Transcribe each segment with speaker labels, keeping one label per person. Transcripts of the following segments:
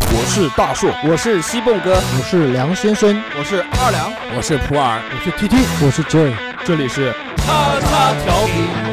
Speaker 1: 我是大树，
Speaker 2: 我是西蹦哥，
Speaker 3: 我是梁先生，
Speaker 4: 我是二良，
Speaker 5: 我是普洱，
Speaker 6: 我是 TT，
Speaker 7: 我是 Joy，
Speaker 1: 这里是
Speaker 8: 叉叉调频。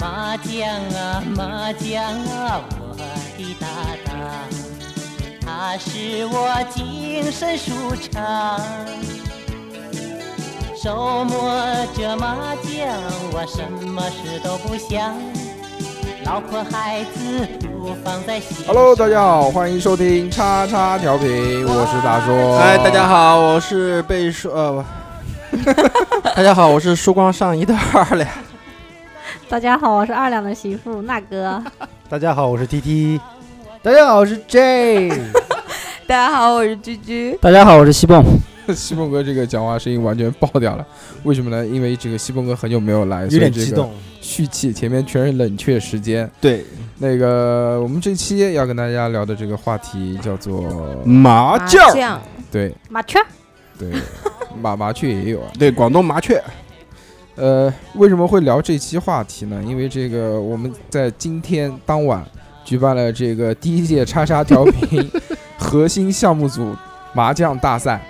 Speaker 9: 麻将啊麻将啊，我的搭档，他是我精神舒畅。手摸着麻将，我什么事都不想，老婆孩子不放在心上。
Speaker 10: Hello，大家好，欢迎收听叉叉调频，我是大叔。
Speaker 4: 嗨，大家好，我是被说呃， 大家好，我是梳光上衣的二两。
Speaker 11: 大家好，我是二两的媳妇那哥。
Speaker 3: 大家好，我是 T T。大家好，我是 J。
Speaker 12: 大家好，我是居居。
Speaker 7: 大家好，我是西蹦。
Speaker 10: 西蹦哥这个讲话声音完全爆掉了，为什么呢？因为这个西蹦哥很久没有来，
Speaker 3: 有点激动。
Speaker 10: 蓄气，前面全是冷却时间。
Speaker 4: 对，
Speaker 10: 那个我们这期要跟大家聊的这个话题叫做
Speaker 3: 嗯
Speaker 4: 麻
Speaker 12: 将。
Speaker 10: 对，
Speaker 11: 麻雀。
Speaker 10: 对，麻麻雀也有啊。
Speaker 4: 对，广东麻雀。
Speaker 10: 呃，为什么会聊这期话题呢？因为这个我们在今天当晚举办了这个第一届叉叉调频核心项目组麻将大赛。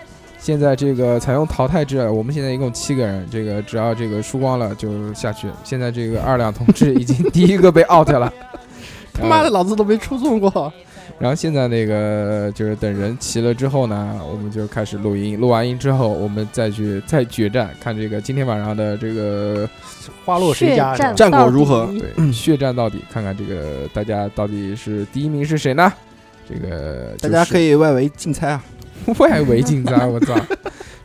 Speaker 10: 现在这个采用淘汰制，我们现在一共七个人，这个只要这个输光了就下去。现在这个二两同志已经第一个被 out 了，
Speaker 4: 他妈的老子都没出送过。
Speaker 10: 然后现在那个就是等人齐了之后呢，我们就开始录音。录完音之后，我们再去再决战，看这个今天晚上的这个
Speaker 3: 花落谁家
Speaker 4: 战果如何？
Speaker 10: 对，血战到底，看看这个大家到底是第一名是谁呢？这个、就是、
Speaker 4: 大家可以外围竞猜啊，
Speaker 10: 外围竞猜，我操！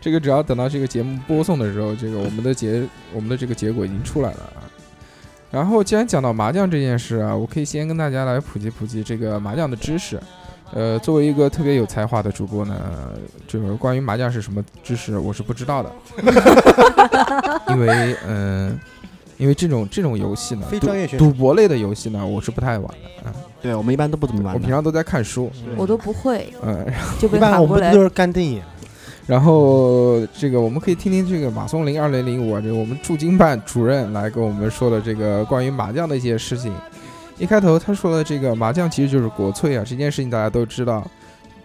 Speaker 10: 这个只要等到这个节目播送的时候，这个我们的结我们的这个结果已经出来了啊。然后，既然讲到麻将这件事啊，我可以先跟大家来普及普及这个麻将的知识。呃，作为一个特别有才华的主播呢，就是关于麻将是什么知识，我是不知道 的。因为，嗯、呃，因为这种这种游戏呢，
Speaker 3: 非专业
Speaker 10: 赌博类的游戏呢，我是不太玩的。啊、
Speaker 4: 对我们一般都不怎么玩，
Speaker 10: 我平常都在看书，
Speaker 12: 我都不会。
Speaker 10: 嗯，
Speaker 12: 就被
Speaker 3: 一般我
Speaker 12: 们
Speaker 3: 都是干瞪眼。
Speaker 10: 然后这个我们可以听听这个马松林二零零五，这我们驻京办主任来跟我们说的这个关于麻将的一些事情。一开头他说的这个麻将其实就是国粹啊，这件事情大家都知道。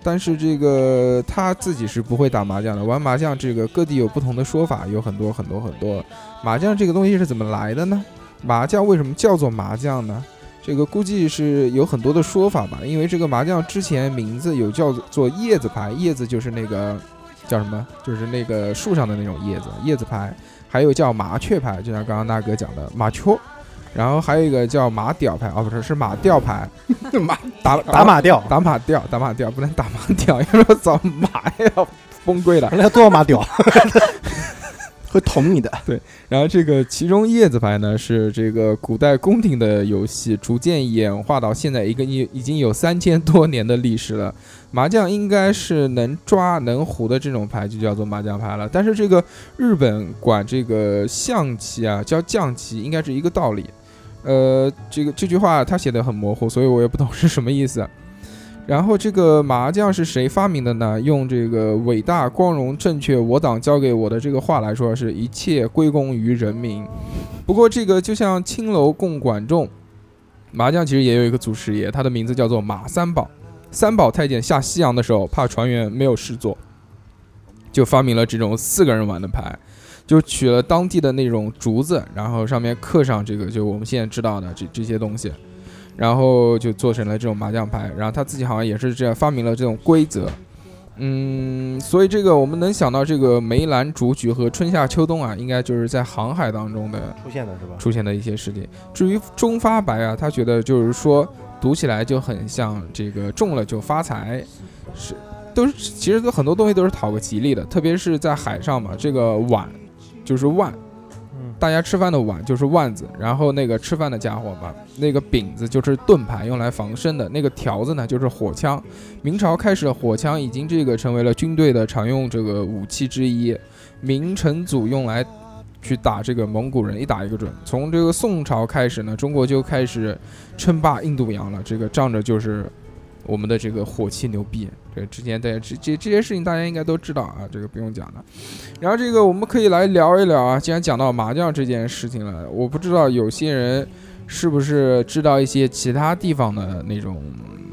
Speaker 10: 但是这个他自己是不会打麻将的，玩麻将这个各地有不同的说法，有很多很多很多。麻将这个东西是怎么来的呢？麻将为什么叫做麻将呢？这个估计是有很多的说法吧，因为这个麻将之前名字有叫做叶子牌，叶子就是那个。叫什么？就是那个树上的那种叶子，叶子牌，还有叫麻雀牌，就像刚刚大哥讲的麻雀，然后还有一个叫马吊牌，哦不是，是马吊牌，
Speaker 4: 马
Speaker 10: 打
Speaker 3: 打马吊，
Speaker 10: 打马吊，打马吊，不能打马吊，要说早马要崩溃了，
Speaker 3: 那多少马吊？
Speaker 4: 会捅你的。
Speaker 10: 对，然后这个其中叶子牌呢，是这个古代宫廷的游戏，逐渐演化到现在，一个已已经有三千多年的历史了。麻将应该是能抓能胡的这种牌，就叫做麻将牌了。但是这个日本管这个象棋啊叫将棋，应该是一个道理。呃，这个这句话他写的很模糊，所以我也不懂是什么意思。然后这个麻将是谁发明的呢？用这个伟大、光荣、正确，我党交给我的这个话来说，是一切归功于人民。不过这个就像青楼供管仲，麻将其实也有一个祖师爷，他的名字叫做马三宝。三宝太监下西洋的时候，怕船员没有事做，就发明了这种四个人玩的牌，就取了当地的那种竹子，然后上面刻上这个就我们现在知道的这这些东西。然后就做成了这种麻将牌，然后他自己好像也是这样发明了这种规则，嗯，所以这个我们能想到这个梅兰竹菊和春夏秋冬啊，应该就是在航海当中的
Speaker 3: 出现的是吧？
Speaker 10: 出现的一些事情。至于中发白啊，他觉得就是说读起来就很像这个中了就发财，是都是其实都很多东西都是讨个吉利的，特别是在海上嘛，这个碗就是万，
Speaker 3: 嗯
Speaker 10: 大家吃饭的碗就是腕子，然后那个吃饭的家伙嘛，那个饼子就是盾牌，用来防身的；那个条子呢，就是火枪。明朝开始，火枪已经这个成为了军队的常用这个武器之一。明成祖用来去打这个蒙古人，一打一个准。从这个宋朝开始呢，中国就开始称霸印度洋了。这个仗着就是我们的这个火器牛逼。这个之前大家这这这些事情大家应该都知道啊，这个不用讲了。然后这个我们可以来聊一聊啊，既然讲到麻将这件事情了，我不知道有些人是不是知道一些其他地方的那种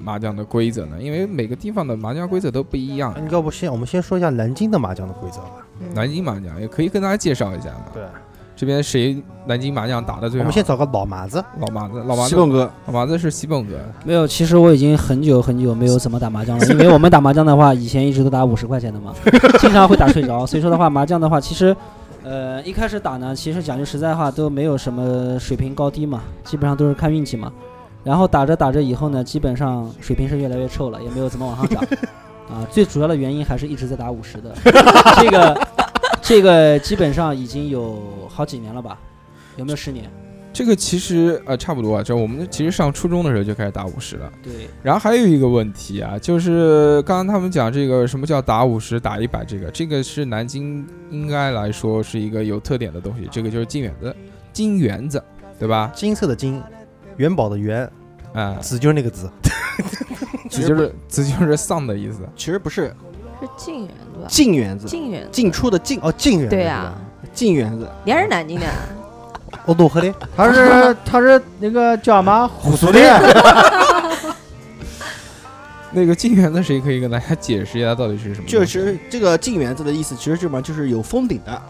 Speaker 10: 麻将的规则呢？因为每个地方的麻将规则都不一样。
Speaker 3: 你要不先我们先说一下南京的麻将的规则吧？
Speaker 10: 南京麻将也可以跟大家介绍一下嘛。
Speaker 3: 对，
Speaker 10: 这边谁南京麻将打的最
Speaker 4: 啊
Speaker 3: 我
Speaker 10: 好？
Speaker 3: 们先找个老麻子，
Speaker 10: 老麻子，老麻
Speaker 4: 西
Speaker 10: 子，
Speaker 4: 凤哥，
Speaker 10: 老麻子是西蹦哥。
Speaker 1: 没有，其实我已经很久很久没有怎么打 麻将了，因为我们打麻将的话，以前一直都打五十块钱的嘛，经常会打睡着。所以说的话，麻将的话，其实，呃，一开始打呢，其实讲句实在话，都没有什么水平高低嘛，基本上都是看运气嘛。然后打着打着以后呢，基本上水平是越来越臭了，也没有怎么往上 涨。啊，最主要的原因还是一直在打五十的，这个这个基本上已经有好几年了吧？有没有十年？
Speaker 10: 这个其实呃差不多啊，就我们其实上初中的时候就开始打五十了。
Speaker 1: 对，
Speaker 10: 然后还有一个问题啊，就是刚刚他们讲这个什么叫打五十、打一百，这个这个是南京应该来说是一个有特点的东西，这个就是金元子，金元子，对吧？
Speaker 3: 金色的金，元宝的元，
Speaker 10: 啊、
Speaker 3: 子就是那个子，
Speaker 10: 子就是子就是丧的意思。
Speaker 4: 其实不是
Speaker 12: 是晋源对吧？
Speaker 4: 进园子，
Speaker 12: 晋源，
Speaker 4: 进出的进，
Speaker 3: 哦，晋元。
Speaker 12: 对
Speaker 3: 呀
Speaker 12: 呀，
Speaker 4: 进园子。
Speaker 12: 你还是南京的啊？
Speaker 3: 哦，怒 喝的，
Speaker 1: 他是他是那个叫什么？
Speaker 3: 胡说的，
Speaker 10: 那个金元子谁可以跟大家解释一下到底是什么东西？
Speaker 4: 就是这个进园子的意思，其实基本上就是有封顶的，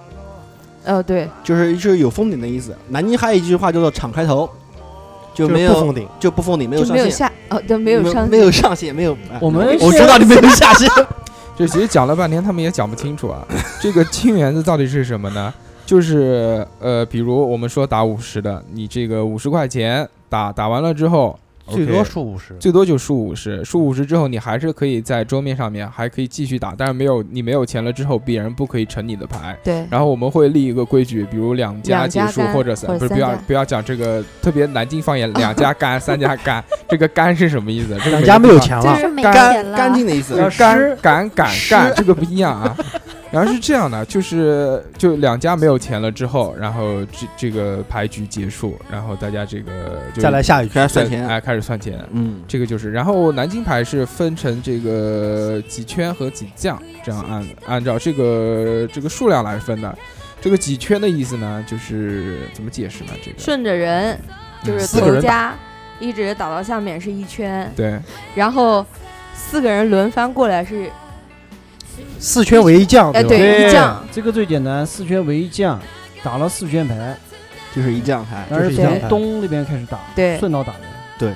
Speaker 12: 哦，对，
Speaker 4: 就是就是有封顶的意思。南京还有一句话叫做“敞开头”，就
Speaker 3: 就是
Speaker 4: 没
Speaker 3: 不
Speaker 4: 有
Speaker 3: 封顶，
Speaker 4: 就不封顶，没有
Speaker 12: 就
Speaker 4: 上
Speaker 12: 没有
Speaker 4: 线，
Speaker 12: 下哦，对，没
Speaker 4: 没
Speaker 12: 有上
Speaker 4: 没有上线，没有。哎
Speaker 1: 我们
Speaker 4: 我
Speaker 1: 是
Speaker 4: 知道你 没有下线，
Speaker 10: 就其实讲了半天，他们也讲不清楚 啊。这个金元子到底是什么呢？就是呃，比如我们说打五十的，你这个五十块钱打打完了之后，
Speaker 3: 最
Speaker 10: OK
Speaker 3: 多输五十。
Speaker 10: 最多就输五十，输五十之后你还是可以在桌面上面还可以继续打，但是没有你没有钱了之后，别人不可以乘你的牌。
Speaker 12: 对，
Speaker 10: 然后我们会立一个规矩，比如两家
Speaker 12: 两
Speaker 10: 结
Speaker 12: 家
Speaker 10: 束
Speaker 12: 干
Speaker 10: 或者三，
Speaker 12: 或者
Speaker 10: 不是不
Speaker 12: 三
Speaker 10: 要
Speaker 12: 家
Speaker 10: 不要讲这个特别南京方言，两家干三家干，这个干是什么意思？这个
Speaker 3: 两
Speaker 10: 每
Speaker 3: 家
Speaker 10: 个
Speaker 3: 没有
Speaker 10: 地方
Speaker 3: 钱
Speaker 11: 就
Speaker 3: 了，
Speaker 11: 是没钱
Speaker 4: 干
Speaker 11: 了，
Speaker 4: 干净的意思。
Speaker 10: 要干敢敢
Speaker 3: 湿
Speaker 10: 干，这个不一样啊。然后是这样的，就是就两家没有钱了之后，然后这这个牌局结束，然后大家这个就
Speaker 3: 再来下一局
Speaker 4: 开始算钱，
Speaker 10: 哎，开始算钱。
Speaker 4: 嗯，
Speaker 10: 这个就是，然后南京牌是分成这个几圈和几将，这样按按照这个这个数量来分的。这个几圈的意思呢，就是怎么解释呢？这个
Speaker 12: 顺着人就是
Speaker 3: 四个
Speaker 12: 头
Speaker 3: 人
Speaker 12: 家一直打到下面是一圈，
Speaker 10: 对，
Speaker 12: 然后四个人轮番过来是，
Speaker 3: 四圈为一将，
Speaker 12: 哎，
Speaker 3: 吧？
Speaker 12: 对，一将，
Speaker 1: 这个最简单，四圈为一将，打了四圈牌，
Speaker 4: 就是一将哎牌。
Speaker 1: 但
Speaker 3: 就是是
Speaker 12: 一
Speaker 1: 从
Speaker 12: 样
Speaker 3: 牌
Speaker 1: 东那边开始打，
Speaker 12: 对
Speaker 1: 顺道打的。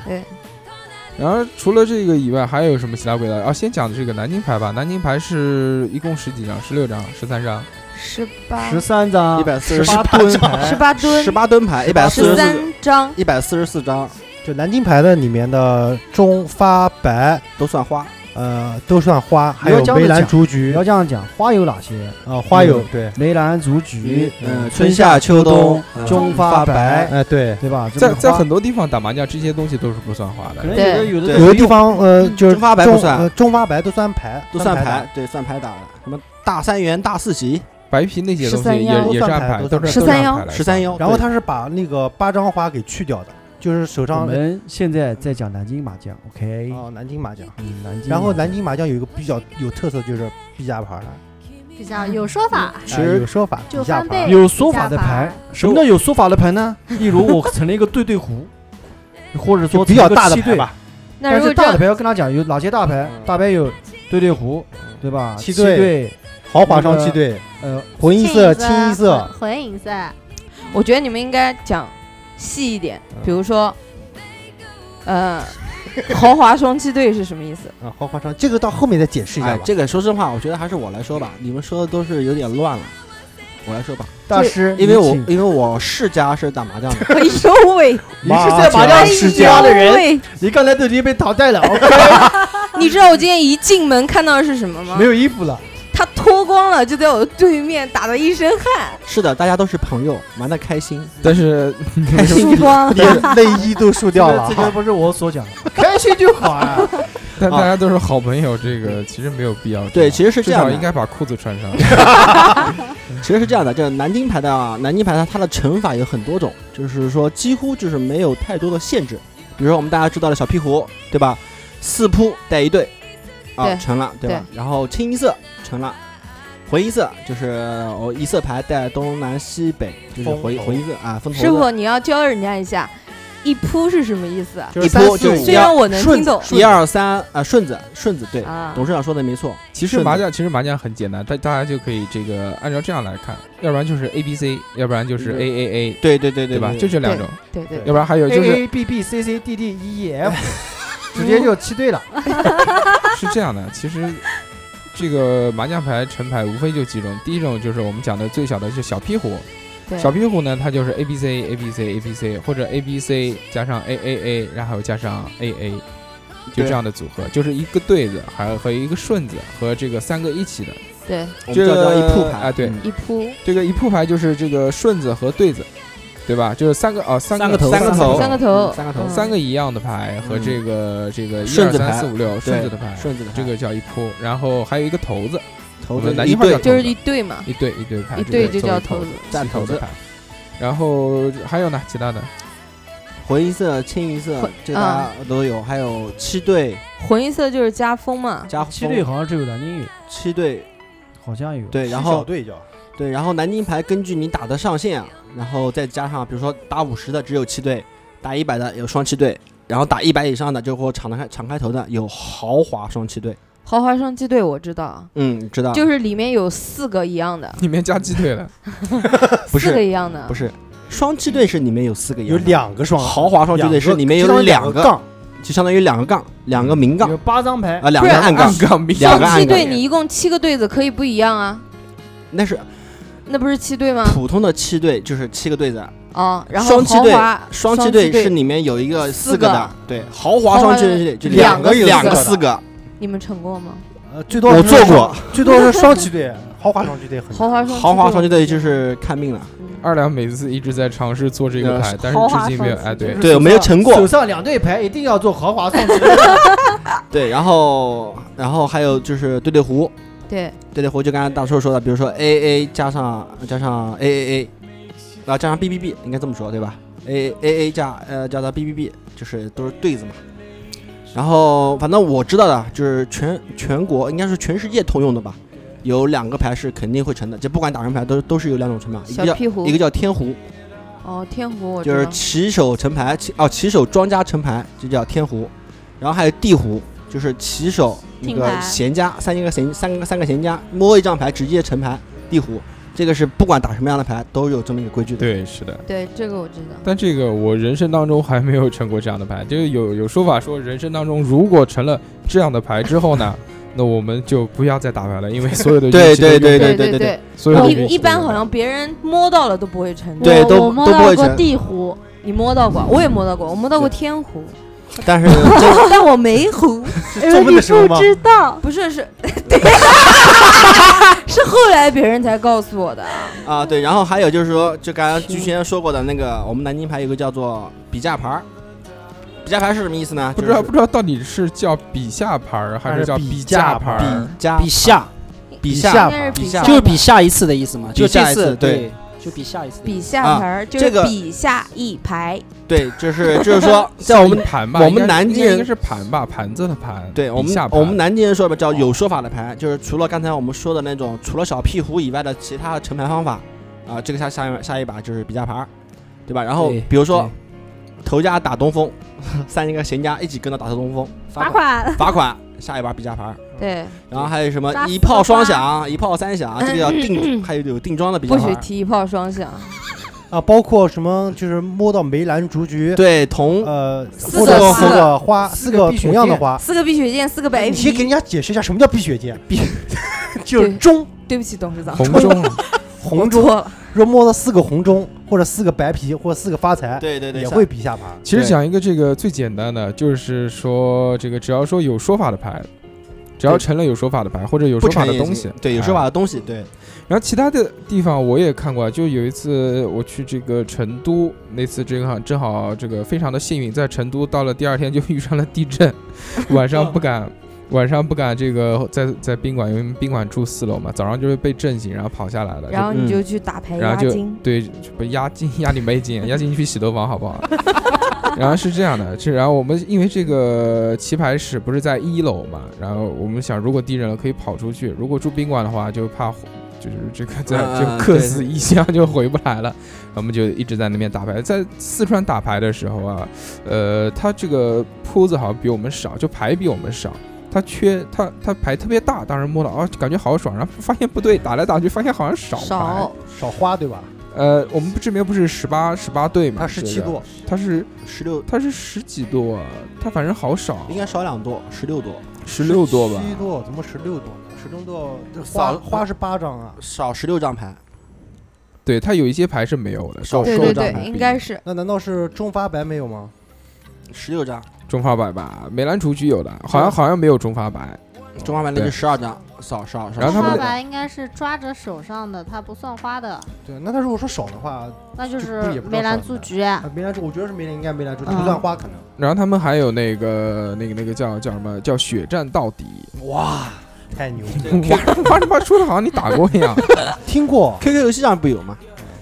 Speaker 10: 然后除了这个以外，还有什么其他规则？啊，先讲这个南京牌吧。南京牌是一共十几张？十六张？十三张？
Speaker 12: 十八
Speaker 1: 十三
Speaker 3: 啊
Speaker 1: 张，
Speaker 4: 148
Speaker 1: 八吨牌，
Speaker 12: 十八吨
Speaker 4: 十，八吨牌，一百四
Speaker 12: 十
Speaker 4: 十四，
Speaker 12: 三张，
Speaker 4: 一百四十四张
Speaker 3: 就南京牌的里面的中发白，
Speaker 4: 都算花。
Speaker 3: 呃，都算花，还
Speaker 1: 你要
Speaker 3: 有
Speaker 1: 这样子
Speaker 3: 梅兰
Speaker 1: 讲
Speaker 3: 竹
Speaker 1: 你
Speaker 3: 菊
Speaker 1: 要，这样讲，花有哪些？
Speaker 3: 呃，花友
Speaker 1: 嗯
Speaker 3: 对，
Speaker 1: 梅兰竹菊，呃
Speaker 3: 呃
Speaker 4: 嗯，
Speaker 1: 春
Speaker 4: 春夏秋冬
Speaker 1: 冬，
Speaker 4: 嗯
Speaker 1: 中发白，
Speaker 3: 哎对，
Speaker 1: 对吧？这
Speaker 10: 在
Speaker 1: 么
Speaker 10: 在
Speaker 1: 花
Speaker 10: 很多地方打麻将，这些东西都是不算花
Speaker 1: 可能
Speaker 10: 的。
Speaker 1: 有的有的
Speaker 4: 对
Speaker 3: 有
Speaker 1: 有
Speaker 3: 的地方呃就是
Speaker 4: 中发白不算
Speaker 3: 呃中发白都算牌，
Speaker 4: 都算
Speaker 3: 牌
Speaker 4: 牌，对，算牌打的。什么大三元、大四喜、
Speaker 10: 白皮那些东西
Speaker 12: 13
Speaker 10: 也
Speaker 12: 幺
Speaker 10: 也是按牌，
Speaker 3: 都
Speaker 10: 都
Speaker 3: 算
Speaker 10: 是都
Speaker 3: 牌
Speaker 10: 是按牌来
Speaker 4: 十三
Speaker 10: 哎算
Speaker 4: 幺，
Speaker 3: 打。然后
Speaker 4: 哦对
Speaker 3: 他是把那个八张花给去掉的，就是手
Speaker 1: 我
Speaker 3: 上
Speaker 1: 们现在在讲南京麻将，OK？
Speaker 3: 哦南京麻将。
Speaker 1: 嗯，南京。
Speaker 3: 然后南京麻将有一个比较有特色，就是币价牌了，
Speaker 11: 比较有说法，
Speaker 4: 其
Speaker 3: 哎
Speaker 4: 实
Speaker 3: 有说法，
Speaker 11: 就
Speaker 3: 比价
Speaker 11: 翻倍
Speaker 3: 牌。
Speaker 1: 嗯有说法的牌，什么叫有说法的牌呢？例如我成了一个对对胡，或者
Speaker 3: 就
Speaker 1: 说
Speaker 3: 比较
Speaker 1: 成了
Speaker 3: 大的
Speaker 1: 七
Speaker 3: 牌
Speaker 1: 对，
Speaker 3: 吧，
Speaker 12: 那
Speaker 1: 但
Speaker 12: 如
Speaker 1: 是
Speaker 12: 果这
Speaker 1: 大的
Speaker 12: 样
Speaker 1: 牌要跟他讲有哪些大牌，大牌有对对胡，对吧？
Speaker 3: 七对
Speaker 1: 对，
Speaker 3: 豪华双七对，
Speaker 1: 呃，
Speaker 3: 红一
Speaker 11: 清
Speaker 3: 色、清一色，
Speaker 11: 混银色，
Speaker 12: 我
Speaker 1: 嗯
Speaker 12: 觉得你们应该讲细一点，比如说，呃， 豪华双栖队是什么 意思？
Speaker 3: 啊，豪华商这个到后面再解释一下
Speaker 4: 哎，
Speaker 3: 吧。
Speaker 4: 这个说实话，我觉得还是我来说吧，你们说的都是有点乱了，我来说吧，
Speaker 3: 大师，
Speaker 4: 因为我
Speaker 3: 您请
Speaker 4: 因为我世家是打麻将的，
Speaker 12: 哎呦喂，
Speaker 3: 你是在麻将世家的
Speaker 12: 哎呦
Speaker 3: 人，
Speaker 12: 喂！
Speaker 3: 你刚才都已经被淘汰了，
Speaker 12: 你知道我今天一进门看到的是什么吗
Speaker 3: 没？有衣服了。
Speaker 12: 他脱光了就在我对面打了一身汗，
Speaker 4: 是的，大家都是朋友，玩的开心。
Speaker 10: 但是
Speaker 3: 开心
Speaker 12: 输光。
Speaker 3: 连内衣都输掉了
Speaker 2: 这个，不是我所讲的，
Speaker 3: 开心就好啊！
Speaker 10: 但大家都是好朋友，这个其实没有必要。
Speaker 4: 对，其实是
Speaker 10: 至
Speaker 4: 这样
Speaker 10: 少
Speaker 4: 的，
Speaker 10: 应该把裤子穿上。
Speaker 4: 其实是这样的，这南京牌的啊，南京牌的它的乘法有很多种，就是说几乎就是没有太多的限制。比如说我们大家知道的小屁胡，对吧？四扑带一对，啊
Speaker 12: 对
Speaker 4: 成了，对吧？然后清一色成了，回一色就是呃我一色牌带东南西北，就是
Speaker 2: 风
Speaker 4: 回
Speaker 2: 头
Speaker 4: 回一色啊，分头
Speaker 12: 师
Speaker 4: 的
Speaker 12: 傅，你要教人家一下，一扑是什么意思啊？
Speaker 3: 就
Speaker 4: 一
Speaker 3: 是三
Speaker 4: 扑
Speaker 3: 四
Speaker 4: 就
Speaker 3: 五
Speaker 4: 是
Speaker 12: 虽
Speaker 4: 一
Speaker 12: 然
Speaker 4: 二
Speaker 12: 我能听懂
Speaker 4: 一二三啊，顺子顺子对，
Speaker 12: 啊，
Speaker 4: 董事长说的没错，
Speaker 10: 其实
Speaker 4: 顺子
Speaker 10: 麻将其实麻将很简单，大大家就可以这个按照这样来看，要不然就是 A B C，要不然就是 A
Speaker 4: 嗯
Speaker 10: A A，
Speaker 4: 对对对
Speaker 10: 对吧？
Speaker 4: 对
Speaker 10: 就这两种，
Speaker 12: 对对，对
Speaker 10: 要不然还有
Speaker 3: A
Speaker 10: 就是
Speaker 3: A B B C C D D E E F，直接就七对了。
Speaker 10: 是这样的，其实这个麻将牌成牌无非就几种，第一种就是我们讲的最小的就是小屁虎，
Speaker 12: 对
Speaker 10: 小屁虎呢它就是 A B C A B C A B C 或者 A B C 加上 A A A，然后加上 A A，就
Speaker 4: 对
Speaker 10: 这样的组合，就是一个对子，还和一个顺子和这个三个一起的，
Speaker 12: 对
Speaker 4: 我们叫叫一扑牌
Speaker 10: 啊对
Speaker 4: 嗯
Speaker 12: 一扑
Speaker 10: 这个一铺牌就是这个顺子和对子，对吧？就是三个哦，三个
Speaker 1: 三个头
Speaker 10: 三个头，
Speaker 12: 三个头，
Speaker 4: 三个头
Speaker 12: 嗯
Speaker 10: 三个一样的牌和这个这个一
Speaker 4: 顺
Speaker 10: 二
Speaker 4: 子牌
Speaker 10: 三四五六顺子的牌，
Speaker 4: 顺子的牌
Speaker 10: 这个叫一铺。然后还有一个头子，
Speaker 4: 头
Speaker 10: 我
Speaker 4: 子
Speaker 10: 们南
Speaker 4: 一
Speaker 10: 京话
Speaker 4: 对
Speaker 10: 叫
Speaker 12: 就是
Speaker 10: 头
Speaker 12: 一
Speaker 10: 子
Speaker 12: 对嘛，
Speaker 10: 一对一对牌，
Speaker 12: 一对就叫
Speaker 10: 头
Speaker 12: 头子
Speaker 10: 站
Speaker 4: 站
Speaker 10: 头
Speaker 4: 头
Speaker 10: 的
Speaker 4: 子
Speaker 10: 牌。然后还有呢，其他的
Speaker 4: 回一色、清一色
Speaker 12: 回，
Speaker 4: 这
Speaker 12: 啊
Speaker 4: 大家都有，还有七对
Speaker 12: 混一色就是加风嘛，
Speaker 4: 加
Speaker 2: 七队
Speaker 4: 风
Speaker 2: 好像只有南京有，
Speaker 4: 七对
Speaker 2: 好
Speaker 3: 哎
Speaker 2: 像有。
Speaker 4: 对，然后
Speaker 3: 对叫
Speaker 4: 对，然后南京牌根据你打的上限啊，然后再加上比如说打五十的只有七对，打一百的有双七对，然后打一百以上的就或敞开敞开头的有豪华双七对，
Speaker 12: 豪华双鸡队我知道，
Speaker 4: 嗯，知道
Speaker 12: 就是里面有四个一样的，
Speaker 10: 里面加鸡腿了，
Speaker 4: 不是
Speaker 12: 四个一样的，
Speaker 4: 不是双七对是里面有四个一样
Speaker 3: 有
Speaker 4: 的，
Speaker 3: 两个双
Speaker 4: 豪华双七对是里面
Speaker 3: 有
Speaker 4: 有
Speaker 3: 两
Speaker 4: 个，
Speaker 3: 杠，
Speaker 4: 就相当于两个杠，两个明杠
Speaker 2: 有八张牌
Speaker 4: 啊，，两个
Speaker 12: 不是
Speaker 4: 暗杠，
Speaker 10: 杠明
Speaker 4: 两个
Speaker 12: 双
Speaker 4: 暗
Speaker 12: 七
Speaker 4: 杠
Speaker 12: 队，你一共七个队子可以不一样啊，
Speaker 4: 那是
Speaker 12: 那不是七队吗？
Speaker 4: 普通的七对，就是七个对子，
Speaker 12: 哦，然后
Speaker 4: 嗯双七
Speaker 12: 豪
Speaker 4: 队
Speaker 12: 华，
Speaker 4: 双
Speaker 12: 七
Speaker 4: 七队是里面有一个
Speaker 12: 四
Speaker 4: 四个
Speaker 12: 个
Speaker 4: 的，对，豪华双七队就
Speaker 12: 两
Speaker 4: 个
Speaker 12: 个有
Speaker 4: 两
Speaker 12: 四个的
Speaker 4: 四个，
Speaker 12: 你们成过吗？
Speaker 3: 呃，最多
Speaker 4: 我
Speaker 3: 是
Speaker 4: 做过
Speaker 3: 最多是双旗队， 豪华双旗队很
Speaker 12: 豪华双
Speaker 4: 豪华双
Speaker 12: 七
Speaker 4: 七队就是看病了，
Speaker 10: 二两每次一直在尝试做这个
Speaker 4: 呃
Speaker 10: 牌，但是
Speaker 12: 豪
Speaker 10: 至
Speaker 12: 华
Speaker 10: 今没有
Speaker 12: 双
Speaker 10: 哎
Speaker 12: 鸡队
Speaker 10: 对，
Speaker 4: 对，没有成过，
Speaker 3: 手上两对牌一定要做豪华双旗队，
Speaker 4: 对，然后然后还有就是对对胡，
Speaker 12: 对，
Speaker 4: 对对胡就刚才大叔说的，比如说 A A 加上加上 A A A，然后加上 B B B，应该这么说对吧？A A A 加呃加到 B B B，就是都是对子嘛。然后反正我知道的就是全全国应该是全世界通用的吧，有两个牌是肯定会成的，就不管打什么牌都都是有两种成法，一个
Speaker 12: 小
Speaker 4: 叫
Speaker 12: 屁胡
Speaker 4: 一个叫天胡，
Speaker 12: 哦，天胡我知
Speaker 4: 就
Speaker 12: 道，
Speaker 4: 是骑手成牌，骑哦骑手庄家成牌，就叫天胡。然后还有地胡，就是骑手一
Speaker 11: 听
Speaker 4: 个
Speaker 11: 牌
Speaker 4: 闲家，三个闲三个三个闲家摸一张牌直接成牌地胡，这个是不管打什么样的牌都有这么一个规矩的。
Speaker 10: 对是的。
Speaker 12: 对这个我知道，
Speaker 10: 但这个我人生当中还没有成过这样的牌，就是有有说法说，人生当中如果成了这样的牌之后呢， 那我们就不要再打牌了，因为所有的
Speaker 4: 对
Speaker 10: 运气都
Speaker 4: 对
Speaker 10: 用
Speaker 4: 对
Speaker 10: 掉
Speaker 4: 对
Speaker 10: 了
Speaker 12: 对
Speaker 4: 对
Speaker 12: 对，
Speaker 10: 所有的运气都
Speaker 12: 哦一一般
Speaker 10: 用掉
Speaker 12: 好
Speaker 10: 了
Speaker 12: 像别人摸到了都不会成，
Speaker 4: 对
Speaker 11: 我
Speaker 4: 都
Speaker 11: 我摸
Speaker 4: 都不会
Speaker 11: 到过
Speaker 4: 成
Speaker 11: 地胡，
Speaker 12: 你摸到过，我也摸到过，我摸到过 天胡，
Speaker 4: 但是 这
Speaker 12: 但我没胡，
Speaker 3: 是
Speaker 11: 因为
Speaker 3: 中
Speaker 11: 哎你
Speaker 3: 的时候
Speaker 11: 不
Speaker 3: 吗？
Speaker 11: 知道，
Speaker 12: 不是 是，对，是后来别人才告诉我的，
Speaker 4: 啊对，然后还有就是说，就刚刚之前说过的那个，我们南京牌有个叫做比价牌儿，比价牌是什么意思呢？
Speaker 10: 不知道
Speaker 4: 就
Speaker 10: 不知道到底是叫比下牌儿还
Speaker 2: 还
Speaker 10: 是
Speaker 2: 是
Speaker 10: 叫
Speaker 2: 比
Speaker 10: 价
Speaker 2: 价
Speaker 10: 牌
Speaker 4: 是
Speaker 10: 儿？
Speaker 4: 比价
Speaker 1: 比下
Speaker 4: 比
Speaker 2: 下
Speaker 3: 啊
Speaker 12: 应该是
Speaker 4: 比
Speaker 12: 比
Speaker 4: 下
Speaker 12: 下，
Speaker 1: 就是比下一次的意思嘛，就
Speaker 4: 比下
Speaker 1: 这
Speaker 4: 一次对
Speaker 1: 对，就比下一次的意思。
Speaker 12: 比下牌儿，就是
Speaker 4: 这个
Speaker 12: 比下一排，
Speaker 4: 对，就是就是说在
Speaker 10: 叫
Speaker 4: 我们
Speaker 10: 盘吧，
Speaker 4: 我
Speaker 10: 应该
Speaker 4: 们南京
Speaker 10: 应该应该
Speaker 4: 人
Speaker 10: 是盘吧，盘子的盘。
Speaker 4: 对我
Speaker 10: 比
Speaker 4: 们
Speaker 10: 下盘
Speaker 4: 我们南京人说吧，叫有说法的牌，就是除了刚才我们说的那种，除了小屁胡以外的其他成牌方法，啊、这个下下一下一把就是比价牌儿，对吧？然后
Speaker 1: 对
Speaker 4: 比如说
Speaker 1: 对
Speaker 4: 头家打东风，三个闲家一起跟着打头东风，
Speaker 11: 罚款，
Speaker 4: 罚款，下一把比价牌儿。
Speaker 10: 嗯
Speaker 12: 对，
Speaker 4: 然后还有什么
Speaker 11: 杀
Speaker 4: 一
Speaker 11: 死个
Speaker 4: 炮双
Speaker 11: 八
Speaker 4: 响、一炮三响，这个叫定，还有有定装的比价
Speaker 12: 不
Speaker 4: 牌
Speaker 12: 许
Speaker 4: 儿
Speaker 12: 提一炮双响，
Speaker 3: 啊，包括什么就是摸到梅兰竹 菊，
Speaker 4: 对铜
Speaker 3: 呃，
Speaker 12: 四
Speaker 3: 或
Speaker 12: 个
Speaker 3: 者
Speaker 12: 四
Speaker 3: 四
Speaker 12: 个
Speaker 3: 个花，四个
Speaker 2: 碧血
Speaker 3: 同样的
Speaker 2: 剑
Speaker 3: 花，
Speaker 12: 四个碧血剑，四个
Speaker 10: 哎
Speaker 12: 白
Speaker 3: 你先给人
Speaker 12: 皮。
Speaker 3: 家解释一下什么叫碧血剑，碧 就是钟
Speaker 12: 对不起，董事长，
Speaker 10: 红中
Speaker 3: 红
Speaker 12: 我错
Speaker 3: 钟
Speaker 12: 了，
Speaker 3: 若摸到四个红钟或者四个白皮或者四个发财，
Speaker 4: 对对对
Speaker 3: 也
Speaker 4: 下
Speaker 3: 会比下盘。
Speaker 10: 其实讲一个这个最简单的，就是说这个只要说有说法的牌，只要成了有说法的牌或者有
Speaker 4: 不
Speaker 10: 说
Speaker 4: 成
Speaker 10: 法的
Speaker 4: 也
Speaker 10: 东
Speaker 4: 行
Speaker 10: 西，
Speaker 4: 对，有
Speaker 10: 哎
Speaker 4: 说法的东西，对，
Speaker 10: 然后其他的地方我也看过啊，就有一次我去这个成都，那次正好正好这个非常的幸运，在成都到了第二天就遇上了地震，晚上不敢。晚上不敢这个在在宾馆，因为宾馆住四楼嘛，早上就是被震醒，然后跑下来了，
Speaker 12: 然后你
Speaker 4: 嗯
Speaker 12: 就去打牌
Speaker 10: 然
Speaker 12: 押
Speaker 10: 后就
Speaker 12: 金，
Speaker 10: 对，就不押金押你没金，押金你去洗头房好不 好？然后是这样的，这然后我们因为这个棋牌室不是在一楼嘛，然后我们想如果地震了可以跑出去，如果住宾馆的话就怕就是这个在
Speaker 4: 嗯
Speaker 10: 就
Speaker 4: 嗯
Speaker 10: 客
Speaker 4: 对
Speaker 10: 死异乡就回不来了，我们就一直在那边打牌。在四川打牌的时候啊，呃，他这个铺子好像比我们少，就牌比我们少。他缺他他牌特别大，当时摸到啊感觉好爽，然后发现不对，打来打去发现好像少牌，
Speaker 12: 少
Speaker 3: 少花对吧？
Speaker 10: 呃，我们不这边不是十八十八对嘛？
Speaker 3: 它17
Speaker 10: 这个
Speaker 3: 垛，
Speaker 10: 它是
Speaker 4: 十六
Speaker 10: 它是十几垛啊，它反正好少，
Speaker 4: 应该少两多，十六多，
Speaker 10: 十六垛吧
Speaker 3: 七。垛怎么十六垛呢？十六垛这花
Speaker 4: 少
Speaker 3: 花是八张啊，
Speaker 4: 少十六张牌，
Speaker 10: 对，它有一些牌是没有的，
Speaker 4: 少
Speaker 10: 少
Speaker 12: 对
Speaker 4: 收
Speaker 12: 对
Speaker 4: 着
Speaker 12: 对
Speaker 4: 打，牌
Speaker 12: 应该是
Speaker 3: 那难道是中发白没有吗？
Speaker 4: 十六张，
Speaker 10: 中发白吧，梅兰竹菊有的，好像好像没有中发白。
Speaker 2: 哦
Speaker 4: 中华白那
Speaker 10: 对
Speaker 4: 就十二张，少少少。
Speaker 10: 然后他
Speaker 11: 花
Speaker 10: 们
Speaker 11: 白应该是抓着手上的，它不算花的，
Speaker 3: 对，那他如果说少的话，
Speaker 11: 那
Speaker 3: 就
Speaker 11: 就
Speaker 3: 不
Speaker 11: 是
Speaker 3: 也不知道
Speaker 11: 梅兰
Speaker 3: 算不
Speaker 11: 竹
Speaker 3: 算
Speaker 11: 菊。
Speaker 3: 啊梅兰竹，我觉得是梅兰，应该梅兰竹，
Speaker 11: 嗯
Speaker 3: 不算花可能。
Speaker 10: 然后他们还有那个那个那个叫叫什么叫血战到底，
Speaker 3: 哇，太牛逼！了！
Speaker 10: 哇他妈说的好像你打过一样。
Speaker 3: 嗯听过，
Speaker 4: QQ 游戏上不有吗？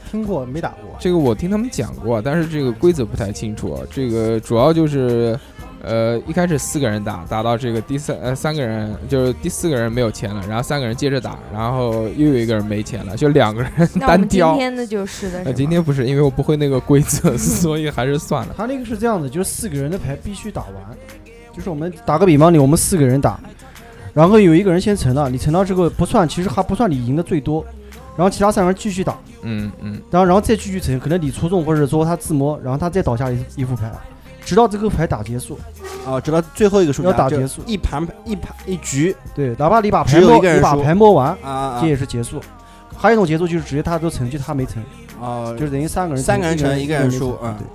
Speaker 3: 听过，没打过。
Speaker 10: 这个我听他们讲过，但是这个规则不太清楚。这个主要就是，呃，一开始四个人打，打到这个第三呃三个人就是第四个人没有钱了，然后三个人接着打，然后又有一个人没钱了，就两个人
Speaker 12: 那我
Speaker 10: 单
Speaker 12: 们今
Speaker 10: 挑。
Speaker 12: 天的就是的
Speaker 10: 呃，
Speaker 12: 是
Speaker 10: 今
Speaker 12: 吗？
Speaker 10: 天不是因为我不会那个规则，所以还是算了。
Speaker 2: 他那个是这样的，就是四个人的牌必须打完，就是我们打个比方，你我们四个人打，然后有一个人先沉了，你沉到这个不算，其实还不算你赢的最多，然后其他三个人继续打，
Speaker 10: 嗯嗯，
Speaker 2: 然后然后再继续沉，可能你出众或者说他自摸，然后他再倒下一一副牌，直到这个牌打结束。
Speaker 4: 啊，直到最后一个数
Speaker 2: 要
Speaker 4: 字
Speaker 2: 打结束
Speaker 4: 一盘一盘一局
Speaker 2: 对，哪怕你把
Speaker 4: 只
Speaker 2: 牌
Speaker 4: 有
Speaker 2: 摸，
Speaker 4: 一个人
Speaker 2: 你把
Speaker 4: 输
Speaker 2: 牌摸完，
Speaker 4: 啊啊
Speaker 2: 这也是结束。还有一种结束就是直接他都沉，就他没沉，
Speaker 4: 啊啊，
Speaker 2: 就是等于三个人
Speaker 4: 三个人
Speaker 2: 沉，
Speaker 4: 沉
Speaker 2: 一
Speaker 4: 一
Speaker 2: 个
Speaker 4: 个
Speaker 2: 人
Speaker 4: 人
Speaker 2: 没
Speaker 4: 输
Speaker 2: 沉
Speaker 4: 嗯
Speaker 2: 对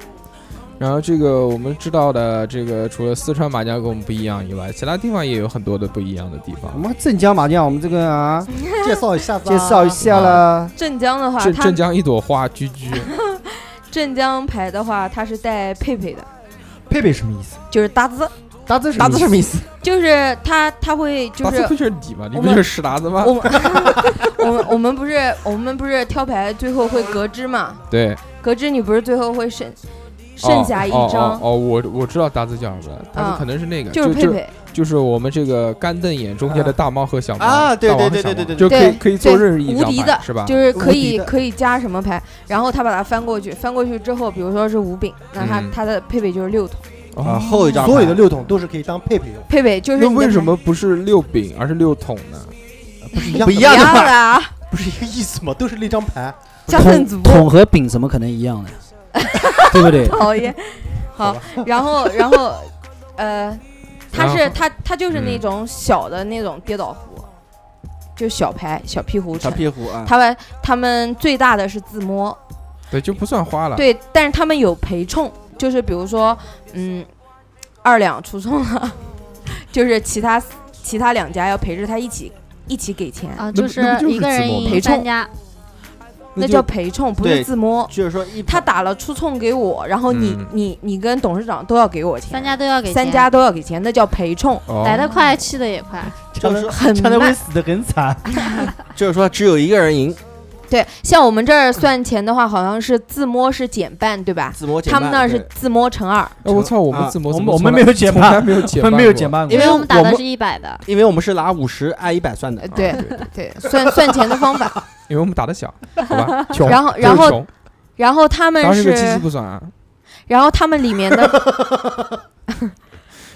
Speaker 10: 然后这个我们知道的，这个除了四川麻将跟我们不一样以外，其他地方也有很多的不一样的地
Speaker 2: 我
Speaker 10: 方。
Speaker 2: 们镇江麻将，我们这个啊，
Speaker 3: 介绍一下子
Speaker 2: 介
Speaker 3: 啊，
Speaker 2: 绍一下啦。
Speaker 12: 镇江的话，
Speaker 10: 镇
Speaker 12: 它
Speaker 10: 镇江一朵花，居居。
Speaker 12: 镇江牌的话，它是带佩佩的，
Speaker 2: 佩佩什么意思？
Speaker 12: 就是搭子，
Speaker 2: 搭子是
Speaker 10: 达子什么意思？
Speaker 12: 就是它它会 就
Speaker 10: 达
Speaker 12: 是
Speaker 10: 子不就是你吗？你不
Speaker 12: 我们
Speaker 10: 就是石达子吗？
Speaker 12: 我们 我们我们不是我们不是挑牌最后会格支嘛？
Speaker 10: 对，
Speaker 12: 格支你不是最后会剩剩下一
Speaker 10: 哦哦
Speaker 12: 张嗯
Speaker 10: 哦，哦我我知道达子叫什么了，达子可能是那个，
Speaker 12: 就是佩佩，
Speaker 10: 就是我们这个干瞪眼中间的大猫和小猫
Speaker 4: 啊对
Speaker 10: 大王和
Speaker 4: 对对
Speaker 10: 小猫
Speaker 4: 对对对
Speaker 10: 就可以
Speaker 12: 对
Speaker 10: 可以做任意一
Speaker 12: 无
Speaker 10: 张
Speaker 12: 敌
Speaker 10: 牌
Speaker 12: 的
Speaker 10: 是吧？
Speaker 12: 就是可
Speaker 3: 无敌
Speaker 12: 以
Speaker 3: 的
Speaker 12: 可以加什么牌，然后他把它翻过去，翻过去之后，比如说是五饼，那他
Speaker 10: 嗯
Speaker 12: 他的佩佩就是六筒，
Speaker 4: 啊
Speaker 10: 哦，
Speaker 4: 后一张牌
Speaker 3: 所有的六筒都是可以当配备用，
Speaker 12: 佩佩就是
Speaker 10: 那
Speaker 12: 你的
Speaker 10: 为什
Speaker 12: 牌
Speaker 10: 么不是六饼而是六桶呢？
Speaker 3: 不是一样
Speaker 4: 不
Speaker 3: 的
Speaker 4: 一
Speaker 12: 不
Speaker 4: 样
Speaker 12: 要
Speaker 4: 的嘛
Speaker 12: 了啊？
Speaker 3: 不是一个意思吗？都是那张 牌，
Speaker 12: 加分
Speaker 1: 桶
Speaker 12: 组
Speaker 1: 桶和饼怎么可能一样呢？对不对？
Speaker 12: 讨厌。好，然后然后呃，它是
Speaker 10: 然后
Speaker 12: 它它就是那
Speaker 10: 嗯
Speaker 12: 种小的那种跌倒壶，就小牌小屁壶
Speaker 4: 小
Speaker 12: 沉。
Speaker 4: 屁股啊，
Speaker 12: 他们他们最大的是自摸，
Speaker 10: 对，就不算花了。
Speaker 12: 对，但是他们有陪冲，就是比如说，嗯，二两出冲了， 就是其他其他两家要陪着他一起一起给钱，
Speaker 11: 啊，
Speaker 10: 那不
Speaker 11: 是
Speaker 10: 那不就是
Speaker 11: 一个人
Speaker 10: 自摸吗
Speaker 11: 赢
Speaker 12: 陪冲
Speaker 11: 三家，
Speaker 12: 那
Speaker 10: 就
Speaker 12: 叫陪冲，不
Speaker 4: 对
Speaker 12: 是自摸。
Speaker 4: 就是说一
Speaker 12: 他打了出冲给我，然后你、
Speaker 10: 嗯
Speaker 12: 你你跟董事长都要给我钱，
Speaker 11: 三家都要给
Speaker 12: 三
Speaker 11: 钱
Speaker 12: 家都要给钱，那叫陪冲，
Speaker 10: 哦
Speaker 11: 来得快去得也快，
Speaker 4: 就是说
Speaker 12: 很
Speaker 2: 差点会
Speaker 12: 慢。
Speaker 2: 死的很惨。
Speaker 4: 就是说只有一个人赢，
Speaker 12: 对，像我们这儿算钱的话，好像是自摸是减半，对吧？
Speaker 4: 自摸减
Speaker 12: 他们那儿
Speaker 4: 半
Speaker 12: 是
Speaker 4: 对
Speaker 12: 自摸乘二，
Speaker 10: 哎，我操，我们
Speaker 4: 啊
Speaker 10: 怎么
Speaker 2: 我
Speaker 10: 怎
Speaker 2: 们
Speaker 10: 么
Speaker 2: 我们
Speaker 10: 从
Speaker 2: 没
Speaker 10: 来
Speaker 2: 有减
Speaker 10: 从来
Speaker 2: 半，
Speaker 10: 没有减
Speaker 2: 我们没有
Speaker 10: 过
Speaker 2: 减半过
Speaker 4: 因。为
Speaker 11: 我们打的
Speaker 4: 们
Speaker 11: 是一百的，
Speaker 4: 因为我们是拿五十按一百算的
Speaker 12: 呃，
Speaker 4: 啊，
Speaker 12: 对对，算算钱的方法。
Speaker 10: 因为我们打的小，好吧？穷，
Speaker 12: 然后
Speaker 10: 就是
Speaker 12: 然后
Speaker 10: 穷
Speaker 12: 然后他们
Speaker 10: 当时这个七七
Speaker 12: 是，
Speaker 10: 不算啊。
Speaker 12: 然后他们里面的，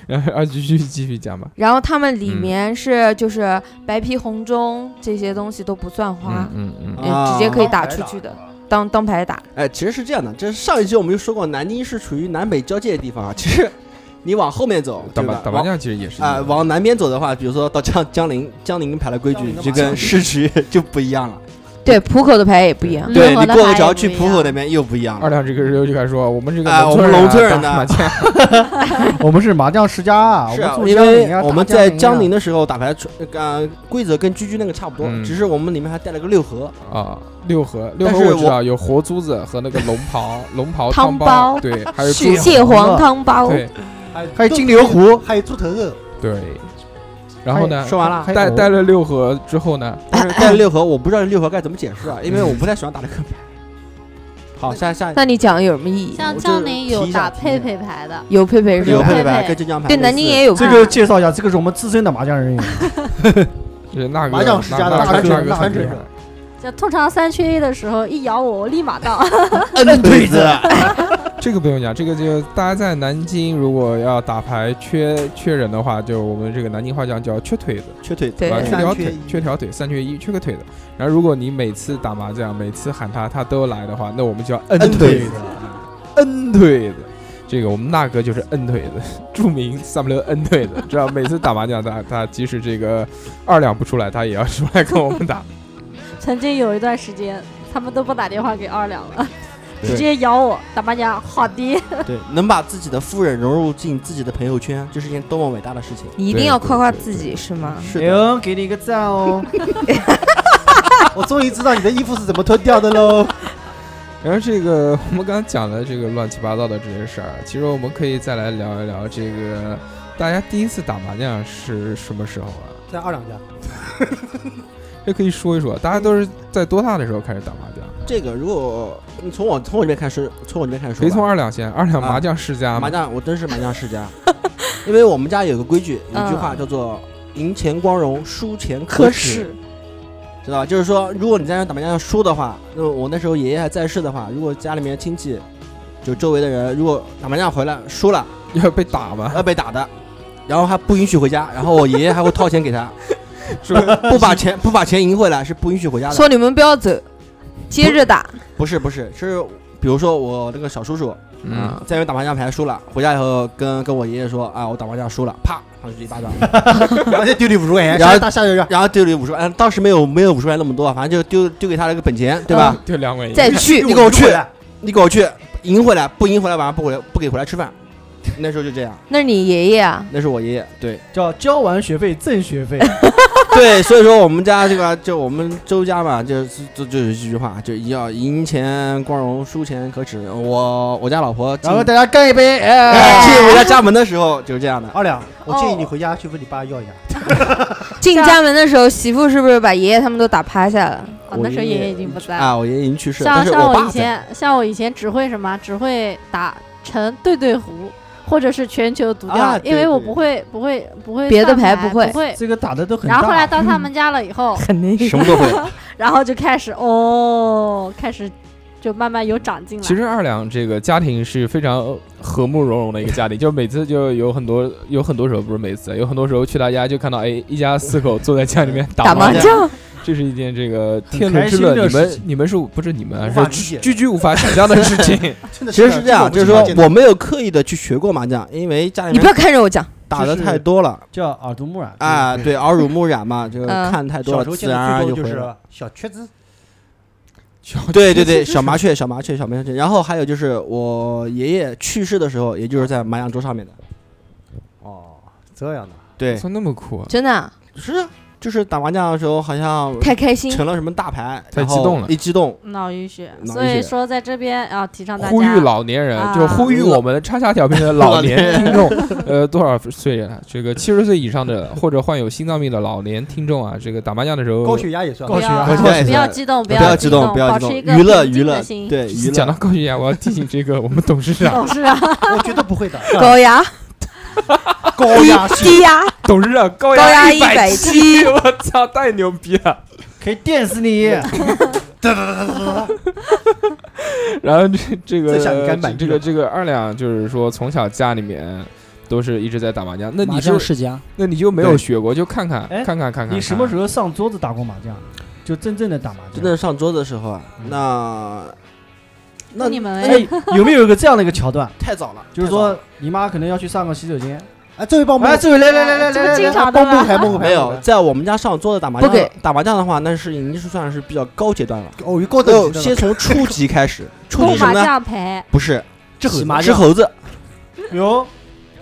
Speaker 10: 然后啊，继续继续讲吧。
Speaker 12: 然后他们里
Speaker 10: 嗯
Speaker 12: 面是就是白皮红中这些东西都不算花
Speaker 10: 嗯，嗯嗯，
Speaker 2: 啊
Speaker 12: 嗯直接可以打出去的
Speaker 4: 啊
Speaker 3: 的。
Speaker 12: 当当牌打。
Speaker 4: 哎，其实是这样的，这上一期我们就说过，南京是处于南北交界的地方啊。其实你往后面走，
Speaker 10: 打
Speaker 4: 对
Speaker 10: 麻
Speaker 4: 吧？
Speaker 10: 打麻
Speaker 4: 往
Speaker 10: 将其实也是一
Speaker 4: 啊、
Speaker 10: 样
Speaker 4: 往南边走的话，比如说到江江陵，江陵牌的规矩就
Speaker 12: 麻将
Speaker 4: 跟市区就不一样了。
Speaker 12: 对，浦口的牌也不一样。
Speaker 4: 对你过个桥去浦口那边又不一样了。
Speaker 10: 二两这个时候就开始说，我们这个
Speaker 4: 哎，我们
Speaker 10: 农
Speaker 4: 农村
Speaker 10: 村啊
Speaker 4: 人
Speaker 10: 打
Speaker 4: 的
Speaker 10: 麻将，
Speaker 2: 我们是麻将世家啊，
Speaker 4: 是
Speaker 2: 我
Speaker 4: 啊
Speaker 2: 们，住
Speaker 4: 因
Speaker 2: 江
Speaker 4: 为
Speaker 2: 宁啊，
Speaker 4: 我
Speaker 2: 打
Speaker 4: 们在
Speaker 2: 江
Speaker 4: 江
Speaker 2: 宁
Speaker 4: 陵
Speaker 2: 啊
Speaker 4: 的时候打牌，呃，规则跟居居那个差 不多，
Speaker 10: 嗯
Speaker 4: 只是我们里面还带了个六 合。
Speaker 10: 啊，六合，六
Speaker 4: 但
Speaker 10: 合
Speaker 4: 是
Speaker 10: 我知
Speaker 4: 我
Speaker 10: 道有活珠子和那个龙袍，龙袍
Speaker 12: 汤
Speaker 10: 包，
Speaker 12: 包
Speaker 10: 对，还有
Speaker 12: 蟹
Speaker 10: 猪
Speaker 12: 蟹黄汤包
Speaker 10: 对
Speaker 2: 还有金牛湖，
Speaker 3: 还有猪头啊肉，
Speaker 10: 对。然后
Speaker 2: 哎
Speaker 10: 呢？
Speaker 4: 说完了
Speaker 10: 带带了六合之后呢？
Speaker 4: 不是带了六合，我不知道六合该怎么解释啊，因为我不太喜欢打这个牌。好，下下
Speaker 12: 那你讲有什么意义？
Speaker 11: 像江宁
Speaker 4: 我
Speaker 11: 有
Speaker 4: 就
Speaker 11: 打
Speaker 4: 提一下
Speaker 11: 佩佩牌的，
Speaker 12: 有佩佩是
Speaker 4: 有
Speaker 12: 吧？
Speaker 4: 配牌
Speaker 11: 配
Speaker 4: 跟浙江牌
Speaker 12: 对
Speaker 4: 类
Speaker 12: 南京
Speaker 4: 似
Speaker 12: 也有
Speaker 2: 这个介绍一下，这个是我们资深的麻将人员，
Speaker 4: 哎
Speaker 10: 是那个
Speaker 3: 麻将世家的
Speaker 10: 那个
Speaker 3: 传承
Speaker 10: 那个
Speaker 3: 传
Speaker 10: 很
Speaker 3: 承
Speaker 10: 厉害
Speaker 3: 者
Speaker 11: 就通常三缺一的时候，一咬我，我立马到。
Speaker 4: 摁腿子，
Speaker 10: 这个不用讲，这个就大家在南京如果要打牌缺缺人的话，就我们这个南京话讲叫缺腿子，
Speaker 4: 缺腿子
Speaker 12: 对
Speaker 10: 吧？缺条
Speaker 3: 三缺
Speaker 10: 腿，
Speaker 3: 一
Speaker 10: 缺条腿，三缺一，缺个腿子。然后如果你每次打麻将，每次喊他他都来的话，那我们就要摁
Speaker 4: 摁
Speaker 10: 腿
Speaker 4: 腿
Speaker 10: 子，摁腿子。这个我们那哥就是摁腿子， 著名三不溜摁腿子，知道每次打麻将他他即使这个二两不出来，他也要出来跟我们打。
Speaker 11: 曾经有一段时间，他们都不打电话给二两了，
Speaker 4: 对
Speaker 11: 直接咬我打麻将。好的，
Speaker 4: 对，能把自己的夫人融入进自己的朋友圈，这是一件多么伟大的事情。
Speaker 12: 你一定要夸夸自己是吗？
Speaker 4: 是
Speaker 3: 哎
Speaker 4: 的，
Speaker 2: 呦，给你一个赞哦。
Speaker 3: 我终于知道你的衣服是怎么脱掉的喽。
Speaker 10: 然后这个 我们刚刚讲的这个乱七八糟的这些事儿，啊其实我们可以再来聊一聊这个大家第一次打麻将是什么时候啊？
Speaker 3: 在二两家，
Speaker 10: 这可以说一说，大家都是在多大的时候开始打麻将？
Speaker 4: 这个如果你从我从我这边开始，从我这边开始说吧。
Speaker 10: 谁从二两先？二两
Speaker 4: 啊
Speaker 10: 麻将世家嘛
Speaker 4: 麻将，我真是麻将世 家，因为我们家有个规矩，有一句话
Speaker 12: 嗯
Speaker 4: 叫做“赢钱光荣，输钱啊可耻”，知道吧？就是说，如果你在那打麻将输的话，那么我那时候爷爷还在世的话，如果家里面亲戚，就周围的人，如果打麻将回来输了，
Speaker 10: 要被打嘛？
Speaker 4: 呃要被打的，然后还不允许回家，然后我爷爷还会掏钱给 他，
Speaker 10: 是不是？
Speaker 4: 不把钱不把钱赢回来是不允许回家的。
Speaker 12: 说你们不要走，接着打。
Speaker 4: 不是不是，是比如说我那个小叔叔，
Speaker 10: 嗯，
Speaker 4: 在那打麻将牌输了，回家以后跟跟我爷爷说啊，我打麻将输了，啪上去一巴掌，
Speaker 3: 然后再丢你五十块钱，
Speaker 4: 然后
Speaker 3: 下大下一个，
Speaker 4: 然后丢了五十万，哎当时没有没有五十万那么多，啊反正就丢丢给他了个本钱，对吧？
Speaker 10: 就两位，
Speaker 12: 再去
Speaker 4: 你给我去
Speaker 3: 回来
Speaker 4: 你给我去赢回来，不赢回来晚上不回不给回来吃饭。那时候就这样，
Speaker 12: 那是你爷爷啊，
Speaker 4: 那是我爷爷，对
Speaker 2: 叫交完学费赠学 费，
Speaker 4: 对，所以说我们家这个就我们周家嘛，就是就就有一句话，就要赢钱光荣，输钱可耻。我我家老婆进
Speaker 2: 然后大家干一杯，哎，
Speaker 4: 进我家家门的时候就是这样的，
Speaker 3: 二两，我
Speaker 11: 哦
Speaker 3: 建议你回家去问你爸要一下。
Speaker 12: 进家门的时候，媳妇是不是把爷爷他们都打趴下了？
Speaker 11: 哦那时候
Speaker 4: 我爷爷
Speaker 11: 爷爷已经不在了。
Speaker 4: 啊，我爷爷已经去世了，
Speaker 11: 像
Speaker 4: 但是
Speaker 11: 像
Speaker 4: 爸
Speaker 11: 以
Speaker 4: 在。
Speaker 11: 前，像我以前只会什么，只会打成对对胡，或者是全球独
Speaker 4: 啊
Speaker 11: 钓，因
Speaker 4: 对
Speaker 11: 为我
Speaker 4: 对
Speaker 11: 不会不会不会
Speaker 12: 别的
Speaker 11: 算
Speaker 12: 牌
Speaker 11: 牌
Speaker 12: 不
Speaker 11: 不
Speaker 12: 会
Speaker 2: 这个打的都很
Speaker 11: 哎然后后来
Speaker 2: 大，
Speaker 11: 到
Speaker 4: 嗯
Speaker 11: 他们家了以后，
Speaker 12: 肯定
Speaker 4: 什么都会，
Speaker 11: 然后就开始哦，开始就慢慢有长进了。
Speaker 10: 其实二两这个家庭是非常和睦融融的一个家庭，就每次就有很多有很多时候不是每次，有很多时候去他家就看到哎一家四口坐在家里面打
Speaker 12: 打麻
Speaker 10: 麻将，
Speaker 12: 将，
Speaker 10: 这是一件这个
Speaker 2: 很
Speaker 10: 天伦之乐。
Speaker 2: 开心的
Speaker 10: 你们
Speaker 2: 事情
Speaker 10: 你们是不是你们啊
Speaker 3: 无法理
Speaker 10: 是
Speaker 3: 解
Speaker 10: 居居无法想象的事情？
Speaker 3: 真的
Speaker 4: 其实是这 样，就是说
Speaker 3: 我
Speaker 4: 我没有刻意的去学过麻将，因为家里
Speaker 12: 你不
Speaker 4: 面
Speaker 12: 要看着我讲，
Speaker 4: 打的太多了
Speaker 2: 叫耳濡目染
Speaker 4: 啊，，对，耳濡目染嘛，就是
Speaker 12: 嗯
Speaker 4: 看太多
Speaker 3: 小
Speaker 4: 了
Speaker 3: 时，候
Speaker 4: 自
Speaker 3: 见
Speaker 4: 然而
Speaker 3: 的
Speaker 4: 然啊
Speaker 3: 最多
Speaker 4: 就会
Speaker 3: 就是
Speaker 4: 了。
Speaker 3: 小瘸子，
Speaker 4: 对 对对，小麻雀，啊小麻雀，小麻雀。然后还有就是我爷爷去世的时候，也就是在麻将桌上面的。
Speaker 3: 哦，这样的，
Speaker 4: 对，
Speaker 10: 操，那么酷啊！
Speaker 12: 真的啊
Speaker 4: 是啊就是打麻将的时候好像
Speaker 12: 太开心。
Speaker 4: 成了什么大牌，
Speaker 10: 太
Speaker 4: 然
Speaker 10: 激
Speaker 4: 后
Speaker 10: 动了
Speaker 4: 一激动，
Speaker 11: 脑淤血，
Speaker 4: 脑
Speaker 11: 所
Speaker 4: 淤血
Speaker 11: 以说在这边啊，提倡大家
Speaker 10: 呼吁老年人，
Speaker 11: 啊
Speaker 10: 就呼吁我们叉叉调频的老
Speaker 4: 老年
Speaker 10: 年
Speaker 4: 人
Speaker 10: 听众，呃，多少岁人啊？这个七十岁以上的或者患有心脏病的老年听众啊，这个打麻将的时候，
Speaker 3: 高血压也算。
Speaker 11: 不要啊
Speaker 4: 高血压也
Speaker 11: 不
Speaker 4: 是
Speaker 11: 要激动，
Speaker 4: 不
Speaker 11: 要
Speaker 4: 激
Speaker 11: 动，
Speaker 4: 不要
Speaker 11: 保
Speaker 4: 激
Speaker 11: 持
Speaker 4: 动，娱
Speaker 11: 一个
Speaker 4: 乐娱
Speaker 11: 平静的
Speaker 4: 乐，
Speaker 11: 心。
Speaker 4: 对娱
Speaker 10: 讲到
Speaker 4: 乐。
Speaker 10: 高血压，我要提醒这个我们董事长，
Speaker 11: 哦， 是啊，
Speaker 3: 我绝对不 会的。
Speaker 12: 高压、
Speaker 3: 高压
Speaker 12: 低低压，
Speaker 10: 董事长高
Speaker 12: 高压
Speaker 10: 一百七，我操，太牛逼了！
Speaker 2: 可以电死你。
Speaker 10: 然后这这个
Speaker 3: 再想干板
Speaker 10: 这个这个二两就是说从小家里面都是一直在打麻将，那你
Speaker 1: 麻
Speaker 10: 就
Speaker 1: 将世家，
Speaker 10: 那你就没有
Speaker 4: 对
Speaker 10: 学过，就看看
Speaker 2: 哎
Speaker 10: 看看看看，
Speaker 2: 你什么时
Speaker 10: 候？
Speaker 2: 候上桌子打过麻将？就真正的打麻
Speaker 4: 真正上桌的时候啊，那那
Speaker 11: 你们
Speaker 2: 哎，有没有一个这样的一个桥段？
Speaker 4: 太早了，
Speaker 2: 就是说你妈可能要去上个洗手间，
Speaker 3: 哎，这位帮我们，
Speaker 2: 哎，这位来来来来来来，
Speaker 3: 帮我们排帮我们排
Speaker 4: 没有，在我们家上桌子打麻
Speaker 3: 不给
Speaker 4: 将，打麻将的话，那是已经是算是比较高阶段了。
Speaker 3: 哦，高
Speaker 4: 等
Speaker 3: 等
Speaker 4: 级的了先从初级开始，初级是什么
Speaker 11: 麻
Speaker 4: 呢？
Speaker 11: 将牌，
Speaker 4: 不是，
Speaker 2: 吃猴子
Speaker 4: 吃猴子，
Speaker 2: 有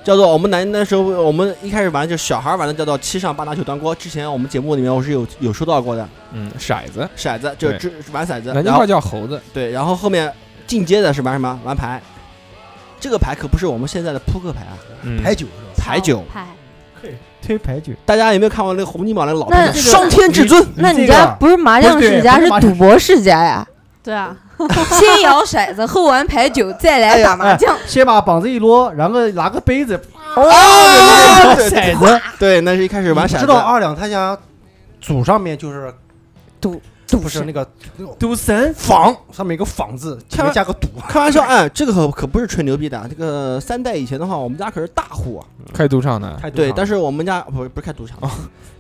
Speaker 4: 叫做我们南那时候我们一开始玩就小孩玩的叫做七上八拿九端锅，之前我们节目里面我是有有说到过的，
Speaker 10: 嗯，骰子，
Speaker 4: 骰子就是
Speaker 10: 对
Speaker 4: 掷玩骰子，
Speaker 10: 南京
Speaker 4: 然后
Speaker 10: 话叫猴子，
Speaker 4: 对，然后后面进阶的是玩什么？玩牌，这个牌可不是我们现在的扑克牌啊，
Speaker 10: 嗯
Speaker 3: 牌九
Speaker 4: 牌九，
Speaker 11: 牌，
Speaker 2: 推牌九，
Speaker 4: 大家有没有看过那个红泥宝那个老片
Speaker 12: 那
Speaker 4: 子上天至尊？
Speaker 12: 那你家不是麻将世家，是赌博世家呀？
Speaker 11: 对啊，
Speaker 12: 先摇骰子，后玩牌九，再来打麻
Speaker 3: 哎
Speaker 12: 将。
Speaker 2: 先把膀子一撸，然后拿个杯子，
Speaker 3: 哦
Speaker 4: 啊，
Speaker 2: 对对骰子，
Speaker 4: 对，那是一开始玩骰
Speaker 3: 你
Speaker 4: 子，
Speaker 3: 知道二两他家祖上面就是
Speaker 12: 赌
Speaker 3: 赌哎不是那个
Speaker 2: 赌神啊
Speaker 3: 坊上面一个坊字，前面加个赌，
Speaker 4: 开玩笑，哎，这个可可不是吹牛逼的啊，这个三代以前的话，我们家可是大户啊，
Speaker 10: 开赌场哦的，
Speaker 4: 对，但是我们家不是不是开赌场，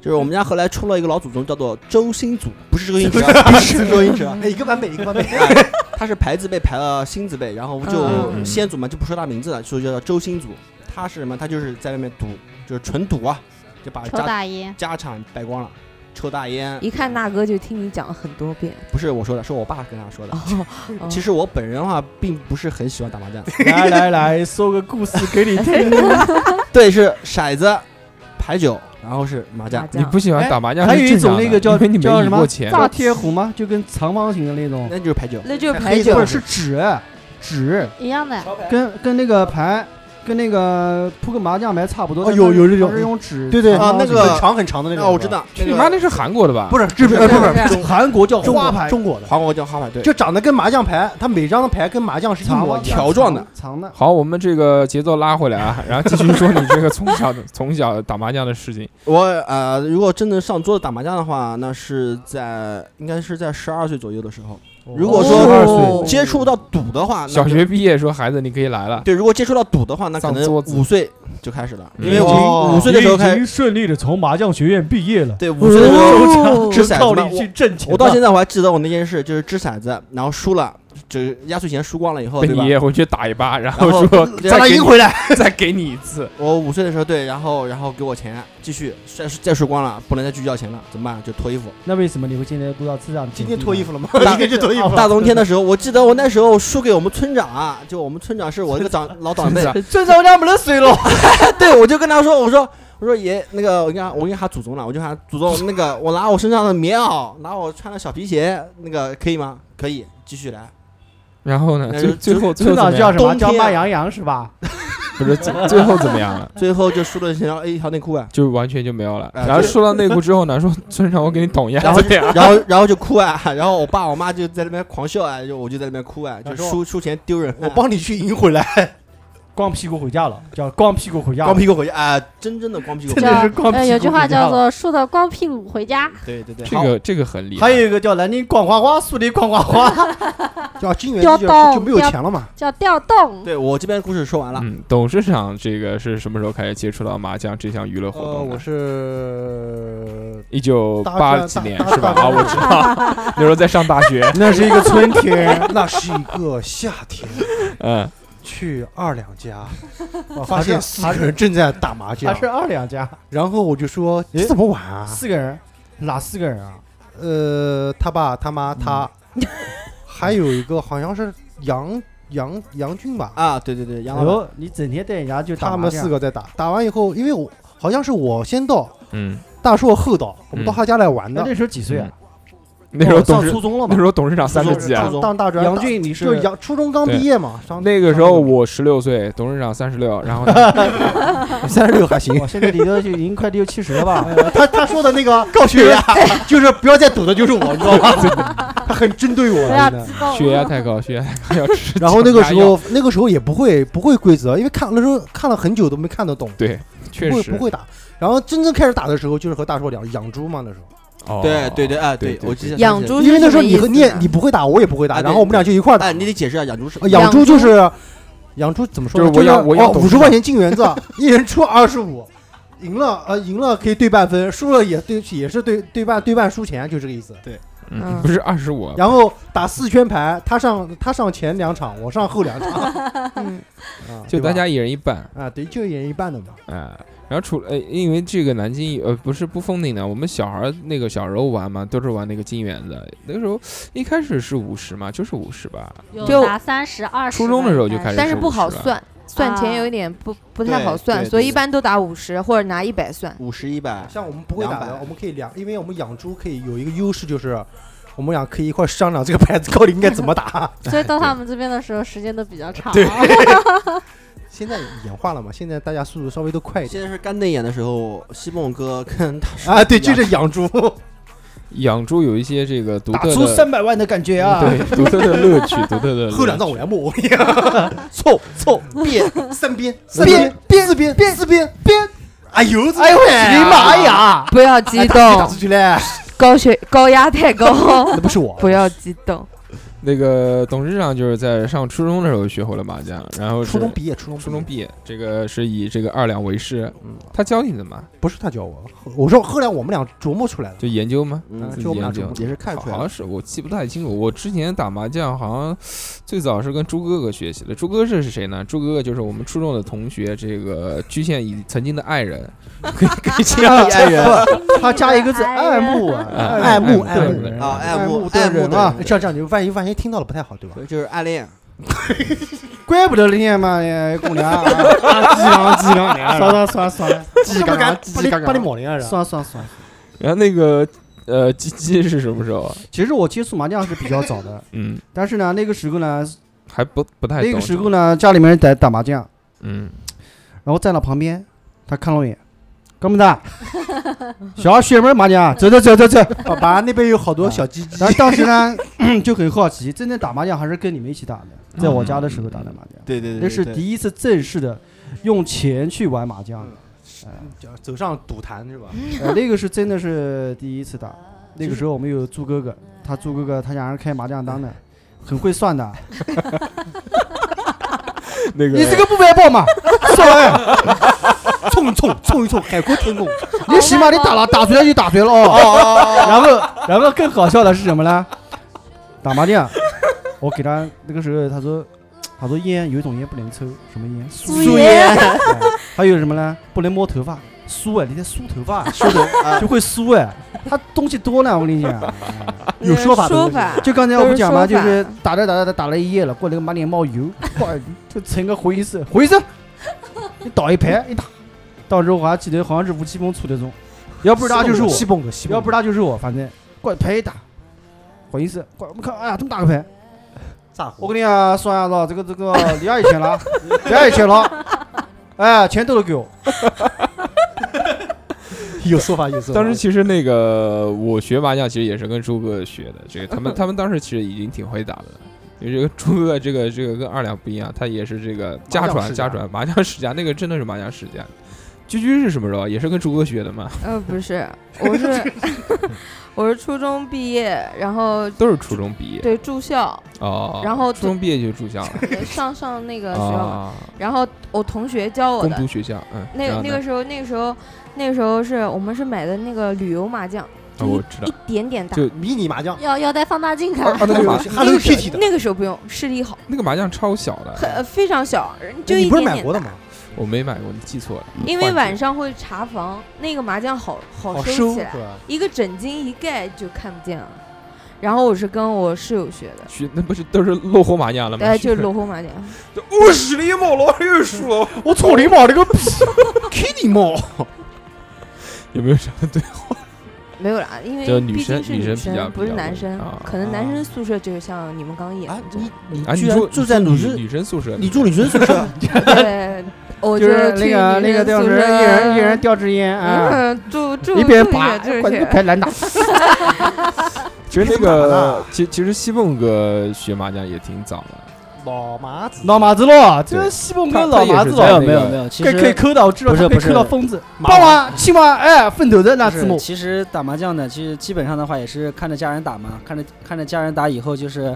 Speaker 4: 就是我们家后来出了一个老祖宗，叫做周星祖，不 是周星驰啊，不是周星驰啊，
Speaker 3: 哎，一个版本一个版本，
Speaker 4: 他是牌字辈排了星字辈，然后就
Speaker 10: 嗯
Speaker 4: 先祖嘛就不说他名字了，就叫周星祖。他是什么？他就是在外面赌，就是纯赌啊，就
Speaker 10: 哦
Speaker 4: 把
Speaker 11: 抽
Speaker 4: 家
Speaker 11: 大烟，
Speaker 4: 家产败光了，抽大烟。
Speaker 12: 一看大哥就听你讲了很多 遍。
Speaker 4: 不是我说的，是我爸跟他说的。
Speaker 12: 哦，
Speaker 3: 嗯
Speaker 12: 哦
Speaker 4: 其实我本人的话，并不是很喜欢打 麻将。
Speaker 2: 来来来，说个故事给你听。
Speaker 4: 对，是骰子、牌九，然后是麻
Speaker 12: 麻
Speaker 3: 哎
Speaker 4: 将。
Speaker 12: 将
Speaker 10: 你不喜欢打麻将，
Speaker 2: 还有一种那个叫
Speaker 10: 因为你没
Speaker 2: 叫什
Speaker 10: 赢
Speaker 2: 么
Speaker 10: 过钱，
Speaker 2: 大贴虎吗？就跟长方形的那种，
Speaker 4: 那就是牌九，
Speaker 12: 那就是牌
Speaker 3: 黑的
Speaker 12: 九
Speaker 2: 不是，是纸纸，
Speaker 11: 一样的，
Speaker 2: 跟跟那个牌。跟那个扑克麻将牌差不多，
Speaker 3: 哦有有这种
Speaker 2: 它是用纸
Speaker 3: 对对
Speaker 2: 长方
Speaker 4: 啊那
Speaker 2: 形
Speaker 4: 个
Speaker 3: 很长很长的那种，
Speaker 4: 啊，我知，道，那
Speaker 10: 你妈
Speaker 4: 个
Speaker 10: 那是韩国的吧？
Speaker 3: 不是日本，呃
Speaker 12: 不是
Speaker 3: 不是
Speaker 12: 不
Speaker 3: 中韩国叫
Speaker 2: 中国
Speaker 3: 花牌，中国的，
Speaker 4: 韩国叫花牌，对，
Speaker 3: 就长得跟麻将牌，它每张牌跟麻将是一
Speaker 2: 长
Speaker 3: 模
Speaker 2: 方
Speaker 3: 一样
Speaker 4: 条状啊的
Speaker 2: 长的，
Speaker 10: 好，我们这个节奏拉回来啊，然后继续说你这个从小从小打麻将的事情。
Speaker 4: 我呃，如果真的上桌子打麻将的话，那是在应该是在十二岁左右的时候。
Speaker 2: 啊
Speaker 4: 如果说
Speaker 12: 哦
Speaker 4: 接触到赌的话，那
Speaker 10: 小
Speaker 4: 就
Speaker 10: 学毕业说孩子你可以来了，
Speaker 4: 对，如果接触到赌的话，那可
Speaker 10: 上
Speaker 4: 能
Speaker 10: 桌子
Speaker 4: 五岁就开始了，
Speaker 10: 嗯
Speaker 4: 因为
Speaker 2: 哦
Speaker 4: 我五岁的时候开始，
Speaker 2: 顺利的从麻将学院毕业了，
Speaker 4: 对五岁的时候
Speaker 12: 哦
Speaker 4: 掷骰子嘛，
Speaker 2: 挣
Speaker 4: 我我到现在我还记得我那件事，就是掷骰子，然后输了，就是压岁钱输光了以后，
Speaker 10: 被
Speaker 4: 对
Speaker 10: 你
Speaker 4: 吧
Speaker 10: 爷？爷回去打一巴，然
Speaker 4: 然后
Speaker 10: 说
Speaker 4: 对
Speaker 3: 咱俩赢回来，
Speaker 10: 再给你一次。
Speaker 4: 我五岁的时候对，然后然后给我钱，继续再再输光了，不能再去要钱了，怎么办？就脱衣服。
Speaker 2: 那为什么你会今天不知道这样？
Speaker 3: 今天脱衣服了吗？
Speaker 4: 大
Speaker 3: 今天就脱衣服了，
Speaker 4: 大冬天的时候，我记得我那时候输给我们村长啊，就我们村长是我一个长老长辈，
Speaker 2: 村长家没得水了，
Speaker 4: 对，我就跟他说，我说我说爷，那个我跟他我跟他祖宗了，我就喊祖宗，那个我拿我身上的棉袄，拿我穿的小皮鞋，那个可以吗？可以，继续来。
Speaker 10: 然后呢，
Speaker 4: 那
Speaker 10: 最
Speaker 4: 就
Speaker 10: 最后最
Speaker 2: 村
Speaker 10: 后
Speaker 2: 长
Speaker 10: 怎么
Speaker 2: 叫
Speaker 10: 样？
Speaker 2: 什么？
Speaker 4: 冬天
Speaker 2: 叫慢羊羊是吧？
Speaker 10: 不是最最后怎么样了？
Speaker 4: 最后就输了一条一条内裤 啊，
Speaker 10: 就完全就没有了。
Speaker 4: 啊
Speaker 10: 然后
Speaker 4: 就
Speaker 10: 说到内裤之后呢，说村长我给你捅一下
Speaker 4: 然后
Speaker 10: 怎么样？
Speaker 4: 然后然后就哭 啊，然后我爸我妈就在那边狂笑啊，就我就在那边哭啊，就输输钱丢人啊、
Speaker 3: 我帮你去赢回来，
Speaker 2: 光屁股回家了，叫光屁股回家了，
Speaker 4: 光屁股回去啊，真正的光屁股回
Speaker 2: 真的
Speaker 4: 家，
Speaker 2: 是光屁股
Speaker 11: 呃，有句话
Speaker 2: 回家
Speaker 11: 叫
Speaker 2: 了
Speaker 11: 做“竖的光屁股回家
Speaker 4: 对对对，
Speaker 10: 这个这个很厉
Speaker 2: 还
Speaker 10: 害。
Speaker 2: 有一个叫南京逛花花，苏黎逛花花，
Speaker 3: 叫金元
Speaker 11: 雕
Speaker 3: 就
Speaker 11: 刀
Speaker 3: 就没有
Speaker 11: 雕
Speaker 3: 钱了嘛”，，
Speaker 11: 叫调动。
Speaker 4: 对我这边故事说完了。
Speaker 10: 嗯，董事长这个是什么时候开始接触到麻将这项娱乐活
Speaker 3: 呃，
Speaker 10: 动
Speaker 3: 我
Speaker 10: 的？
Speaker 3: 是
Speaker 10: 一九八几年
Speaker 3: 大
Speaker 10: 是吧？
Speaker 3: 大
Speaker 10: 啊，我知道，那时候在上大学。
Speaker 2: 那是一个春天，
Speaker 3: 那是一个夏天，
Speaker 10: 嗯，
Speaker 3: 去二两家，
Speaker 2: 我
Speaker 3: 发现四个人正在打麻
Speaker 2: 还
Speaker 3: 将，
Speaker 2: 是二两家，
Speaker 3: 然后我就说
Speaker 2: 诶
Speaker 3: 这怎么玩啊？
Speaker 2: 四个人，哪四个人啊？嗯
Speaker 3: 呃，他爸、他妈、 他，还有一个好像是杨杨杨俊吧，
Speaker 4: 啊，对对对，杨
Speaker 2: 哎
Speaker 4: 老板，
Speaker 2: 呦，你整天带人家就打
Speaker 3: 他
Speaker 2: 麻
Speaker 3: 们
Speaker 2: 将
Speaker 3: 四，个在打，打完以后，因为我好像是我先到，
Speaker 10: 嗯，
Speaker 3: 大硕后到，我们到
Speaker 10: 嗯
Speaker 3: 他家来玩
Speaker 2: 那
Speaker 3: 的。
Speaker 2: 那时候几岁啊？
Speaker 10: 那时候
Speaker 2: 哦
Speaker 10: 董
Speaker 2: 上
Speaker 10: 事
Speaker 2: 初中了
Speaker 10: 那
Speaker 2: 嘛
Speaker 10: 时？候董事长三十几啊
Speaker 4: 初。中
Speaker 3: 当大专，
Speaker 2: 杨俊你是
Speaker 3: 就是杨初中刚毕业嘛？上
Speaker 10: 那个时候我十六岁，董事长三十六，然后呢
Speaker 3: 三十六还行。
Speaker 2: 哇，现在你都已经快六七十了 吧？
Speaker 3: 他他说的那个高血 压，就是不要再赌的，就是我，你 知道吗？ 他很针对我
Speaker 11: 不要
Speaker 3: 真
Speaker 11: 激
Speaker 3: 的。
Speaker 11: 动，
Speaker 10: 血压太高，血压太高要吃
Speaker 3: 然后那个时
Speaker 10: 降压药
Speaker 3: 候，那个时候也不会不会规则，因为看那时候看了很久都没看得懂，
Speaker 10: 对，确
Speaker 3: 不会
Speaker 10: 实
Speaker 3: 不会打。然后真正开始打的时候，就是和大硕聊养猪嘛，那时候，
Speaker 10: 哦
Speaker 4: 对对对，啊，
Speaker 10: 对对
Speaker 4: 我记得
Speaker 12: 养猪是
Speaker 3: 因为那时候
Speaker 12: 什么
Speaker 3: 你和
Speaker 12: 意思啊
Speaker 3: 你也
Speaker 12: 呢
Speaker 3: 你不会打，我也不会打，
Speaker 4: 啊对
Speaker 3: 然后我们俩就一块儿打
Speaker 4: 哎，。你得解释啊，养猪是
Speaker 3: 呃
Speaker 12: 养
Speaker 3: 养猪
Speaker 12: 猪
Speaker 3: 就是养猪怎么说呢？哦
Speaker 10: 就是我养我养董
Speaker 3: 五
Speaker 10: 事
Speaker 3: 十
Speaker 10: 长
Speaker 3: 块钱进园子，一人出二十五，赢了呃赢了可以对半分，输了也对也是对对半对半输钱，就这个意思。
Speaker 10: 嗯，不是二十五，
Speaker 3: 然后打四圈牌，他上他上前两场，我上后两场，嗯，啊
Speaker 10: 就
Speaker 3: 对吧
Speaker 10: 大家一人一半
Speaker 3: 啊，对，就一人一半的嘛，
Speaker 10: 啊。然后除了、呃，因为这个南京呃不是不封顶的，我们小孩儿那个小时候玩嘛，都是玩那个金元的。那个时候一开始是五十嘛，就是五十吧。
Speaker 11: 有打三十二十，。
Speaker 10: 初中的时候就开始
Speaker 12: 但是
Speaker 10: 是啊
Speaker 12: 不好
Speaker 10: 50了
Speaker 12: 算，算钱有一点不不太好算，
Speaker 4: 对
Speaker 12: 所以
Speaker 4: 对
Speaker 12: 一般都打五十或者拿一百算。
Speaker 4: 五十一百，
Speaker 3: 像我们不会打的，
Speaker 4: 200
Speaker 3: 我们可以两，因为我们养猪可以有一个优势就是，我们俩可以一块商量这个牌子到底应该怎么打
Speaker 11: 所以到他们这边的时候时间都比较长。
Speaker 3: 对 现在演化了嘛，现在大家速度稍微都快一
Speaker 4: 现
Speaker 3: 点
Speaker 4: 在是干瞪眼的时候，西蒙哥跟大 叔
Speaker 3: 啊，对，就是养猪，
Speaker 10: 养猪有一些这个独
Speaker 2: 打
Speaker 10: 特
Speaker 2: 出
Speaker 10: 的
Speaker 2: 三百万的感觉啊！
Speaker 10: 对独特的乐趣，独特的乐
Speaker 3: 后两
Speaker 10: 趣
Speaker 3: 张我来摸， 凑凑变三边三
Speaker 2: 边
Speaker 3: 边四边边四边边，哎呦，
Speaker 12: 哎呦
Speaker 3: 我的妈呀！
Speaker 12: 不要激
Speaker 3: 打
Speaker 12: 动
Speaker 3: 出，去嘞，
Speaker 12: 高血高压太高，
Speaker 3: 那不是我，
Speaker 12: 不要激动。
Speaker 10: 那个董事长就是在上初中的时候学会了麻将，然后是
Speaker 3: 初中毕业，初中
Speaker 10: 初中毕业，这个是以这个二两为师。
Speaker 3: 嗯
Speaker 10: 他教你的嘛，
Speaker 3: 不是他教我，我说后来我们俩琢磨出来的，
Speaker 10: 就研究吗？
Speaker 4: 嗯
Speaker 10: 自
Speaker 3: 就
Speaker 10: 己
Speaker 3: 我们俩
Speaker 10: 研究
Speaker 3: 琢磨
Speaker 4: 也是看出来
Speaker 10: 好像
Speaker 4: 了
Speaker 10: 是我记不太清楚。我之前打麻将好像最早是跟朱哥哥学习的。朱哥这是谁呢？朱哥哥就是我们初中的同学，这个局限以曾经的爱人，可以这样
Speaker 3: 爱人，他加一个字爱慕啊，
Speaker 10: 啊
Speaker 3: 爱慕
Speaker 10: 爱
Speaker 3: 爱
Speaker 10: 慕
Speaker 3: 慕
Speaker 10: 的人
Speaker 4: 啊，爱
Speaker 3: 慕
Speaker 4: 慕
Speaker 3: 的
Speaker 4: 爱慕
Speaker 3: 人
Speaker 4: 的
Speaker 3: 啊
Speaker 4: 人，
Speaker 3: 这样这样，你万一万一听到了不太好，对吧？
Speaker 4: 对就是暗恋，
Speaker 2: 怪不得人家嘛，哎姑娘啊，鸡郎鸡郎，算了算了算了，
Speaker 3: 这不敢把你把你抹零啊！是吧
Speaker 2: 算算算。
Speaker 10: 然后那个呃，鸡鸡是什么时候啊？
Speaker 2: 其实我接触麻将是比较早 的，
Speaker 10: 嗯，
Speaker 2: 但是呢，那个时候呢，
Speaker 10: 还不不太懂。
Speaker 2: 那个时候呢，家里面人在打麻将，
Speaker 10: 嗯，
Speaker 2: 然后站到旁边，他看了我一眼，哥们子，啊小雪妹麻将，啊走走走走走。
Speaker 3: 爸爸那边有好多小鸡鸡，
Speaker 2: 然后当时呢 就很好奇，真正打麻将还是跟你们一起打的，在我家的时候打的麻将，
Speaker 4: 对嗯对对，
Speaker 2: 那是
Speaker 4: 对
Speaker 2: 第一次正式的用钱去玩麻将的，
Speaker 3: 就走上赌坛是吧？
Speaker 2: 呃，那个是真的是第一次打。那个时候我们有朱哥哥，他朱哥哥他家人开麻将档的，很会算的。
Speaker 10: 那个
Speaker 2: 你这个不白报嘛？算完，
Speaker 3: 冲一冲，冲一冲，海阔天空。
Speaker 2: 你起码你打了，打出来就打出来了哦。 然后，然后更搞笑的是什么呢？打麻将，我给他那个时候他说，他说烟有一种烟不能抽，什么烟？
Speaker 12: 苏
Speaker 2: 烟。
Speaker 12: 爷，
Speaker 2: 哎还有什么呢？不能摸头发，梳哎，你得梳头发，梳头就会梳哎。他东西多呢，我跟你讲，有说法的
Speaker 12: 呃
Speaker 2: 东
Speaker 12: 说
Speaker 2: 西。
Speaker 12: 法
Speaker 2: 就刚才我不讲嘛，
Speaker 12: 都是
Speaker 2: 就
Speaker 12: 说法
Speaker 2: 是打着打着打打了一夜了，过来个满脸冒油，哇，就成个回色，回色，你倒一排一打，到时候我还记得好像是吴奇峰出的钟，要不是他就是我，
Speaker 3: 西蹦哥，西蹦哥
Speaker 2: 要不是他就是我，反正过来牌一打，回色，过来我们看，哎呀，这么大个牌，
Speaker 3: 咋
Speaker 2: 我跟你讲，算下子，这个这个你要一千了，你要一千了，哎，钱都是给我，
Speaker 3: 有说法有说法。
Speaker 10: 当时其实那个我学麻将，其实也是跟朱哥学的。这个他 们他们当时其实已经挺会打的了，因为这个朱哥这个这个跟二两不一样，他也是这个家
Speaker 3: 麻将
Speaker 10: 传
Speaker 3: 世
Speaker 10: 家
Speaker 3: 家
Speaker 10: 传麻将世家，那个真的是麻将世家。居居是什么时候啊？也是跟朱哥学的嘛，
Speaker 12: 呃，不是，我是我是初中毕业，然后
Speaker 10: 都是初中毕业
Speaker 12: 对住校，
Speaker 10: 哦。
Speaker 12: 然后
Speaker 10: 初中毕业就住校了
Speaker 12: 上上那 个学校嘛，
Speaker 10: 啊，
Speaker 12: 然后我同学教我
Speaker 10: 公
Speaker 12: 的，
Speaker 10: 读学校，嗯，
Speaker 12: 那
Speaker 10: 然后
Speaker 12: 那
Speaker 10: 呢
Speaker 12: 个时候，那个时候，那个时候是我们是买的那个旅游麻将，
Speaker 10: 哦我知道
Speaker 12: 一点点打
Speaker 10: 就，
Speaker 3: 迷你麻将，
Speaker 11: 要要带放大镜看。
Speaker 10: 啊，那个麻
Speaker 3: 还能 P T 的，
Speaker 12: 那个时候不用，视力好，
Speaker 10: 那个麻将超小
Speaker 12: 很
Speaker 10: 的，
Speaker 12: 呃非常小，就一
Speaker 3: 哎你不是
Speaker 12: 点
Speaker 3: 买
Speaker 12: 点
Speaker 3: 国的
Speaker 12: 打。
Speaker 3: 吗？
Speaker 10: 我没买过，你记错了。
Speaker 12: 因为
Speaker 10: 换
Speaker 12: 晚
Speaker 10: 季
Speaker 12: 上会查房，那个麻将好好
Speaker 3: 好收
Speaker 12: 起
Speaker 3: 是
Speaker 12: 来，
Speaker 3: 吧？
Speaker 12: 一个枕巾一盖就看不见了。然后我是跟我室友学的，
Speaker 10: 学那不是都是落后麻将了吗？
Speaker 12: 哎，就是罗红麻将，
Speaker 10: 五十里毛老又输了，
Speaker 2: 我操你妈了个逼，k 你妈！
Speaker 10: 有没有什么对
Speaker 12: 没有啦，因为
Speaker 10: 就女
Speaker 12: 毕
Speaker 10: 生
Speaker 12: 竟是
Speaker 10: 女
Speaker 12: 女
Speaker 10: 生比较
Speaker 12: 不
Speaker 10: 比
Speaker 12: 是
Speaker 10: 较
Speaker 12: 男
Speaker 10: 多
Speaker 12: 生
Speaker 10: 啊，
Speaker 12: 可能男生宿舍就是像你们刚演
Speaker 3: 啊
Speaker 12: 的，这
Speaker 3: 你
Speaker 12: 种，
Speaker 3: 你
Speaker 10: 啊？
Speaker 3: 居
Speaker 10: 你
Speaker 3: 然
Speaker 10: 住
Speaker 3: 住在
Speaker 10: 女
Speaker 3: 女生，
Speaker 10: 女生宿舍里面？嗯
Speaker 3: 你住女生宿舍，
Speaker 12: 对，我
Speaker 2: 就是那
Speaker 12: 去
Speaker 2: 个那
Speaker 12: 女
Speaker 2: 个
Speaker 12: 生
Speaker 2: 叫
Speaker 12: 宿
Speaker 2: 什么，
Speaker 12: 舍
Speaker 2: 一人一人吊支烟啊，
Speaker 12: 嗯，住住
Speaker 2: 一边
Speaker 12: 住
Speaker 2: 拔，
Speaker 12: 远就是
Speaker 2: 管这个牌难打。
Speaker 10: 其实那
Speaker 3: 你怎么打
Speaker 10: 个
Speaker 3: 的，
Speaker 10: 其其实西凤哥学麻将也挺早的，
Speaker 3: 老麻子，
Speaker 2: 老麻子喽，这
Speaker 10: 对
Speaker 2: 个西蒙
Speaker 10: 他
Speaker 2: 哥老
Speaker 10: 他也
Speaker 2: 麻
Speaker 10: 是
Speaker 2: 子
Speaker 10: 在那
Speaker 2: 喽
Speaker 1: 没有
Speaker 10: 个，
Speaker 1: 没有没有，其
Speaker 2: 可以可以
Speaker 1: 实
Speaker 2: 抠到，我知道
Speaker 1: 不是
Speaker 2: 他可以
Speaker 1: 不是
Speaker 2: 抠到疯子，
Speaker 3: 麻
Speaker 2: 爸爸青蛙哎奋斗的那
Speaker 1: 不
Speaker 2: 字
Speaker 1: 是，
Speaker 2: 母，
Speaker 1: 其实打麻将呢，其实基本上的话也是看着家人打嘛，看着看着家人打以后就是，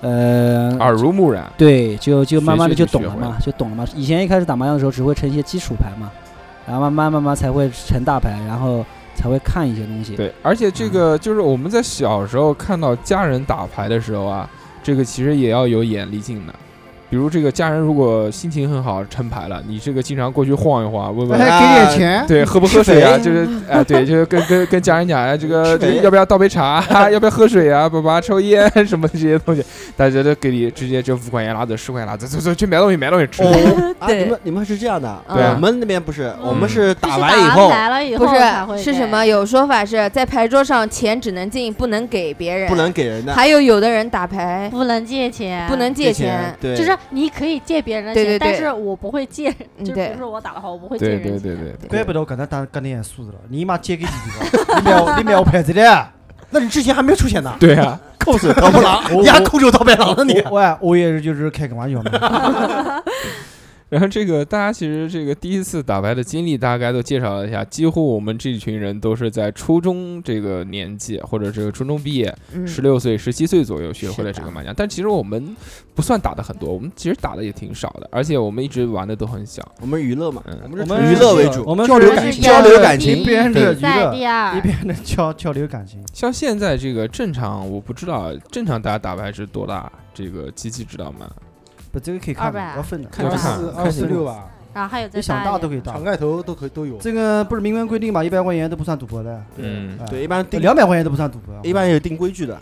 Speaker 1: 呃，
Speaker 10: 耳濡目染。
Speaker 1: 对，就就慢慢的
Speaker 10: 学
Speaker 1: 就
Speaker 10: 习就
Speaker 1: 懂
Speaker 10: 学
Speaker 1: 了
Speaker 10: 会
Speaker 1: 嘛，就懂了嘛。以前一开始打麻将的时候，只会成一些基础牌嘛，然后慢慢慢慢才会成大牌，然后才会看一些东西。
Speaker 10: 对，而且这个就是我们在小时候看到家人打牌的时候啊，这个其实也要有眼力劲的。比如这个家人如果心情很好，撑牌了，你这个经常过去晃一晃，问问
Speaker 2: 哎给点
Speaker 6: 啊
Speaker 2: 钱
Speaker 10: 对，喝不喝水啊？
Speaker 2: 吃肥
Speaker 10: 就是哎，对，就是跟跟跟家人讲哎，这个这个要不要倒杯茶？要不要喝水啊？爸爸抽烟什么这些东西，大家都给你直接就五块钱拿走，十块钱拿走，走走去买东西买东西吃。
Speaker 4: 哦，啊，你们你们是这样的，
Speaker 10: 对啊
Speaker 4: 我们那边不是，我们
Speaker 10: 嗯
Speaker 4: 是打完以后
Speaker 12: 不
Speaker 11: 才会
Speaker 12: 是是什么？有说法是在牌桌上钱只能进不能给别人，
Speaker 4: 不能给
Speaker 11: 嗯
Speaker 4: 人的，
Speaker 12: 还有有的人打牌
Speaker 11: 不能借钱，
Speaker 12: 不能借
Speaker 4: 借钱
Speaker 12: 钱，
Speaker 4: 对
Speaker 11: 就是你可以借别人的
Speaker 12: 对
Speaker 11: 钱，
Speaker 12: 对
Speaker 11: 但
Speaker 12: 对
Speaker 11: 是我不会借，就是比
Speaker 12: 对
Speaker 11: 如说我打的话，我不会借
Speaker 2: 对
Speaker 11: 人钱。
Speaker 10: 对
Speaker 2: 怪不得我刚才打干脸素质了，你妈借给你的，你买我你买我牌子的，
Speaker 3: 那你之前还没出现呢？
Speaker 10: 对啊，
Speaker 3: 扣手刀不狼
Speaker 2: 我，
Speaker 3: 你还扣手刀白狼呢你？
Speaker 2: 我我我也是就是开个玩笑嘛。
Speaker 10: 然后这个大家其实这个第一次打牌的经历大概都介绍了一下，几乎我们这群人都是在初中这个年纪或者这个初中毕业，
Speaker 12: 嗯
Speaker 10: 十六岁、十七岁左右学会了
Speaker 12: 是
Speaker 10: 这
Speaker 12: 的
Speaker 10: 个麻将。但其实我们不算打的很多，我们其实打的也挺少的，而且我们一直玩的都很小。
Speaker 4: 我们娱乐嘛，
Speaker 10: 嗯，
Speaker 4: 我们
Speaker 2: 我们
Speaker 4: 是娱乐为主，
Speaker 2: 我们
Speaker 4: 交流感
Speaker 2: 是
Speaker 4: 交流感情
Speaker 2: 一，边
Speaker 4: 对
Speaker 2: 是娱乐，
Speaker 11: 第二
Speaker 2: 一边的交交流感情。
Speaker 10: 像现在这个正常，我不知道正常大家打牌是多大，这个机器知道吗？
Speaker 2: 不，这个可以看
Speaker 11: 200
Speaker 2: 的，要分的，
Speaker 10: 看
Speaker 2: 二
Speaker 10: 看
Speaker 2: 四、
Speaker 10: 看
Speaker 2: 二四
Speaker 10: 情
Speaker 2: 六啊
Speaker 10: 况
Speaker 2: 吧。
Speaker 11: 然后还有再
Speaker 2: 你想
Speaker 11: 大
Speaker 2: 大
Speaker 11: 一
Speaker 2: 都
Speaker 11: 点
Speaker 2: 可以大
Speaker 3: 场。盖头都可都有。
Speaker 2: 这个不是明文规定嘛？一百块钱都不算赌博的，
Speaker 10: 嗯
Speaker 2: 哎
Speaker 4: 对，一般定
Speaker 2: 两百块钱都不算赌博。嗯
Speaker 4: 一般有定规矩的，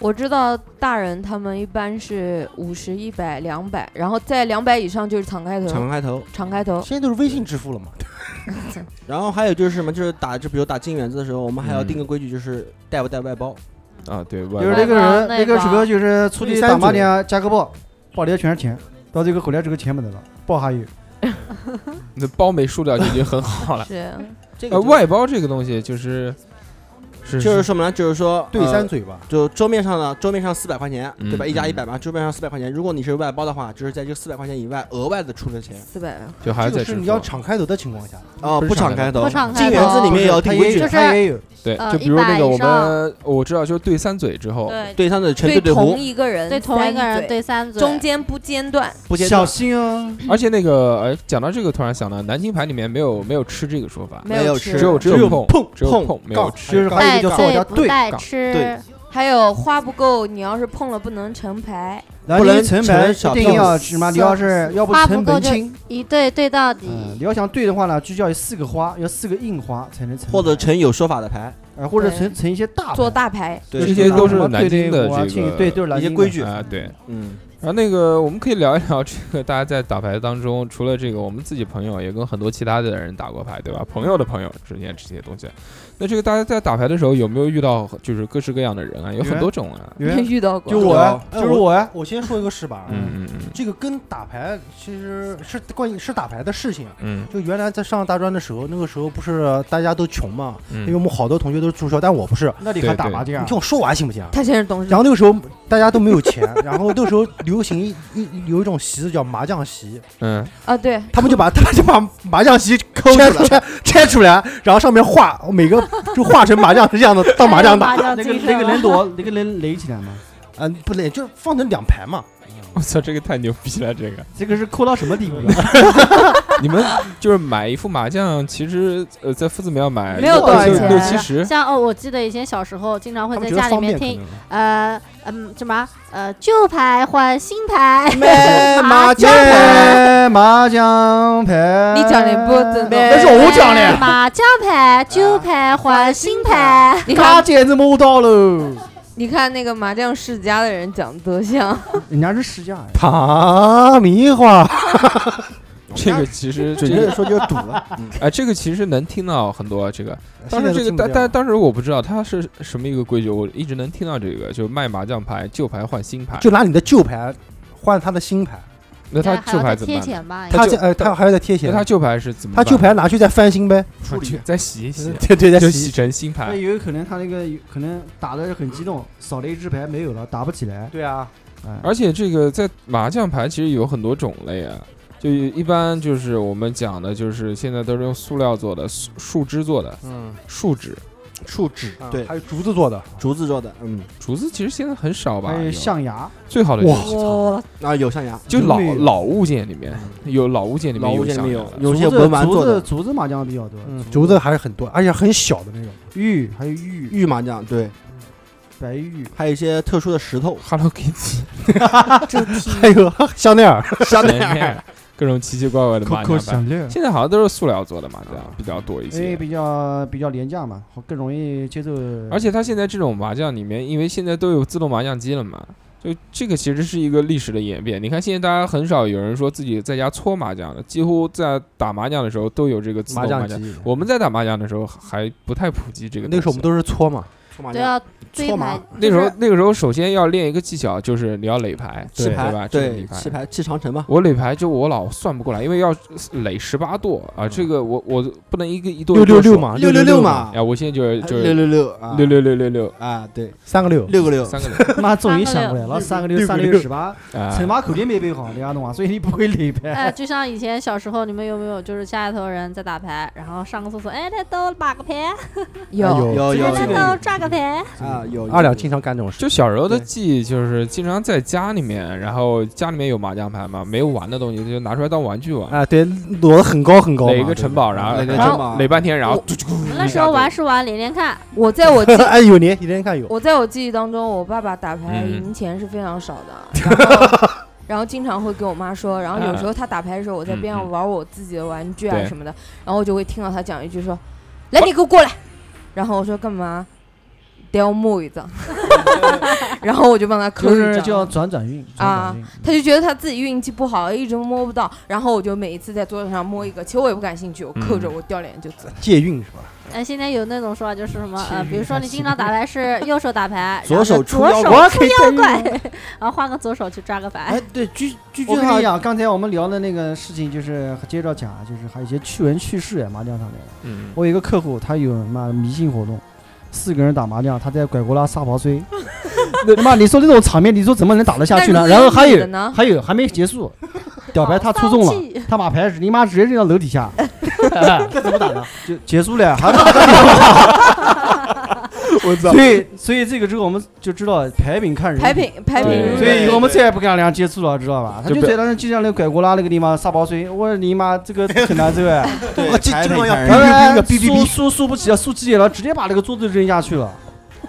Speaker 12: 我知道大人他们一般是五十、一百、两百，然后在两百以上就是敞开头。
Speaker 4: 敞开头。
Speaker 12: 敞开头，
Speaker 3: 现在都是微信支付了嘛？
Speaker 4: 然后还有就是什么，就是打，就比如打金元子的时候，我们还要
Speaker 10: 嗯
Speaker 4: 定个规矩，就是带不带外包。
Speaker 10: 啊，对，
Speaker 2: 就
Speaker 10: 外
Speaker 2: 是
Speaker 10: 包
Speaker 2: 那个人，
Speaker 11: 那
Speaker 2: 那个
Speaker 11: 帮
Speaker 2: 鼠标就是出去
Speaker 3: 第三
Speaker 2: 打麻
Speaker 3: 组
Speaker 2: 将加个包，包里头全是钱，到最后回来这个钱没得了，包还有。
Speaker 10: 那包没输掉就已经很好 了。
Speaker 12: 是
Speaker 3: 这
Speaker 10: 呃，
Speaker 3: 个
Speaker 10: 外包这个东西就是是
Speaker 4: 就是什么呢？就是说
Speaker 3: 对
Speaker 4: 呃
Speaker 3: 三嘴吧，
Speaker 4: 就桌面上呢，桌面上四百块钱，
Speaker 10: 嗯
Speaker 4: 对吧？一加
Speaker 10: 嗯
Speaker 4: 一百嘛，桌面上四百块钱。如果你是外包的话，就是在这四百块钱以外额外的出的钱。
Speaker 12: 四
Speaker 11: 嗯
Speaker 12: 百，
Speaker 10: 就还
Speaker 3: 这
Speaker 10: 是在
Speaker 3: 个是
Speaker 10: 支
Speaker 3: 你
Speaker 10: 付
Speaker 3: 要敞开头的情况下，
Speaker 4: 哦，
Speaker 10: 不是
Speaker 4: 不敞
Speaker 10: 敞开
Speaker 4: 头，
Speaker 11: 不敞开
Speaker 4: 金元子
Speaker 11: 头
Speaker 4: 里面也要
Speaker 2: 他
Speaker 4: 定规
Speaker 2: 也
Speaker 4: 矩
Speaker 2: 有，
Speaker 11: 就，是
Speaker 2: 他也有。
Speaker 10: 对，
Speaker 11: 呃
Speaker 10: 就比如那个
Speaker 11: 100以
Speaker 10: 我
Speaker 11: 上
Speaker 10: 们我知道，就是对三嘴之后，
Speaker 11: 对
Speaker 4: 对上的成
Speaker 12: 对
Speaker 4: 对
Speaker 12: 同
Speaker 4: 胡，
Speaker 12: 一个人，
Speaker 11: 对同一个人
Speaker 12: 对，
Speaker 11: 对三嘴，
Speaker 12: 中间不间断，
Speaker 4: 不接
Speaker 2: 小心哦，
Speaker 10: 而且那个哎，讲到这个突然想到，南京牌里面没有没有吃这个说法，
Speaker 12: 没有
Speaker 4: 吃，
Speaker 10: 只有
Speaker 4: 只
Speaker 10: 有
Speaker 4: 碰
Speaker 10: 碰，只有
Speaker 4: 碰
Speaker 10: 没有
Speaker 3: 杠
Speaker 10: 吃。
Speaker 2: 就是还有一个叫做叫
Speaker 11: 对不
Speaker 2: 对，
Speaker 11: 带
Speaker 10: 杠
Speaker 11: 吃
Speaker 4: 对，
Speaker 12: 还有花不够，你要是碰了不能成牌，
Speaker 2: 然后
Speaker 4: 不
Speaker 2: 你
Speaker 4: 能
Speaker 2: 成
Speaker 4: 成
Speaker 2: 本
Speaker 4: 小
Speaker 2: 一定
Speaker 4: 票
Speaker 2: 要什么？你要是要不
Speaker 11: 花
Speaker 2: 成
Speaker 11: 不够
Speaker 2: 本
Speaker 11: 就
Speaker 2: 轻，
Speaker 11: 一对对到
Speaker 2: 嗯，
Speaker 11: 底。
Speaker 2: 你要想对的话呢，就要有四个花，要四个硬花才能成，
Speaker 4: 或者成有说法的牌，
Speaker 2: 呃或者
Speaker 12: 对
Speaker 2: 成成一些大
Speaker 12: 做
Speaker 2: 牌
Speaker 12: 大牌，
Speaker 4: 对
Speaker 10: 这些都是
Speaker 2: 什么
Speaker 10: 南京
Speaker 2: 对
Speaker 10: 的
Speaker 2: 对我
Speaker 10: 这
Speaker 2: 去
Speaker 10: 个
Speaker 2: 对，都是南
Speaker 4: 一些
Speaker 2: 京的
Speaker 4: 规矩
Speaker 10: 啊，对。
Speaker 4: 嗯，
Speaker 10: 然后那个，我们可以聊一聊这个，大家在打牌当中，除了这个我们自己朋友，也跟很多其他的人打过牌，对吧？朋友的朋友之间这些东西。那这个大家在打牌的时候，有没有遇到就是各式各样的人啊？有很多种啊。
Speaker 2: 有人
Speaker 12: 遇到过，
Speaker 2: 就我呀，
Speaker 3: 哎
Speaker 2: 就是我呀，
Speaker 3: 我先说一个事吧，
Speaker 10: 嗯嗯嗯
Speaker 3: 这个跟打牌其实是关于是打牌的事情。啊
Speaker 10: 嗯
Speaker 3: 就原来在上大专的时候，那个时候不是大家都穷嘛，因为我
Speaker 10: 嗯。
Speaker 3: 们好多同学都是住校，但我不是。
Speaker 2: 那你
Speaker 10: 对
Speaker 2: 还打
Speaker 10: 对
Speaker 2: 麻将
Speaker 3: 你？听我说完行不行啊？
Speaker 12: 他现在是董
Speaker 3: 然
Speaker 12: 事长，
Speaker 3: 后那个时候大家都没有钱，然后那时候流行一一有一种席叫麻将席，
Speaker 10: 嗯，
Speaker 12: 啊，对，
Speaker 3: 他们就把他们就把麻将席
Speaker 4: 抠出来
Speaker 3: 拆拆拆出来，然后上面画每个就画成麻将这样的当麻将打，
Speaker 11: 打
Speaker 2: 那个那
Speaker 12: 啊
Speaker 2: 个能躲，那个能垒起来吗？
Speaker 3: 嗯，不对，就是放成两排嘛。
Speaker 10: 我操，这个太牛逼了！这个
Speaker 2: 这个是抠到什么地步了？
Speaker 10: 你们就是买一副麻将，其实呃，在夫子庙买
Speaker 11: 没有
Speaker 10: 六
Speaker 11: 多少
Speaker 10: 六
Speaker 11: 钱
Speaker 10: 六七十，
Speaker 11: 像哦，我记得以前小时候经常会
Speaker 3: 他
Speaker 11: 在
Speaker 3: 们觉得
Speaker 11: 家里
Speaker 3: 方便
Speaker 11: 面
Speaker 3: 可
Speaker 11: 听
Speaker 3: 能。
Speaker 11: 呃嗯什么呃旧牌换新牌，
Speaker 3: 卖麻将
Speaker 11: 牌，
Speaker 2: 哎麻将牌，
Speaker 12: 你讲的不真的
Speaker 2: 那是我讲的。
Speaker 11: 麻将牌、旧牌换新牌，
Speaker 12: 你
Speaker 2: 他
Speaker 12: 看，
Speaker 2: 简直摸到喽！
Speaker 12: 你看那个麻将世家的人讲的多像，
Speaker 2: 人家是试驾呀，
Speaker 3: 糖米花，
Speaker 10: 这个其实
Speaker 4: 准
Speaker 10: 这
Speaker 4: 确
Speaker 10: 个
Speaker 4: 的 说就是赌了。嗯
Speaker 10: 哎，这个其实能听到很多这个。当时这
Speaker 3: 现在都
Speaker 10: 个
Speaker 3: 听不
Speaker 10: 当
Speaker 3: 见
Speaker 10: 当
Speaker 3: 了
Speaker 10: 当时我不知道它是什么一个规矩，我一直能听到这个，就卖麻将牌，旧牌换新牌。
Speaker 3: 就拿你的旧牌换他的新牌，
Speaker 10: 那他
Speaker 11: 还
Speaker 10: 旧
Speaker 11: 要
Speaker 10: 牌
Speaker 11: 再
Speaker 10: 怎么
Speaker 11: 贴
Speaker 10: 办呢？
Speaker 11: 钱吧？
Speaker 10: 他
Speaker 3: 他
Speaker 10: 就
Speaker 3: 这呃他还要再贴
Speaker 10: 那
Speaker 3: 钱，
Speaker 10: 他旧牌是怎么
Speaker 3: 他
Speaker 10: 办？
Speaker 3: 旧牌拿去再翻新呗，
Speaker 10: 啊去再洗一洗，
Speaker 3: 对对，嗯再
Speaker 10: 就
Speaker 3: 洗
Speaker 10: 洗成新
Speaker 2: 那
Speaker 10: 牌。
Speaker 2: 有可能他那个有可能打的很激动，少了一只牌没有了，打不起来。
Speaker 3: 对啊，
Speaker 2: 哎，
Speaker 10: 而且这个在麻将牌其实有很多种类啊，就一般就是我们讲的，就是现在都是用塑料做的、树树枝做的，
Speaker 3: 嗯，
Speaker 10: 树枝。
Speaker 3: 树脂
Speaker 4: 啊
Speaker 3: 对，
Speaker 4: 还有
Speaker 3: 竹子做的，
Speaker 4: 竹子做的，嗯，
Speaker 10: 竹子其实现在很少吧？
Speaker 2: 还有
Speaker 10: 有
Speaker 2: 象牙，
Speaker 10: 最好的
Speaker 4: 哇
Speaker 10: 就是
Speaker 4: 啊，有象牙，
Speaker 10: 就老老物件里面有老物件里面
Speaker 4: 老物
Speaker 10: 有
Speaker 4: 件里
Speaker 10: 象
Speaker 4: 面
Speaker 10: 牙
Speaker 4: 有
Speaker 10: 的
Speaker 4: 有
Speaker 2: 竹
Speaker 4: 些
Speaker 2: 子
Speaker 4: 文玩
Speaker 2: 竹
Speaker 4: 做
Speaker 2: 子
Speaker 4: 的
Speaker 2: 竹子麻将比较多，
Speaker 3: 嗯，竹子还是很多，而且很小的那种。
Speaker 2: 玉还有玉
Speaker 4: 玉麻将，对，
Speaker 2: 白玉，
Speaker 4: 还有一些特殊的石头，
Speaker 10: Hello Kitty，
Speaker 3: 还有香奈 儿，
Speaker 4: 香奈
Speaker 10: 前
Speaker 4: 儿
Speaker 10: 面各种奇奇怪怪的麻将
Speaker 2: 扣扣响
Speaker 10: 牌
Speaker 2: 亮，
Speaker 10: 现在好像都是塑料做的麻将比较多一
Speaker 2: 因
Speaker 3: 哎
Speaker 2: 为
Speaker 10: 些。
Speaker 2: 比较比较廉价嘛，好更容易接受。
Speaker 10: 而且它现在这种麻将里面，因为现在都有自动麻将机了嘛，就这个其实是一个历史的演变。你看现在大家很少有人说自己在家搓麻将了，几乎在打麻将的时候都有这个自动
Speaker 3: 麻将
Speaker 10: 麻将
Speaker 3: 机。
Speaker 10: 我们在打麻将的时候还不太普及这个东西。
Speaker 3: 那个时候我们都是搓嘛，
Speaker 11: 都
Speaker 4: 啊
Speaker 11: 要堆
Speaker 4: 搓
Speaker 11: 牌
Speaker 4: 麻，
Speaker 10: 那时
Speaker 11: 就
Speaker 10: 候
Speaker 11: 是
Speaker 10: 那个时候首先要练一个技巧，就是你要垒牌，
Speaker 4: 棋
Speaker 10: 对
Speaker 4: 牌
Speaker 10: 吧？这个
Speaker 4: 对
Speaker 10: 垒，牌
Speaker 4: 棋牌砌长城嘛，
Speaker 10: 我垒牌就我老算不过来，因为要垒十八垛啊，这个我我不能一个一垛一
Speaker 3: 六
Speaker 10: 垛
Speaker 3: 六六
Speaker 10: 数
Speaker 3: 嘛，
Speaker 4: 嗯六
Speaker 3: 六
Speaker 4: 六
Speaker 3: 嘛，
Speaker 10: 哎，我现在就是就是
Speaker 4: 六六六啊，
Speaker 10: 六六六六六
Speaker 4: 啊，对，
Speaker 3: 三个六，
Speaker 4: 六个六，
Speaker 10: 三个 啊六
Speaker 2: 妈终于想过来了，三个六三六十八，乘法口诀没背好，你阿懂啊，所以你不会理
Speaker 11: 哎，
Speaker 2: 呗。
Speaker 11: 就像以前小时候，你们有没有就是家里头人在打牌，然后上个厕所，哎，来都打个牌，
Speaker 4: 有有有
Speaker 11: 来
Speaker 4: 有
Speaker 11: 都抓个牌，
Speaker 4: 啊，有
Speaker 3: 哎二两经常干这种事。
Speaker 10: 就小时候的记忆，就是经常在家里面，然后家里面有麻将牌嘛，没有玩的东西就拿出来当玩具玩，
Speaker 3: 啊，对，摞的很高很高嘛。
Speaker 10: 垒一个城堡，然后
Speaker 4: 哪个
Speaker 11: 然后
Speaker 4: 城堡
Speaker 10: 垒半天，然后
Speaker 11: 那时候玩是玩连连看，
Speaker 12: 我在 我记
Speaker 3: 对哎，有年一天看有，
Speaker 12: 我在我记忆当中，我爸爸打牌
Speaker 10: 嗯
Speaker 12: 赢钱是非常少 的，然后然后经常会跟我妈说，然后有时候他打牌的时候，我在边上玩我自己的玩具啊
Speaker 10: 嗯对
Speaker 12: 什么的，然后我就会听到他讲一句说：“来，你给我过来。”然后我说干嘛？雕木一张， 然后我就帮他
Speaker 2: 就
Speaker 12: 抠
Speaker 2: 是
Speaker 12: 一
Speaker 2: 叫
Speaker 12: 张。
Speaker 2: 转转运转
Speaker 12: 啊
Speaker 2: 转运，
Speaker 12: 他就觉得他自己运气不好，一直摸不到，然后我就每一次在桌子上摸一个，其实我也不感兴趣，我扣着
Speaker 10: 嗯
Speaker 12: 我掉脸就走。
Speaker 3: 借运是吧？
Speaker 11: 哎，现在有那种说法就是什么呃，比如说你经常打牌是右手打牌，
Speaker 4: 左
Speaker 11: 然后就
Speaker 4: 手出
Speaker 11: 左
Speaker 4: 妖
Speaker 11: 手
Speaker 4: 怪
Speaker 2: 我可以
Speaker 11: 出妖怪， 然后换个左手去抓个牌
Speaker 2: 哎，，对，居居
Speaker 4: 居
Speaker 2: 我
Speaker 4: 上
Speaker 2: 跟你讲，刚才我们聊的那个事情，就是接着讲，啊就是还有一些趣闻趣事麻将上面的。
Speaker 10: 嗯，
Speaker 2: 我有一个客户，他有妈迷信活动，四个人打麻将，他在拐过拉撒跑 追。那妈，你说这种场面，你说怎么能打得下去
Speaker 12: 那
Speaker 2: 呢？
Speaker 12: 如果
Speaker 2: 然后还
Speaker 12: 是你的
Speaker 2: 有
Speaker 12: 呢
Speaker 2: 还有还没结束，屌牌他
Speaker 11: 好
Speaker 2: 出中
Speaker 11: 骚
Speaker 2: 了，
Speaker 11: 气
Speaker 2: 他把牌你妈直接扔到楼底下，
Speaker 3: 这怎么打的？
Speaker 2: 就结束 了。还
Speaker 4: 我操
Speaker 2: 所以所以这个之后我们就知道牌品看人
Speaker 12: 牌品牌品
Speaker 10: 对
Speaker 12: 如
Speaker 2: 所以以后我们
Speaker 4: 对
Speaker 2: 再也不跟他俩接触了，知道吧？他
Speaker 10: 就
Speaker 2: 就
Speaker 10: 不
Speaker 2: 在那就像那拐过拉那个地方撒包水，我说你妈这个很难受哎，
Speaker 4: 对
Speaker 3: 我，基
Speaker 4: 牌
Speaker 3: 基
Speaker 4: 品
Speaker 3: 本上要
Speaker 4: 牌人
Speaker 3: 逼逼逼
Speaker 2: 哎
Speaker 3: 个逼逼
Speaker 2: 输
Speaker 3: 逼，
Speaker 2: 输输不起啊了，输急眼了，直接把那个桌子扔下去了，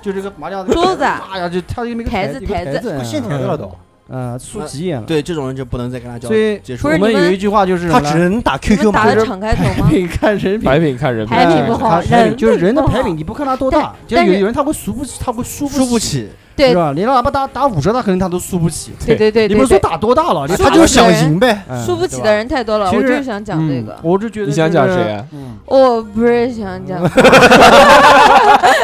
Speaker 2: 就这个麻将
Speaker 12: 桌子啊
Speaker 2: 哎呀，就他就那个
Speaker 12: 台
Speaker 2: 子
Speaker 12: 子
Speaker 2: 一个
Speaker 12: 台
Speaker 2: 台
Speaker 12: 子
Speaker 2: 子，
Speaker 3: 现钱了都，
Speaker 2: 呃，输急眼了。
Speaker 4: 对这种人就不能再跟他交
Speaker 2: 所以
Speaker 4: 接触
Speaker 12: 不
Speaker 2: 我
Speaker 12: 是，
Speaker 2: 们
Speaker 12: 你们
Speaker 2: 有一句话就是
Speaker 3: 他
Speaker 2: 什么
Speaker 3: 只
Speaker 2: 呢？
Speaker 3: 能打
Speaker 12: 你们
Speaker 3: QQ
Speaker 12: 打
Speaker 3: 嘛，
Speaker 12: 的敞开头 吗？
Speaker 2: 你看人品，
Speaker 10: 牌品看人品，
Speaker 11: 牌品不好
Speaker 2: 哎他
Speaker 11: 人
Speaker 2: 就是
Speaker 11: 品
Speaker 2: 人的
Speaker 11: 不
Speaker 2: 牌
Speaker 11: 好
Speaker 2: 品，你不看他多
Speaker 11: 但
Speaker 2: 大，就像
Speaker 11: 但
Speaker 2: 有
Speaker 11: 是
Speaker 2: 有人他会输不起，他会输
Speaker 4: 输不
Speaker 2: 不起，
Speaker 4: 起，
Speaker 12: 对
Speaker 2: 是吧？你让啊他把打打五折，他可能他都输不起。
Speaker 12: 对对对
Speaker 2: 你
Speaker 12: 对
Speaker 2: 不是说
Speaker 12: 对，
Speaker 2: 打多大了，你
Speaker 12: 输
Speaker 3: 他
Speaker 2: 打
Speaker 3: 就是想赢呗。
Speaker 2: 嗯
Speaker 12: 输不起的人太多了，
Speaker 2: 其
Speaker 12: 我就
Speaker 2: 实
Speaker 12: 是想讲这个
Speaker 2: 嗯。我是觉得
Speaker 10: 你想
Speaker 2: 就
Speaker 10: 讲
Speaker 2: 是
Speaker 10: 谁啊？
Speaker 12: 我不是想 讲，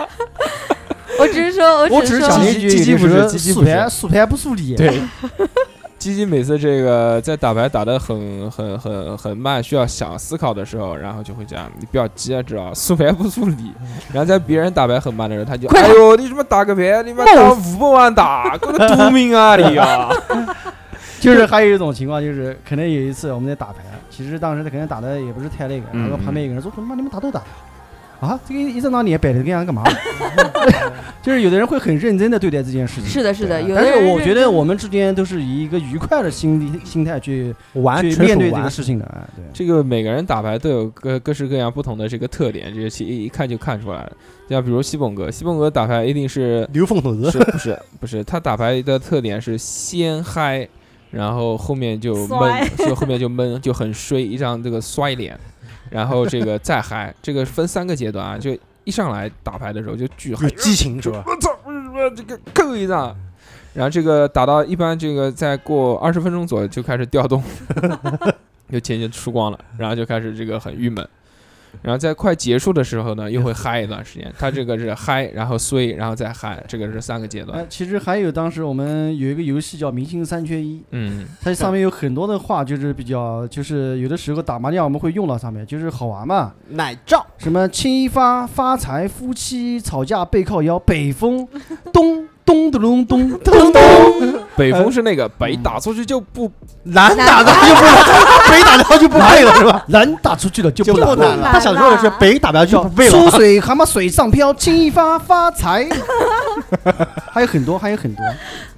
Speaker 12: 我只是说，
Speaker 2: 我只
Speaker 12: 只是
Speaker 2: 是
Speaker 12: 说，
Speaker 2: 想了
Speaker 10: 鸡
Speaker 2: 一句，
Speaker 10: 鸡鸡
Speaker 2: 就
Speaker 10: 不是
Speaker 2: 是
Speaker 10: 鸡鸡
Speaker 2: 速
Speaker 10: 不是
Speaker 2: 牌速 牌不速理。
Speaker 10: 对， 基金每次这个在打牌打得很很很很慢，需要想思考的时候，然后就会讲你不要急啊，知道吧 速牌不速理。然后在别人打牌很慢的时候，他就
Speaker 12: 快
Speaker 10: 哎
Speaker 12: 打
Speaker 10: 呦，你怎么打个牌？你妈当五百万打，给我赌命啊你啊！
Speaker 2: 就是还有一种情况，就是可能有一次我们在打牌，其实当时他可能打的也不是太那个，然后
Speaker 10: 嗯
Speaker 2: 旁边有个人说：“怎么把你们打都打呀？”啊，这个一整张脸摆着这个样干嘛？就是有的人会很认真的对待这件事情。
Speaker 12: 是的，是的，有
Speaker 2: 但
Speaker 12: 的
Speaker 2: 是
Speaker 12: 人
Speaker 2: 我
Speaker 12: 认
Speaker 2: 觉得
Speaker 12: 真
Speaker 2: 我们之间都是以一个愉快的心理心态去
Speaker 3: 玩
Speaker 2: 去
Speaker 3: 纯
Speaker 2: 面
Speaker 3: 属
Speaker 2: 对这个
Speaker 3: 玩，
Speaker 2: 事情的。哎，对，
Speaker 10: 这个每个人打牌都有各各式各样不同的这个特点，这个其一一看就看出来了。像比如西蒙哥，西蒙哥打牌一定是
Speaker 3: 刘凤筒子
Speaker 10: 是不是不是，他打牌的特点是先嗨，然后后面就
Speaker 11: 衰
Speaker 10: 闷，就后面就闷，就很衰，一张这个衰脸，然后这个再嗨，这个分三个阶段啊，就一上来打牌的时候就巨嗨
Speaker 3: 有，激情是吧？
Speaker 10: 我操，我这个扣一张。然后这个打到一般，这个再过二十分钟左右就开始调动， 就钱就输光了，然后就开始这个很郁闷。然后在快结束的时候呢，又会嗨一段时间。他这个是嗨，然后衰，然后再嗨，这个是三个阶段
Speaker 2: 哎。，其实还有当时我们有一个游戏叫《明星三缺一》，
Speaker 10: 嗯，
Speaker 2: 它上面有很多的话，就是比较，就是有的时候打麻将我们会用到上面，就是好玩嘛。
Speaker 4: 奶罩，
Speaker 2: 什么青一发发财，夫妻吵架背靠腰，北风，东咚咚咚咚咚
Speaker 10: 北风是那个北打出去就不
Speaker 4: 南打的就不北打的就不配了是吧？
Speaker 2: 南打出去了就
Speaker 4: 不
Speaker 2: 难
Speaker 4: 难
Speaker 11: 啊
Speaker 4: 了。他想说的是北打不了就不配了。
Speaker 2: 出水蛤蟆水上漂，轻易发发财。还有很多，还有很多。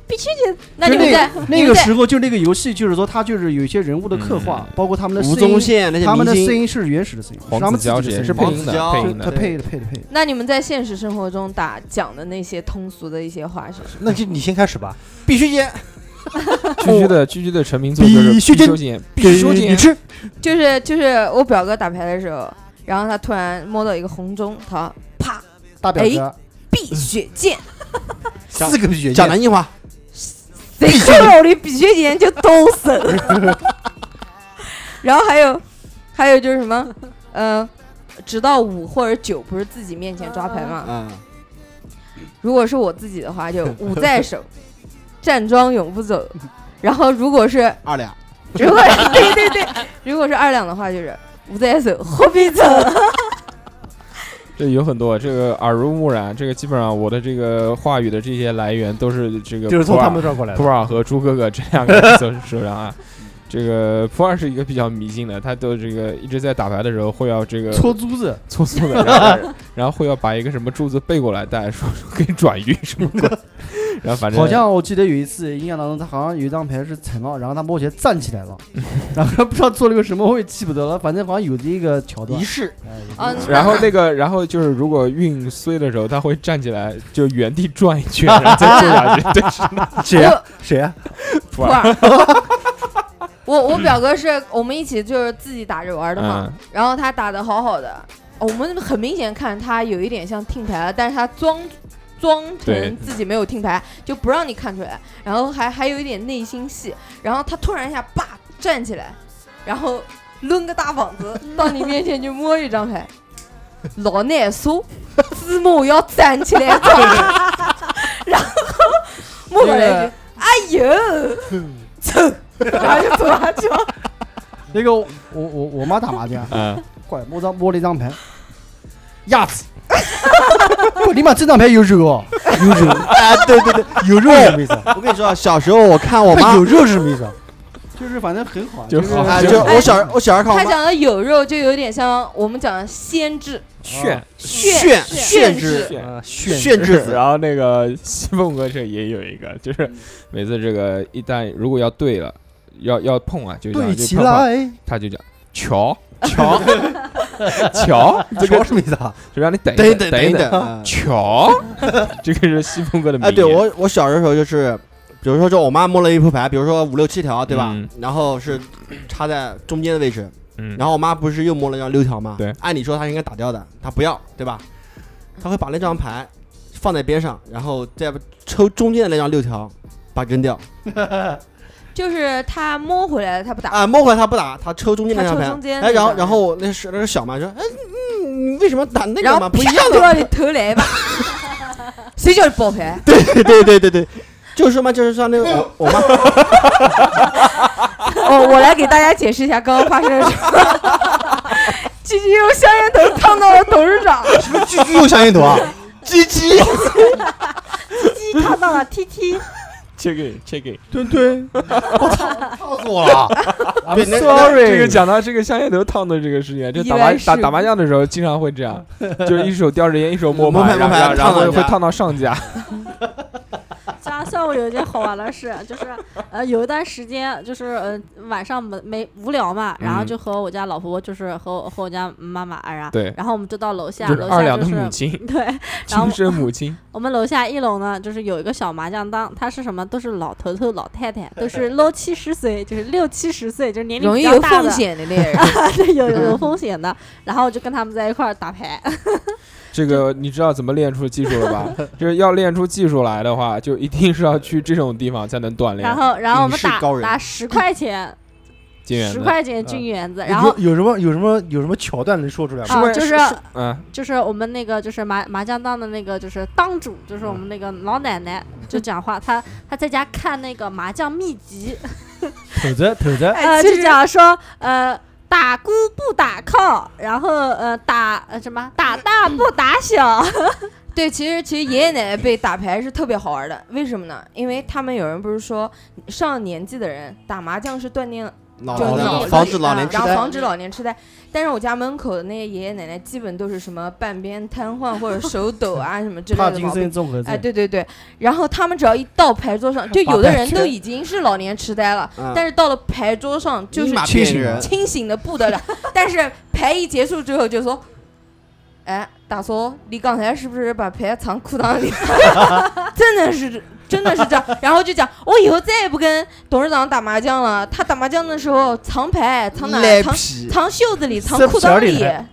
Speaker 12: 必须得， 那
Speaker 2: 就
Speaker 12: 你们在
Speaker 2: 那那个时候，就那个游戏，就是说它就是有一些人物的刻
Speaker 3: 啊
Speaker 2: 画，包括他们的声音
Speaker 4: 吴宗宪那些
Speaker 2: 他们的
Speaker 4: 明星
Speaker 2: 声音是原始的声音，
Speaker 10: 黄
Speaker 2: 是他们
Speaker 10: 子
Speaker 2: 自己
Speaker 10: 佼
Speaker 2: 的
Speaker 10: 是
Speaker 2: 声
Speaker 10: 也
Speaker 2: 音
Speaker 10: 是配音的
Speaker 2: 黄子佼
Speaker 10: 配音的
Speaker 2: 他配的配的配的。
Speaker 12: 那你们在现实生活中打讲的那些通俗的一些话是什么？
Speaker 3: 那就你先开始吧。
Speaker 4: 必须接，
Speaker 10: 居居的居居的成名作就是
Speaker 4: 必须
Speaker 10: 必
Speaker 4: 真
Speaker 10: 修剪，必修剪，
Speaker 4: 吃
Speaker 12: 就是就是我表哥打牌的时候，然后他突然摸到一个红中，他啪，
Speaker 2: 大表
Speaker 12: 哎
Speaker 2: 哥，，
Speaker 12: 碧血剑，
Speaker 4: 四个必须
Speaker 3: 讲
Speaker 4: 讲南京话，
Speaker 12: 谁 看我的碧血剑就都死了。 然后还有还有就是什么，呃，直到五或者九不是自己面前抓牌嘛，
Speaker 4: 嗯，
Speaker 10: 嗯
Speaker 12: 如果是我自己的话，就五在手， 站桩永不 走。然后如果是
Speaker 4: 二两，
Speaker 12: 如果是对对对，如果是二两的话，就是五在手，后啊必 走。
Speaker 10: 这有很多，这个耳濡目染，这个基本上我的这个话语的这些来源都是这个
Speaker 3: 就是从
Speaker 10: 普洱
Speaker 3: 他们这儿过来的
Speaker 10: 普洱和朱哥哥这两个人手手上啊。这个普洱是一个比较迷信的，他都这个一直在打牌的时候会要这个
Speaker 2: 搓珠子，
Speaker 10: 搓搓的，然后然后会要把一个什么柱子背过来戴，说说可以转运什么鬼，然后反正
Speaker 2: 好像我记得有一次印象当中，他好像有一张牌是踩到，然后他摸起来站起 来了，然后他不知道做了个什么，我也记不得了，反正好像有这一个桥段
Speaker 4: 仪。式
Speaker 12: 啊，
Speaker 10: 然后那个，然后就是如果运衰的时候，他会站起来，就原地转一圈，然后再坐 下去。对，是的，
Speaker 3: 谁呀？谁呀？
Speaker 10: 普
Speaker 12: 普
Speaker 10: 洱
Speaker 12: 洱。 我我表哥是我们一起就是自己打着玩的嘛，
Speaker 10: 嗯
Speaker 12: 然后他打的好好的，哦我们很明显看他有一点像听牌了，但是他装装
Speaker 10: 对
Speaker 12: 成自己没有听牌，就不让你看出来，然后还还有一点内心戏，然后他突然一下叭站起来，然后抡个大膀子到你面前就摸一张牌，老难说，芝麻要站起来走，然后摸过来一句，哎呦。然后就走下去了。
Speaker 2: 那个我我我妈打 麻将，
Speaker 10: 嗯，
Speaker 2: 怪摸张摸了一张牌，鸭子。 我尼玛，这张牌有肉哦，有 肉，
Speaker 4: 哎，对对对，
Speaker 3: 有肉是什么意思？
Speaker 2: 哦
Speaker 4: 我跟你说，小时候我看我妈
Speaker 3: 有肉是什么意思？
Speaker 2: 就是反正很好，
Speaker 10: 就是好
Speaker 4: 哎，就我小我小时候看
Speaker 12: 他
Speaker 4: 我妈
Speaker 12: 讲的有肉，就有点像我们讲的鲜制
Speaker 10: 炫
Speaker 12: 炫
Speaker 4: 炫
Speaker 12: 制。
Speaker 10: 嗯炫
Speaker 3: 呃，炫
Speaker 4: 炫之子，
Speaker 10: 然后那个西凤哥这也有一个， 就是每次这个一旦如果要对了，要要碰啊，就这样
Speaker 3: 对
Speaker 10: 就
Speaker 3: 起
Speaker 10: 碰碰
Speaker 3: 来，
Speaker 10: 他就讲瞧 瞧瞧，这
Speaker 3: 说
Speaker 10: 个
Speaker 3: 什么意思啊？
Speaker 10: 就让你等
Speaker 4: 等
Speaker 10: 一
Speaker 4: 一等嗯
Speaker 10: 等
Speaker 4: 等一
Speaker 10: 等，
Speaker 4: 等，
Speaker 10: 瞧， 这个是西凤哥的名
Speaker 4: 哎，
Speaker 10: 言。
Speaker 4: 对我我小的时候就是，比如说就我妈摸了一副牌，比如说五六七条，对吧？
Speaker 10: 嗯
Speaker 4: 然后是插在中间的位置，
Speaker 10: 嗯，
Speaker 4: 然后我妈不是又摸了一张六条吗？
Speaker 10: 对
Speaker 4: 按理说她应该打掉的，她不要，对吧？她会把那张牌放在边上，然后再抽中间的那张六条，把它扔掉。
Speaker 12: 就是他摸回来，他不打。
Speaker 4: 啊，摸回来她不打，她抽中间那张
Speaker 12: 她
Speaker 4: 牌
Speaker 12: 抽中。间
Speaker 4: 哎，然后
Speaker 12: 那张
Speaker 4: 然后我那是那是小嘛，说，哎，嗯，你为什么打那
Speaker 12: 然
Speaker 4: 个
Speaker 12: 后
Speaker 4: 嘛？不一样啊
Speaker 12: 就
Speaker 4: 的。
Speaker 12: 往你头 来吧。谁叫你爆牌？
Speaker 4: 对对对对对，就是嘛，就是像那个我我妈。
Speaker 12: 哦，我来给大家解释一下刚刚发生的事。鸡鸡用香烟头烫到了董事长，
Speaker 3: 什么狙击用香烟头啊？
Speaker 4: 鸡 鸡，
Speaker 11: 鸡鸡看到了 TT，
Speaker 10: check it check it。
Speaker 2: 墩 墩
Speaker 3: 烫死我了！
Speaker 2: ，I'm
Speaker 4: 对那
Speaker 10: 这个
Speaker 2: sorry，
Speaker 10: 讲到这个香烟头烫的这个事情，就打
Speaker 12: 意
Speaker 10: 麻
Speaker 12: 外事
Speaker 10: 打
Speaker 12: 故
Speaker 10: 打麻将的时候经常会这 样，就是一手叼着烟，一手摸
Speaker 4: 摸
Speaker 10: 牌，
Speaker 4: 牌
Speaker 10: 然
Speaker 4: 摸牌
Speaker 10: 后然
Speaker 4: 烫
Speaker 10: 后
Speaker 4: 到
Speaker 10: 会
Speaker 4: 人家
Speaker 10: 烫到上 家。
Speaker 11: 加上我有一件好玩的事，就是呃有一段时间就是呃晚上没没无聊嘛，然后
Speaker 10: 嗯
Speaker 11: 就和我家老婆就是和我和我家妈妈，然后
Speaker 10: 对
Speaker 11: 然后我们就到楼下，
Speaker 10: 就是
Speaker 11: 楼
Speaker 10: 二
Speaker 11: 下
Speaker 10: 两的
Speaker 11: 就
Speaker 10: 母
Speaker 11: 是。
Speaker 10: 亲，
Speaker 11: 对，然后
Speaker 10: 亲生母亲，
Speaker 11: 我们楼下一楼呢，就是有一个小麻将档，它是什么？都是老头头、老太太，都是 low 七十岁，就是六七十岁，就是 年龄
Speaker 12: 容易
Speaker 11: 比较
Speaker 12: 有
Speaker 11: 大的
Speaker 12: 风，险的猎人。
Speaker 11: 对，有有有风险的。然后就跟他们在一块儿打牌，
Speaker 10: 这个你知道怎么练出技术了吧？就是要练出技术来的话，就一定是要去这种地方才能锻炼
Speaker 11: 然。后然后我们
Speaker 4: 影视
Speaker 11: 打
Speaker 4: 高人
Speaker 11: 打十块钱，
Speaker 10: 金元
Speaker 11: 十
Speaker 10: 的，
Speaker 11: 块钱进园
Speaker 12: 嗯
Speaker 11: 子，然后
Speaker 3: 有有什么有什么有什么桥段能说出来吗？
Speaker 11: 啊，就是
Speaker 10: 嗯，
Speaker 11: 就是我们那个就是麻麻将档的那个就是档主，就是我们那个老奶奶就讲话，她她在家看那个麻将秘籍，
Speaker 2: 头子头子，
Speaker 11: 呃，就讲说呃打姑不打靠，然后呃打呃什么打大不打小，
Speaker 12: 对，其实其实爷爷奶奶被打牌是特别好玩的，为什么呢？因为他们有人不是说上了年纪的人打麻将是锻炼
Speaker 4: 脑
Speaker 12: 就
Speaker 4: 子
Speaker 12: 是
Speaker 4: 的
Speaker 12: 脑子
Speaker 4: 防止老
Speaker 12: 啊
Speaker 4: 年痴
Speaker 12: 然后
Speaker 4: 呆
Speaker 12: 防止老年痴呆。但是我家门口的那些爷爷奶奶基本都是什么半边瘫痪或者手抖啊什么之类
Speaker 2: 帕
Speaker 12: 的
Speaker 2: 金
Speaker 12: 毛
Speaker 2: 森
Speaker 12: 病。
Speaker 2: 综合症
Speaker 12: 哎，对对对，然后他们只要一到牌 桌上，就有的
Speaker 2: 把牌
Speaker 12: 人都
Speaker 2: 圈
Speaker 12: 已经是老年痴呆了
Speaker 2: 嗯，
Speaker 12: 但是到了牌桌上就
Speaker 2: 立
Speaker 12: 是
Speaker 2: 马变人
Speaker 12: 清醒的不得了。 但是牌一结束之后就说：“哎，大嫂，你刚才是不是把牌藏裤裆里？” 真的是，真的是这样。然后就讲，我以后再也不跟董事长打麻将了。他打麻将的时候藏牌，藏哪
Speaker 11: 赖
Speaker 12: 儿？藏
Speaker 11: 皮
Speaker 12: 藏袖子里，藏
Speaker 11: 塞
Speaker 12: 裤
Speaker 11: 皮儿
Speaker 12: 裆
Speaker 11: 里
Speaker 12: 里
Speaker 11: 来。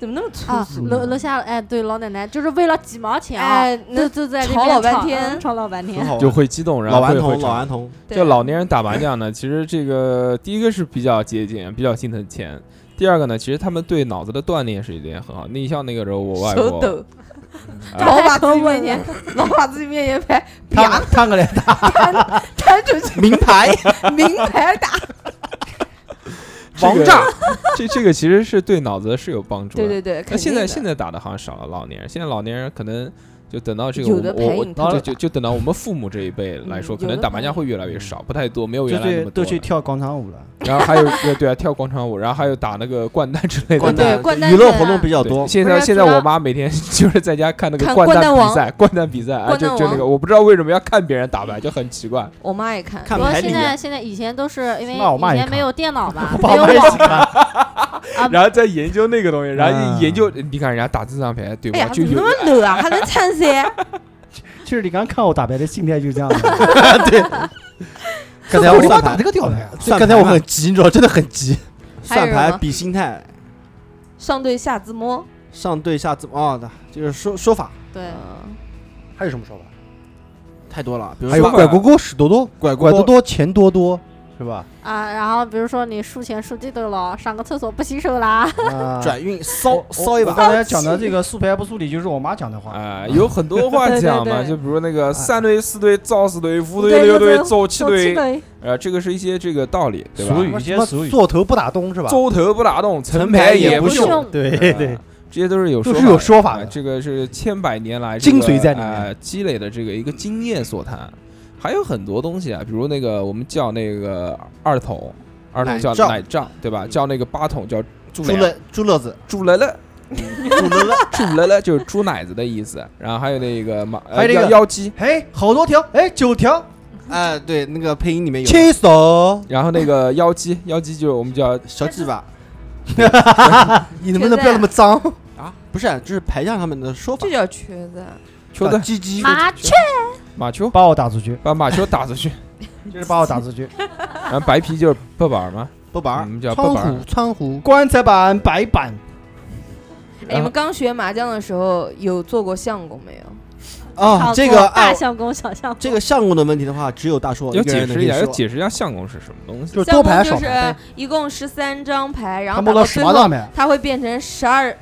Speaker 12: 怎么那么粗
Speaker 11: 啊
Speaker 12: 俗？
Speaker 11: 楼楼下哎，对老奶奶就是为了几毛钱啊
Speaker 12: 哎，那
Speaker 11: 都都在这
Speaker 12: 吵
Speaker 11: 边
Speaker 12: 老半
Speaker 11: 吵嗯
Speaker 12: 天
Speaker 11: 吵老半天，
Speaker 10: 就会激动，然后
Speaker 4: 老
Speaker 10: 会
Speaker 4: 顽童
Speaker 10: 会吵
Speaker 4: 老顽童
Speaker 10: 就老年人打麻将 呢，其实这个第一个是比较节俭，比较心疼钱。第二个呢，其实他们对脑子的锻炼是一点很好。你像那个时候，我外
Speaker 12: 手抖
Speaker 10: 婆，，
Speaker 12: 然
Speaker 11: 哎
Speaker 12: 后把自己面前，老把自己面前牌啪
Speaker 2: 看过来打，
Speaker 12: 弹出去，
Speaker 4: 名牌
Speaker 12: 名牌打，
Speaker 10: 这个
Speaker 12: 王炸，
Speaker 10: 这这个其实是对脑子是有帮助的。
Speaker 12: 对对
Speaker 10: 那
Speaker 12: 对肯
Speaker 10: 现
Speaker 12: 定
Speaker 10: 在
Speaker 12: 的
Speaker 10: 现在打的好像少了，老年人现在老年人可能就等到这个
Speaker 12: 有
Speaker 10: 我
Speaker 12: 的
Speaker 10: 们我
Speaker 12: 牌
Speaker 10: 我
Speaker 12: 瘾特
Speaker 10: 就
Speaker 12: 别
Speaker 10: 就就等到我们父母这一辈来说，
Speaker 12: 嗯
Speaker 10: 可
Speaker 12: 有
Speaker 10: 能
Speaker 12: 的
Speaker 10: 打
Speaker 12: 牌
Speaker 10: 麻将会越来越少，不太多，没有
Speaker 2: 就
Speaker 10: 原来那
Speaker 2: 去
Speaker 10: 么
Speaker 2: 都
Speaker 10: 多
Speaker 2: 去
Speaker 10: 了。
Speaker 2: 跳广场舞了。
Speaker 10: 然后还有对对啊，跳广场舞，然后还有打那 个掼蛋之类的，
Speaker 4: 掼 蛋对掼蛋娱乐活动比较多
Speaker 10: 对现
Speaker 4: 不
Speaker 10: 在
Speaker 4: 是
Speaker 10: 现在
Speaker 4: 主要
Speaker 10: 我妈每天 就是在家看那个
Speaker 12: 看
Speaker 10: 掼
Speaker 12: 掼蛋
Speaker 10: 比
Speaker 12: 王
Speaker 10: 赛，掼蛋比赛啊，
Speaker 12: 掼
Speaker 10: 就
Speaker 12: 蛋
Speaker 10: 就那个，
Speaker 12: 王
Speaker 10: 我不知道为什么要看别人打牌，就很奇怪。
Speaker 12: 我妈也看，
Speaker 10: 看
Speaker 11: 不过
Speaker 10: 牌理
Speaker 11: 现在
Speaker 10: 啊
Speaker 11: 现在以前都是因为
Speaker 10: 那我骂
Speaker 11: 以
Speaker 10: 你
Speaker 11: 前
Speaker 10: 看
Speaker 11: 没有电 脑嘛，
Speaker 10: 爸
Speaker 11: 没有
Speaker 10: 妈也
Speaker 11: 网
Speaker 10: 喜然后再研究那个东西，然后一研究，你看人家打这张牌，对
Speaker 12: 哎呀
Speaker 10: 吧？，就
Speaker 12: 怎么
Speaker 10: 有
Speaker 12: 那么 low 啊？还能参赛？
Speaker 2: 就是你刚看我打牌的心态就是这 样的。
Speaker 4: 刚才我
Speaker 2: 我
Speaker 4: 算
Speaker 2: 打
Speaker 4: 牌
Speaker 2: 这个吊牌啊，
Speaker 4: 算刚才我很急，你知道，真的很急。
Speaker 12: 还
Speaker 4: 算
Speaker 12: 有人
Speaker 4: 牌
Speaker 12: 吗
Speaker 4: 比心态，
Speaker 12: 上对下自摸，
Speaker 4: 上对下怎么啊的，就是说说法
Speaker 11: 对，
Speaker 3: 还有什么说法？
Speaker 4: 太多了，比如
Speaker 3: 还有
Speaker 4: 说
Speaker 3: 拐。锅锅屎多多，
Speaker 4: 拐
Speaker 3: 拐多多钱多多，是吧？
Speaker 11: 啊，然后比如说你数钱数地都了，上个厕所不洗手啦，
Speaker 4: 转运骚
Speaker 11: 骚一把
Speaker 2: 我刚才讲的这个素牌不素理，就是我妈讲的话
Speaker 10: 啊有很多话讲嘛，
Speaker 2: 对对对
Speaker 10: 就比如那个三对四对、赵四对、五
Speaker 2: 对
Speaker 10: 对、六
Speaker 2: 六对
Speaker 10: 走七
Speaker 2: 走七对，
Speaker 10: 呃，这个是一些这个道理，对吧？
Speaker 2: 俗语一些俗语
Speaker 10: 坐
Speaker 3: 头不打东是吧
Speaker 10: 周头不打洞，
Speaker 3: 成
Speaker 10: 牌
Speaker 3: 牌也
Speaker 10: 不
Speaker 3: 不用对
Speaker 10: 呃
Speaker 3: 对
Speaker 10: 这些都是有
Speaker 3: 都是有说
Speaker 10: 法的，呃这个是千百年来
Speaker 3: 嗯精髓在里面
Speaker 10: 面积累的这个一个经验所谈。还有很多东西啊，比如那个我们叫那个二筒，二筒叫
Speaker 4: 奶罩
Speaker 10: 奶罩，对吧？叫那个八筒叫猪
Speaker 4: 猪
Speaker 10: 肋
Speaker 4: 肋猪肋子，
Speaker 10: 猪肋肋。猪肋肋，猪肋肋就是 猪奶子的意思。然后还有那个马，呃
Speaker 4: 还有那个
Speaker 10: 腰腰肌，
Speaker 2: 哎，好多条，哎，九条，
Speaker 4: 哎，对，那个配音里面有
Speaker 10: 牵
Speaker 3: 手，
Speaker 10: 然后那个腰肌，腰肌就是我们叫
Speaker 4: 小鸡巴，
Speaker 3: 你
Speaker 4: 能不能不要那么脏啊？不是，就是排上他们的说法
Speaker 12: 这，叫瘸子。哎
Speaker 10: 球的
Speaker 4: 鸡鸡
Speaker 11: 麻雀，
Speaker 10: 马球
Speaker 2: 把我打出去，
Speaker 10: 把马球打出去，
Speaker 2: 就是把我打出去。
Speaker 10: 然后白皮就是不板儿嘛，
Speaker 4: 不板
Speaker 10: 儿，我们叫不板儿。
Speaker 3: 窗户
Speaker 2: 棺材板白板，
Speaker 12: 哎你们刚学麻将的时候有做过相公没有？
Speaker 4: 啊，这个
Speaker 11: 大
Speaker 4: 哎，
Speaker 11: 相公小相公，
Speaker 4: 这个相公的问题的话，只有大硕
Speaker 10: 要
Speaker 4: 个
Speaker 10: 解
Speaker 4: 人能
Speaker 10: 释
Speaker 4: 跟
Speaker 10: 一
Speaker 4: 你
Speaker 10: 下，要
Speaker 4: 说。
Speaker 10: 解释一下相公是什么东西？
Speaker 3: 就
Speaker 12: 相公就是一共十三张牌，然
Speaker 10: 他
Speaker 12: 后
Speaker 10: 摸
Speaker 12: 打
Speaker 10: 到
Speaker 12: 最
Speaker 10: 18
Speaker 12: 后
Speaker 10: 张没
Speaker 12: 它会变成十二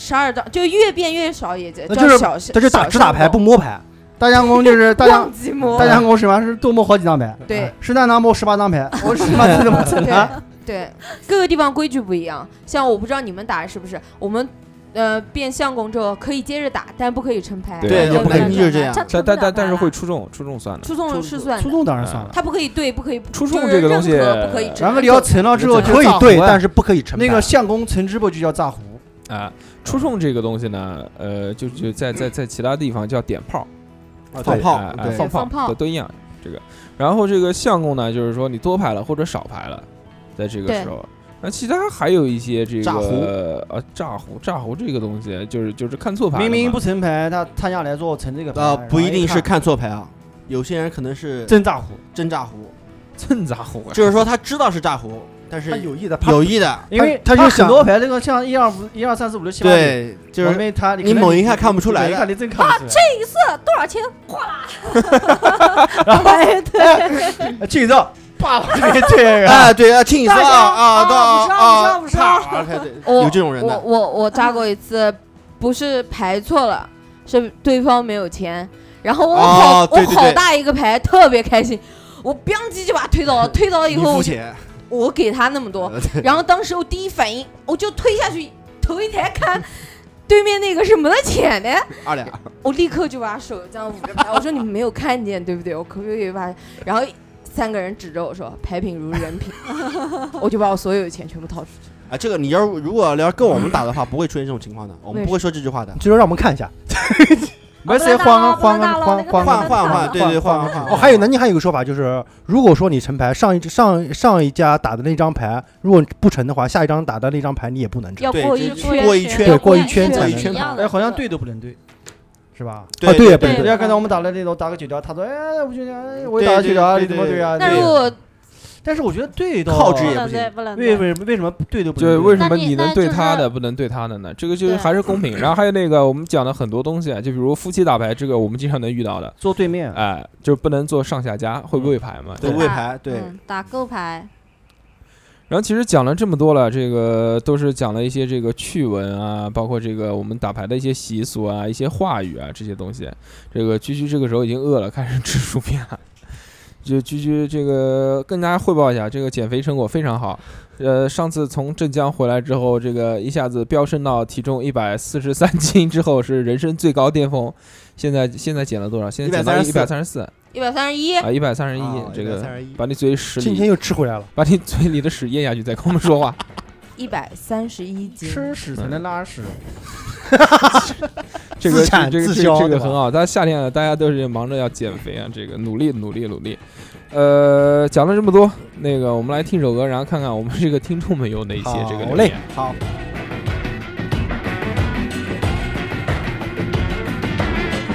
Speaker 12: 十二张，就越变越少，也就
Speaker 2: 那
Speaker 12: 叫
Speaker 2: 就是
Speaker 12: 小
Speaker 2: 那就打
Speaker 12: 小
Speaker 2: 只打牌
Speaker 12: 相公
Speaker 2: 不摸 牌。大相公 就是大相
Speaker 12: 忘记摸
Speaker 2: 大相公什么是多摸好几张牌，
Speaker 12: 对
Speaker 2: 十三张摸十八张牌，我十八张 怎么整啊？
Speaker 12: 对，各个地方规矩不一样。像我不知道你们打是不是，我们呃变相公之后可以接着打，但不可以成牌。
Speaker 10: 也
Speaker 12: 不可以
Speaker 10: 但但但
Speaker 11: 啊
Speaker 10: 但是会出众，出众算的。啊
Speaker 12: 出众是算的，
Speaker 2: 出众当然算了
Speaker 12: 它不可以对，不可以出
Speaker 10: 众这个东西
Speaker 12: 不可以。
Speaker 2: 然后你要成了之后就
Speaker 10: 可以
Speaker 2: 炸胡
Speaker 10: 对
Speaker 2: 啊
Speaker 10: 但是不可以成
Speaker 2: 那
Speaker 10: 牌
Speaker 2: 个相公成之后就叫炸胡，
Speaker 10: 啊，出众这个东西呢，呃，就就在在在其他地方叫点炮，
Speaker 4: 啊
Speaker 10: 对
Speaker 4: 放炮
Speaker 10: 哎哎
Speaker 4: 对
Speaker 10: 放
Speaker 4: 放炮
Speaker 10: 都都一样。这个，然后这个相公呢，就是说你多排了或者少排了，在这个
Speaker 4: 对
Speaker 10: 时候。那其他还有一些这
Speaker 2: 炸胡
Speaker 10: 个呃炸胡炸胡这个东西，就是就是看错牌了嘛，
Speaker 2: 明明不成牌，他摊下来说我成这个牌，
Speaker 4: 啊，
Speaker 2: 哎然后
Speaker 4: 不一定是
Speaker 2: 看
Speaker 4: 看错牌啊，有些人可能是
Speaker 2: 真炸胡，
Speaker 4: 真炸胡，
Speaker 10: 蹭炸胡啊，
Speaker 4: 就是说他知道是炸胡，但是
Speaker 2: 他有意的
Speaker 4: 有意的，
Speaker 2: 因为
Speaker 4: 他
Speaker 2: 很多牌，这个像一二五、一二三四五六七八，
Speaker 4: 对就
Speaker 2: 九
Speaker 4: 是
Speaker 2: 我没他，
Speaker 4: 你猛一看看不出来的
Speaker 2: 一看你真看
Speaker 3: 啊
Speaker 2: 不出来。
Speaker 11: 这一次多少钱？哗啦，
Speaker 2: 然后
Speaker 11: 哎
Speaker 2: 对，庆 照，爸爸这边这人，
Speaker 4: 哎，对啊，庆一次啊
Speaker 2: 大家
Speaker 4: 啊，对
Speaker 2: 啊
Speaker 4: 啊啊，
Speaker 2: 不
Speaker 12: 知道
Speaker 4: 啪
Speaker 12: 不知道
Speaker 4: 开对
Speaker 12: 我
Speaker 4: 有这种人
Speaker 12: 我
Speaker 4: 的，
Speaker 12: 我我扎过一次，不是牌错了，是对方没有钱。然后我好、
Speaker 4: 哦对对
Speaker 12: 我好
Speaker 4: 对
Speaker 12: 大一个牌，特别开心，我吧唧就把他推倒了，推倒以
Speaker 4: 你
Speaker 12: 后
Speaker 4: 付
Speaker 12: 我就
Speaker 4: 钱，
Speaker 12: 我给他那么多
Speaker 4: 对，
Speaker 12: 然后当时我第一反应我就推下去，头一抬看，对面那个是没得钱的，
Speaker 4: 二两，啊
Speaker 12: 我立刻就把手这样捂着牌，我说你们没有看见对不对？我可不可以把？然后三个人指着我说牌品如人品， 我就把我所有的钱全部掏出去。
Speaker 4: 啊，这个你要如果要跟我们打的话，不会出现这种情况的，我们不会说这句话的。
Speaker 3: 就说让我们看一下，没谁慌啊慌啊慌慌
Speaker 4: 换换换，对对换换换。
Speaker 2: 啊
Speaker 3: 哦，还有南京还有一个说法就是，如果说你成牌，上一上上一家打的那张牌，如果不成的话，下一张打的那张牌你也不能成，
Speaker 11: 要
Speaker 4: 对
Speaker 11: 过
Speaker 4: 这
Speaker 11: 一
Speaker 4: 这
Speaker 11: 圈
Speaker 4: 过一圈
Speaker 3: 对，
Speaker 11: 过
Speaker 3: 过
Speaker 11: 一
Speaker 3: 一 圈
Speaker 11: 圈
Speaker 3: 才
Speaker 11: 一
Speaker 3: 能
Speaker 11: 圈
Speaker 3: 成。
Speaker 11: 样的
Speaker 2: 哎，好像对都不能对，是吧？
Speaker 3: 啊，对也不
Speaker 2: 对
Speaker 3: 能
Speaker 2: 对
Speaker 3: 对
Speaker 2: 呀，刚才我们打了那种打个九条，他说哎，我就哎，我打个九条啊，你怎么对啊？
Speaker 11: 那如果
Speaker 2: 但是我觉得对到
Speaker 4: 靠之
Speaker 11: 不
Speaker 4: 也
Speaker 11: 能
Speaker 4: 不
Speaker 11: 对
Speaker 4: 行。
Speaker 11: 不能
Speaker 2: 为
Speaker 11: 对，
Speaker 2: 为为什么对都不
Speaker 10: 就是
Speaker 2: 能
Speaker 10: 为
Speaker 2: 对？
Speaker 10: 什么
Speaker 11: 那你
Speaker 10: 你能
Speaker 11: 那
Speaker 10: 对
Speaker 11: 就是
Speaker 10: 他的，不能对他的呢？这个就是
Speaker 11: 对
Speaker 10: 还是公平。然后还有那个，我们讲的很多东西，啊，就比如夫妻打牌，这个我们经常能遇到的，
Speaker 2: 坐 对面，
Speaker 10: 哎，就不能做上下家，会不会牌嘛？
Speaker 4: 对
Speaker 11: 打
Speaker 4: 位牌，对
Speaker 11: 嗯打够牌，
Speaker 10: 然后其实讲了这么多了，这个都是讲了一些这个趣闻啊，包括这个我们打牌的一些习俗啊、一些话语啊这些东西。这个居居这个时候已经饿了，开始吃薯片了。 就居居这个跟大家汇报一下，这个减肥成果非常好。呃，上次从镇江回来之后，这个一下子飙升到体重一百四十三斤之后是人生最高巅峰。现在现在减了多少？现在减到一百三十四
Speaker 12: 一百三十一，
Speaker 10: 啊，一百三十一
Speaker 4: 哦。
Speaker 10: 这个
Speaker 4: 131
Speaker 10: 把你嘴屎
Speaker 3: 今天
Speaker 10: 里
Speaker 3: 又吃回来了，
Speaker 10: 把你嘴里的屎咽下去，再跟我们说话。
Speaker 12: 一百三十一斤，
Speaker 2: 吃屎才能拉屎，
Speaker 10: 这个
Speaker 3: 自产
Speaker 10: 这个
Speaker 3: 自
Speaker 10: 这
Speaker 3: 销
Speaker 10: 个这
Speaker 3: 对
Speaker 10: 个
Speaker 3: 吧
Speaker 10: 很好。大家夏天了，啊大家都是忙着要减肥啊，这个努力努力努力。呃，讲了这么多，那个我们来听首歌，然后看看我们这个听众们有哪些这个
Speaker 3: 好
Speaker 10: 留
Speaker 3: 嘞
Speaker 10: 言。，
Speaker 3: 好，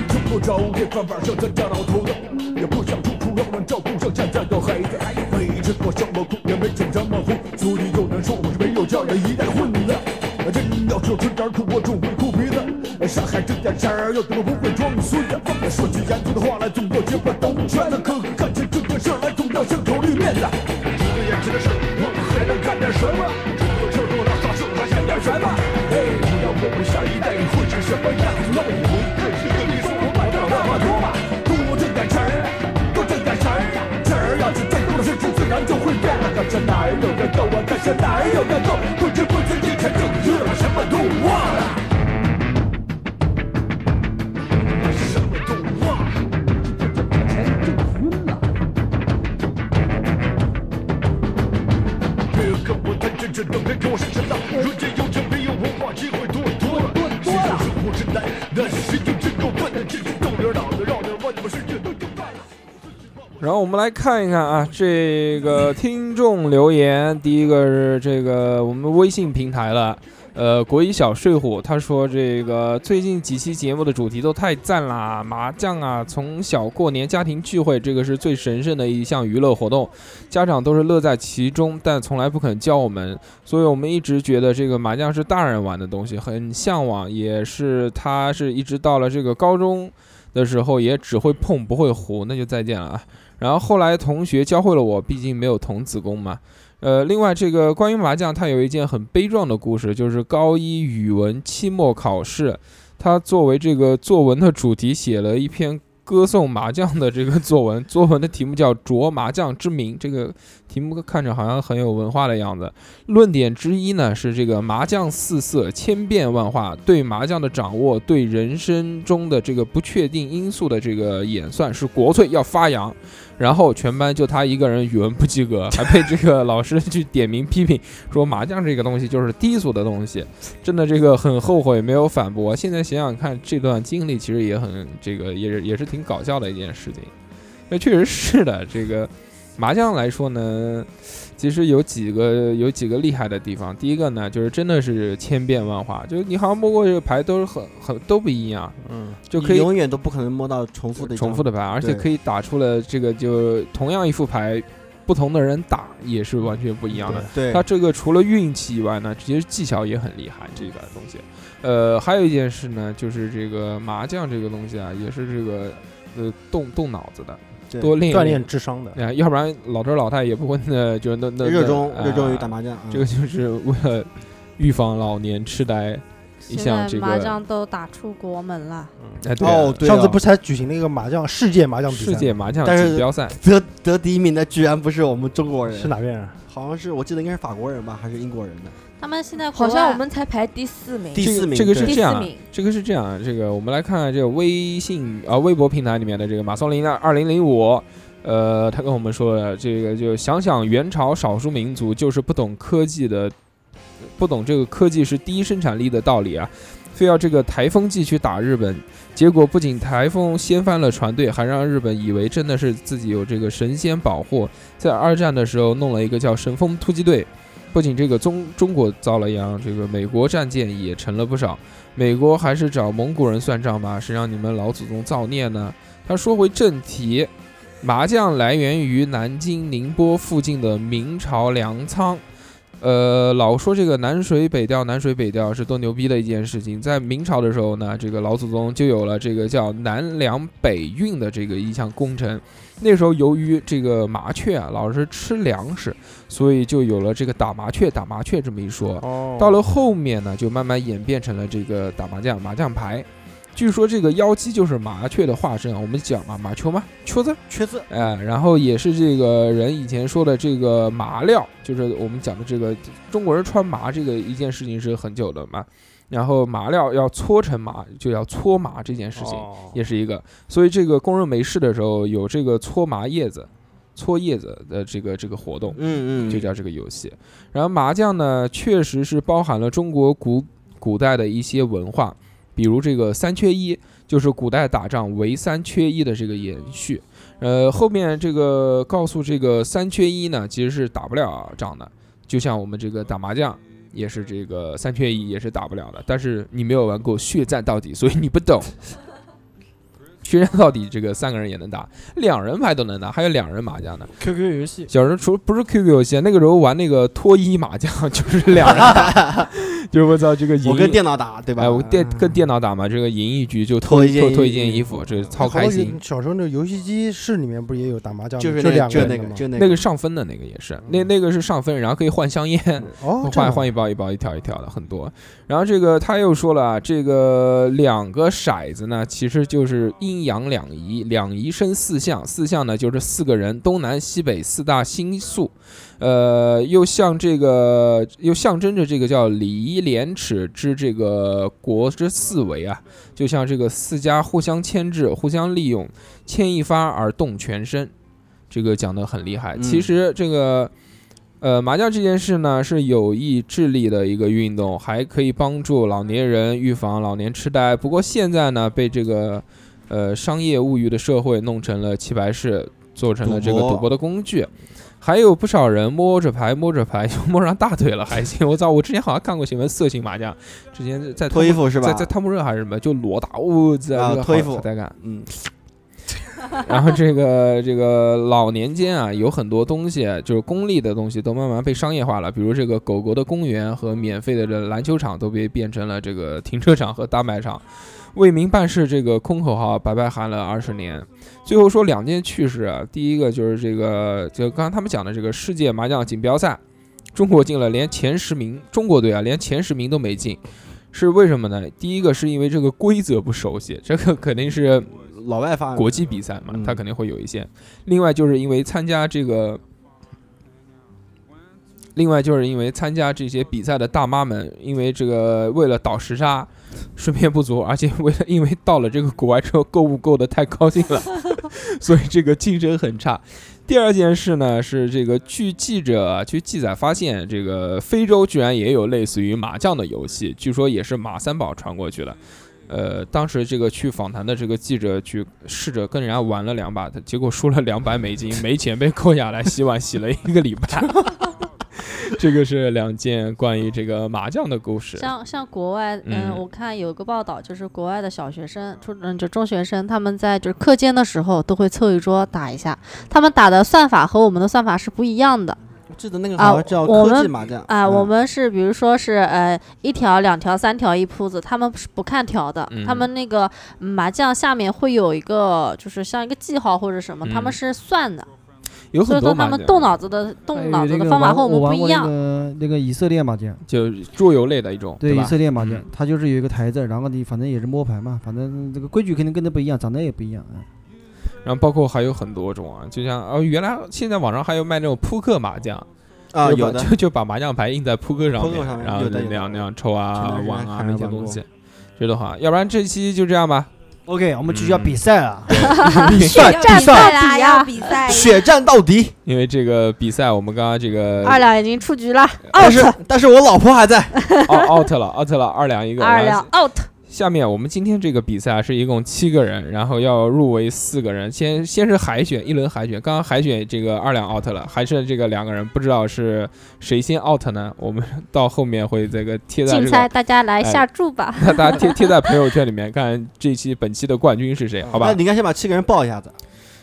Speaker 8: 吃不着午夜饭，晚上在家挠头疼，也不想处处让人照顾上现在的孩子，没吃过什么苦，也没吃什么苦，所以有人说我是没有教的一代混子。真要是吃点苦，我就会哭鼻子。上海这件事儿，要怎么不会装孙子？说起严肃的话来，总要结巴兜圈子。可干起这件事儿来，总要像头绿面子。除了眼前的事，我们还能干点什么？除了吃多了啥事，还想点什么？哎，不要我们下一代会是什么样子？让我们自己的你说我买点那么多吧，多挣点钱儿，多挣点钱儿，钱儿要是挣多了，身体自然就会变了。可是哪有个够啊？可是哪有个够？不知不觉一天就热了，什么都忘了，什么都忘了。钱挣晕了。别看我太天真了，别看我是神了，如今有钱没有文化，机会多多了，多多了。生活之难，那谁就真够笨的，真是动点脑子，让点弯，你们世界都就败了。
Speaker 10: 然后我们来看一看啊，这个听众留言，第一个是这个我们微信平台了。呃，国一小睡虎他说：“这个最近几期节目的主题都太赞啦，麻将啊，从小过年家庭聚会，这个是最神圣的一项娱乐活动，家长都是乐在其中，但从来不肯教我们，所以我们一直觉得这个麻将是大人玩的东西，很向往，也是他是一直到了这个高中的时候也只会碰不会胡，那就再见了啊。然后后来同学教会了我，毕竟没有童子功嘛。呃，另外这个关于麻将，它有一件很悲壮的故事，就是高一语文期末考试，他作为这个作文的主题写了一篇歌颂麻将的这个作文，作文的题目叫《酌麻将之名》，这个题目看着好像很有文化的样子。论点之一呢是这个麻将四色千变万化，对麻将的掌握，对人生中的这个不确定因素的这个演算是国粹，要发扬。然后全班就他一个人语文不及格，还被这个老师去点名批评，说麻将这个东西就是低俗的东西，真的这个很后悔没有反驳。现在想想看，这段经历其实也很这个也是也是挺搞笑的一件事情，那确实是的。这个麻将来说呢，其实有几个有几个厉害的地方。第一个呢，就是真的是千变万化，就是你好像摸过这个牌都是很很都不一样，
Speaker 4: 嗯，
Speaker 10: 就可以
Speaker 4: 永远都不可能摸到重复的一张
Speaker 10: 重复的牌，而且
Speaker 4: 对
Speaker 10: 可以打出了这个就同样一副牌，不同的人打也是完全不一样的。
Speaker 4: 对
Speaker 10: 它，这个除了运气以外呢，其实技巧也很厉害，这个东西。呃，还有一件事呢，就是这个麻将这个东西啊，也是这个呃动动脑子的，
Speaker 4: 对
Speaker 10: 多练
Speaker 3: 锻炼智商的，
Speaker 10: 啊，要不然老头儿老太也不会那就那那
Speaker 4: 热衷
Speaker 10: 那
Speaker 4: 热衷于
Speaker 10: 啊
Speaker 4: 打麻将，嗯
Speaker 10: 这个就是为了预防老年痴呆一
Speaker 11: 现
Speaker 10: 项
Speaker 11: 在
Speaker 10: 这
Speaker 11: 麻
Speaker 10: 个
Speaker 11: 将都打出国门了，
Speaker 10: 哎对啊
Speaker 4: 哦，对啊
Speaker 3: 上次不是才举行了一个麻将世界麻将比赛吗，
Speaker 10: 世界麻将
Speaker 4: 但
Speaker 10: 锦
Speaker 4: 是
Speaker 10: 标赛，
Speaker 4: 得得第一名的居然不是我们中国人，
Speaker 3: 是哪边啊人？
Speaker 4: 好像是我记得应该是法国人吧，还是英国人的？
Speaker 11: 他们现在
Speaker 12: 好
Speaker 11: 国
Speaker 12: 像
Speaker 11: 外
Speaker 12: 我们才排第四名，
Speaker 4: 第四名
Speaker 10: 这个是
Speaker 4: 对
Speaker 10: 这样
Speaker 12: 第
Speaker 10: 啊
Speaker 12: 四名，
Speaker 10: 这个是这样啊，这个我们来看看这个微信啊、微博平台里面的这个马松林的二零零五，呃，他跟我们说了，这个就想想元朝少数民族就是不懂科技的，不懂这个科技是低生产力的道理啊，非要这个台风季去打日本，结果不仅台风掀翻了船队，还让日本以为真的是自己有这个神仙保护，在二战的时候弄了一个叫神风突击队。不仅这个中中国遭了殃，这个美国战舰也沉了不少。美国还是找蒙古人算账吧，谁让你们老祖宗造孽呢？他说回正题，麻将来源于南京、宁波附近的明朝粮仓。呃，老说这个南水北调，南水北调是多牛逼的一件事情。在明朝的时候呢，这个老祖宗就有了这个叫南粮北运的这个一项工程。那时候由于这个麻雀啊，老是吃粮食，所以就有了这个打麻雀、打麻雀这么一说。
Speaker 4: 哦
Speaker 10: 到了后面呢，就慢慢演变成了这个打麻将、麻将牌。据说这个幺七就是麻雀的化身啊，我们讲嘛，麻雀嘛，雀子，
Speaker 4: 缺字
Speaker 10: 哎，然后也是这个人以前说的这个麻料，就是我们讲的这个中国人穿麻这个一件事情是很久的嘛。然后麻料要搓成麻，就要搓麻这件事情
Speaker 4: 哦
Speaker 10: 也是一个。所以这个工人没事的时候有这个搓麻叶子、搓叶子的这个这个活动，
Speaker 4: 嗯嗯
Speaker 10: 就叫这个游戏。然后麻将呢，确实是包含了中国古古代的一些文化，比如这个三缺一，就是古代打仗唯三缺一的这个延续。呃，后面这个告诉这个三缺一呢，其实是打不了仗的，就像我们这个打麻将。也是这个三缺一也是打不了的，但是你没有玩过血战到底，所以你不懂。血战到底，这个三个人也能打，两人牌都能打，还有两人麻将呢。
Speaker 2: QQ 游戏，
Speaker 10: 小时候除不是 QQ 游戏，那个时候玩那个脱衣麻将， 就是两人 打，就是我操这个赢
Speaker 4: 我跟电脑打对吧
Speaker 10: 哎，我电跟电脑打嘛，这个赢一局就
Speaker 4: 脱
Speaker 10: 脱
Speaker 4: 一件
Speaker 10: 脱脱
Speaker 4: 衣
Speaker 10: 一件衣服，这超开心。。
Speaker 3: 小时候那个游戏机室里面不是也有打麻将的，
Speaker 4: 就是那
Speaker 3: 两个
Speaker 4: 就
Speaker 3: 人
Speaker 4: 那
Speaker 3: 的
Speaker 4: 个
Speaker 3: 吗
Speaker 4: 就那
Speaker 10: 那个上分的那个也是，那那个是上分，然后可以换香烟，
Speaker 3: 哦这
Speaker 10: 换
Speaker 3: 样
Speaker 10: 换一包一包一条一条的很多。然后这个他又说了啊，这个两个骰子呢，其实就是阴阳两仪，两仪生四象，四象呢就是四个人，东南西北四大星宿，呃，又像这个又象征着这个叫礼仪廉耻之这个国之四维啊，就像这个四家互相牵制、互相利用，牵一发而动全身，这个讲的很厉害。
Speaker 4: 嗯
Speaker 10: 其实这个。呃，麻将这件事呢是有益智力的一个运动，还可以帮助老年人预防老年痴呆。不过现在呢，被这个呃商业物欲的社会弄成了棋牌室，做成了这个
Speaker 4: 赌博
Speaker 10: 赌博的工具。还有不少人摸着牌摸着牌就 摸上大腿了，还行。我操！我之前好像看过新闻，色情麻将，之前在
Speaker 4: 脱衣服是吧
Speaker 10: 在在汤姆热还是什么，就裸打，哦我操！
Speaker 4: 啊
Speaker 10: 这个
Speaker 4: 脱衣
Speaker 10: 好
Speaker 4: 服
Speaker 10: 好带感，
Speaker 4: 嗯。
Speaker 10: 然后这个这个老年间啊，有很多东西就是公立的东西都慢慢被商业化了，比如这个狗狗的公园和免费的这篮球场都被变成了这个停车场和大卖场。为民办事这个空口号白白喊了二十年。最后说两件趣事啊，第一个就是这个，就刚刚他们讲的这个世界麻将锦标赛，中国进了连前十名，中国队啊连前十名都没进，是为什么呢？第一个是因为这个规则不熟悉，这个肯定是
Speaker 4: 老外发
Speaker 10: 国际比赛嘛
Speaker 4: 嗯，
Speaker 10: 他肯定会有一些。另外就是因为参加这个。另外，就是因为参加这些比赛的大妈们，因为这个为了倒时差，睡眠不足，而且为了因为到了这个国外之后购物购的太高兴了，所以这个精神很差。第二件事呢是这个，据记者啊去记载发现，这个非洲居然也有类似于麻将的游戏，据说也是马三宝传过去的。呃，当时这个去访谈的这个记者去试着跟人家玩了两把，他结果输了两百美金，没钱被扣下来洗碗，洗了一个礼拜。 这个是两件关于这个麻将的故事。
Speaker 11: 像像国外，嗯，
Speaker 10: 嗯
Speaker 11: 我看有个报道，就是国外的小学生、初嗯就中学生，他们在就是课间的时候都会凑一桌打一下，他们打的算法和我们的算法是不一样的。
Speaker 4: 我记得那个
Speaker 11: 啊
Speaker 4: 好像叫
Speaker 11: 我
Speaker 4: 科技
Speaker 11: 们
Speaker 4: 麻将
Speaker 11: 啊，
Speaker 4: 嗯
Speaker 11: 我们是比如说是呃一条、两条、三条一铺子，他们是不看条的，他
Speaker 10: 嗯
Speaker 11: 们那个麻将下面会有一个就是像一个记号或者什么，他们
Speaker 10: 嗯
Speaker 11: 是算的。
Speaker 10: 有
Speaker 11: 所
Speaker 10: 很
Speaker 11: 以
Speaker 10: 多
Speaker 11: 说他
Speaker 10: 麻
Speaker 11: 们
Speaker 10: 将，
Speaker 11: 动脑子的
Speaker 2: 还
Speaker 11: 动
Speaker 2: 有哎
Speaker 11: 脑
Speaker 2: 那
Speaker 11: 子的
Speaker 2: 个
Speaker 11: 方法
Speaker 2: 玩
Speaker 11: 和
Speaker 2: 我
Speaker 11: 们不
Speaker 2: 玩
Speaker 11: 一
Speaker 2: 过那
Speaker 11: 样。
Speaker 2: 个那个以色列麻将，
Speaker 10: 就是桌游类的一种，
Speaker 2: 对嗯以
Speaker 10: 吧
Speaker 2: 色？列麻将，它就是有一个台子，然后你反正也是摸牌嘛，反正这个规矩肯定跟那不一样，长得也不一样。嗯
Speaker 10: 然后包括还有很多种啊，就像哦，原来现在网上还有卖那种扑克麻将
Speaker 4: 啊
Speaker 10: 就把
Speaker 4: 有的
Speaker 10: 就就 把麻将牌印在扑克上
Speaker 4: 扑克
Speaker 10: 面，
Speaker 4: 上面
Speaker 10: 然后
Speaker 4: 有的
Speaker 10: 就
Speaker 4: 有
Speaker 10: 那
Speaker 4: 的
Speaker 10: 样那样抽
Speaker 4: 前
Speaker 10: 啊
Speaker 4: 段时间
Speaker 10: 玩啊
Speaker 4: 还没
Speaker 10: 那些
Speaker 4: 玩
Speaker 10: 东
Speaker 4: 过
Speaker 10: 西，这的话，要不然这期就这样吧。
Speaker 2: OK，我们继续要比赛了，
Speaker 10: 比
Speaker 2: 赛
Speaker 11: 血战到底呀！
Speaker 12: 哎比赛
Speaker 4: 血战到底。
Speaker 10: 因为这个比赛，我们刚刚这个
Speaker 11: 二两已经出局了，
Speaker 4: 但是但是我老婆还在，
Speaker 10: out out 了 out 了二两一个，
Speaker 11: 二
Speaker 10: 然
Speaker 11: 两
Speaker 10: 后
Speaker 11: out。
Speaker 10: 下面我们今天这个比赛是一共七个人，然后要入围四个人，先先是海选一轮海选，刚刚海选这个二两 out 了，还剩这个两个人，不知道是谁先 out 呢？我们到后面会这个贴在
Speaker 11: 竞
Speaker 10: 这个，
Speaker 11: 猜，大家来
Speaker 10: 哎
Speaker 11: 下注吧。
Speaker 10: 那大家贴贴在朋友圈里面，看这期本期的冠军是谁，好吧
Speaker 4: 那？你应该先把七个人报一下子，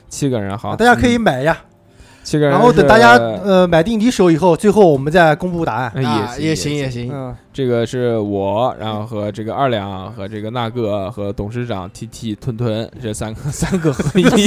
Speaker 10: 七个人好，
Speaker 3: 大家可以
Speaker 10: 嗯
Speaker 3: 买呀，
Speaker 10: 七个人，
Speaker 3: 然后等大家呃买定离手以后，最后我们再公布答案。
Speaker 10: 哎
Speaker 4: 啊
Speaker 10: 也
Speaker 4: 也
Speaker 10: 行
Speaker 4: 行也行，
Speaker 3: 嗯，
Speaker 10: 这个是我，然后和这个二两和这个那个和董事长 T T 吞吞这三个三个合一，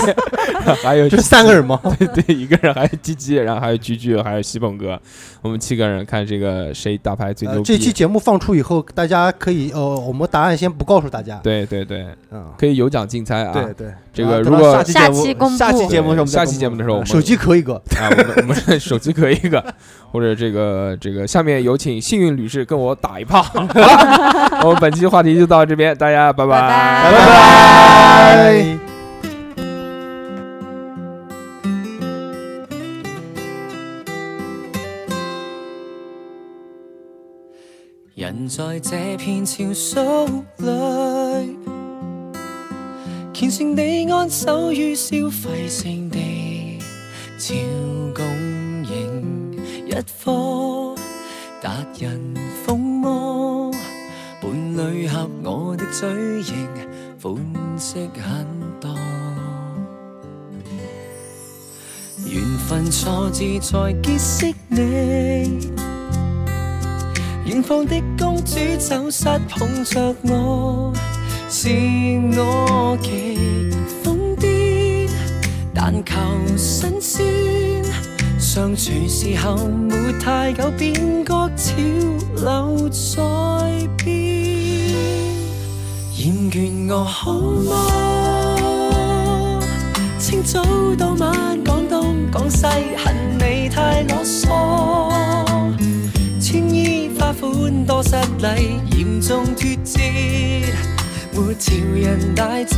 Speaker 10: 还有
Speaker 3: 这
Speaker 10: 鸡鸡
Speaker 3: 三个人吗？
Speaker 10: 对对，一个人还有鸡鸡，然后还有菊菊，还有西本哥，我们七个人看这个谁打牌最
Speaker 3: 呃
Speaker 10: 牛逼。
Speaker 3: 这期节目放出以后，大家可以呃，我们答案先不告诉大家。
Speaker 10: 对对对，
Speaker 3: 嗯，
Speaker 10: 可以有奖竞猜啊。
Speaker 3: 对对，
Speaker 10: 这
Speaker 4: 然
Speaker 10: 个
Speaker 4: 后
Speaker 10: 如
Speaker 4: 等到
Speaker 10: 果
Speaker 4: 下期节目
Speaker 11: 下期公布
Speaker 4: 下期节目的时候我们再
Speaker 10: 下期节目的时候我
Speaker 3: 呃
Speaker 10: 们
Speaker 3: 手机壳一个，
Speaker 10: 啊，我们我们手机壳一个，或者这个这个，下面有请幸运女士跟我打一炮。 好了，我们本期话题就到这边，大家拜拜
Speaker 11: 拜
Speaker 3: 拜拜。
Speaker 6: 人在這片潮騷裏，虔誠地安守於消費性地照供應一科達人風魔，伴侶合我的嘴型，款式很多。緣分錯字才結識你。遠方的公主走失，捧着我，是我極瘋癲，但求新鮮。相處時候沒太久，便覺潮流在變，厭倦我好麼？清早到晚講東講西，恨你太囉嗦。穿衣花款多失禮，嚴重脱節，沒潮人大志。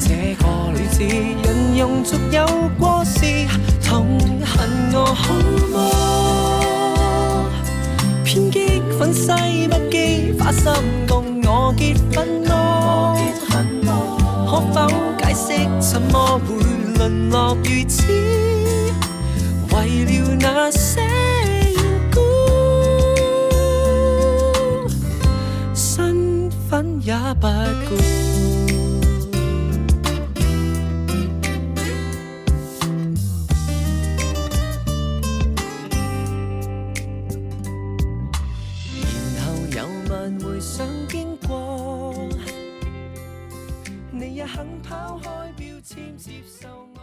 Speaker 6: 這個女子人用俗有過時，痛恨我好麼？偏激憤世不羈，花心共我結婚咯。可否解釋怎麼會淪落如此？為了那些緣故，身份也不顧。然後有晚回想經過，你也肯拋開標籤接受我。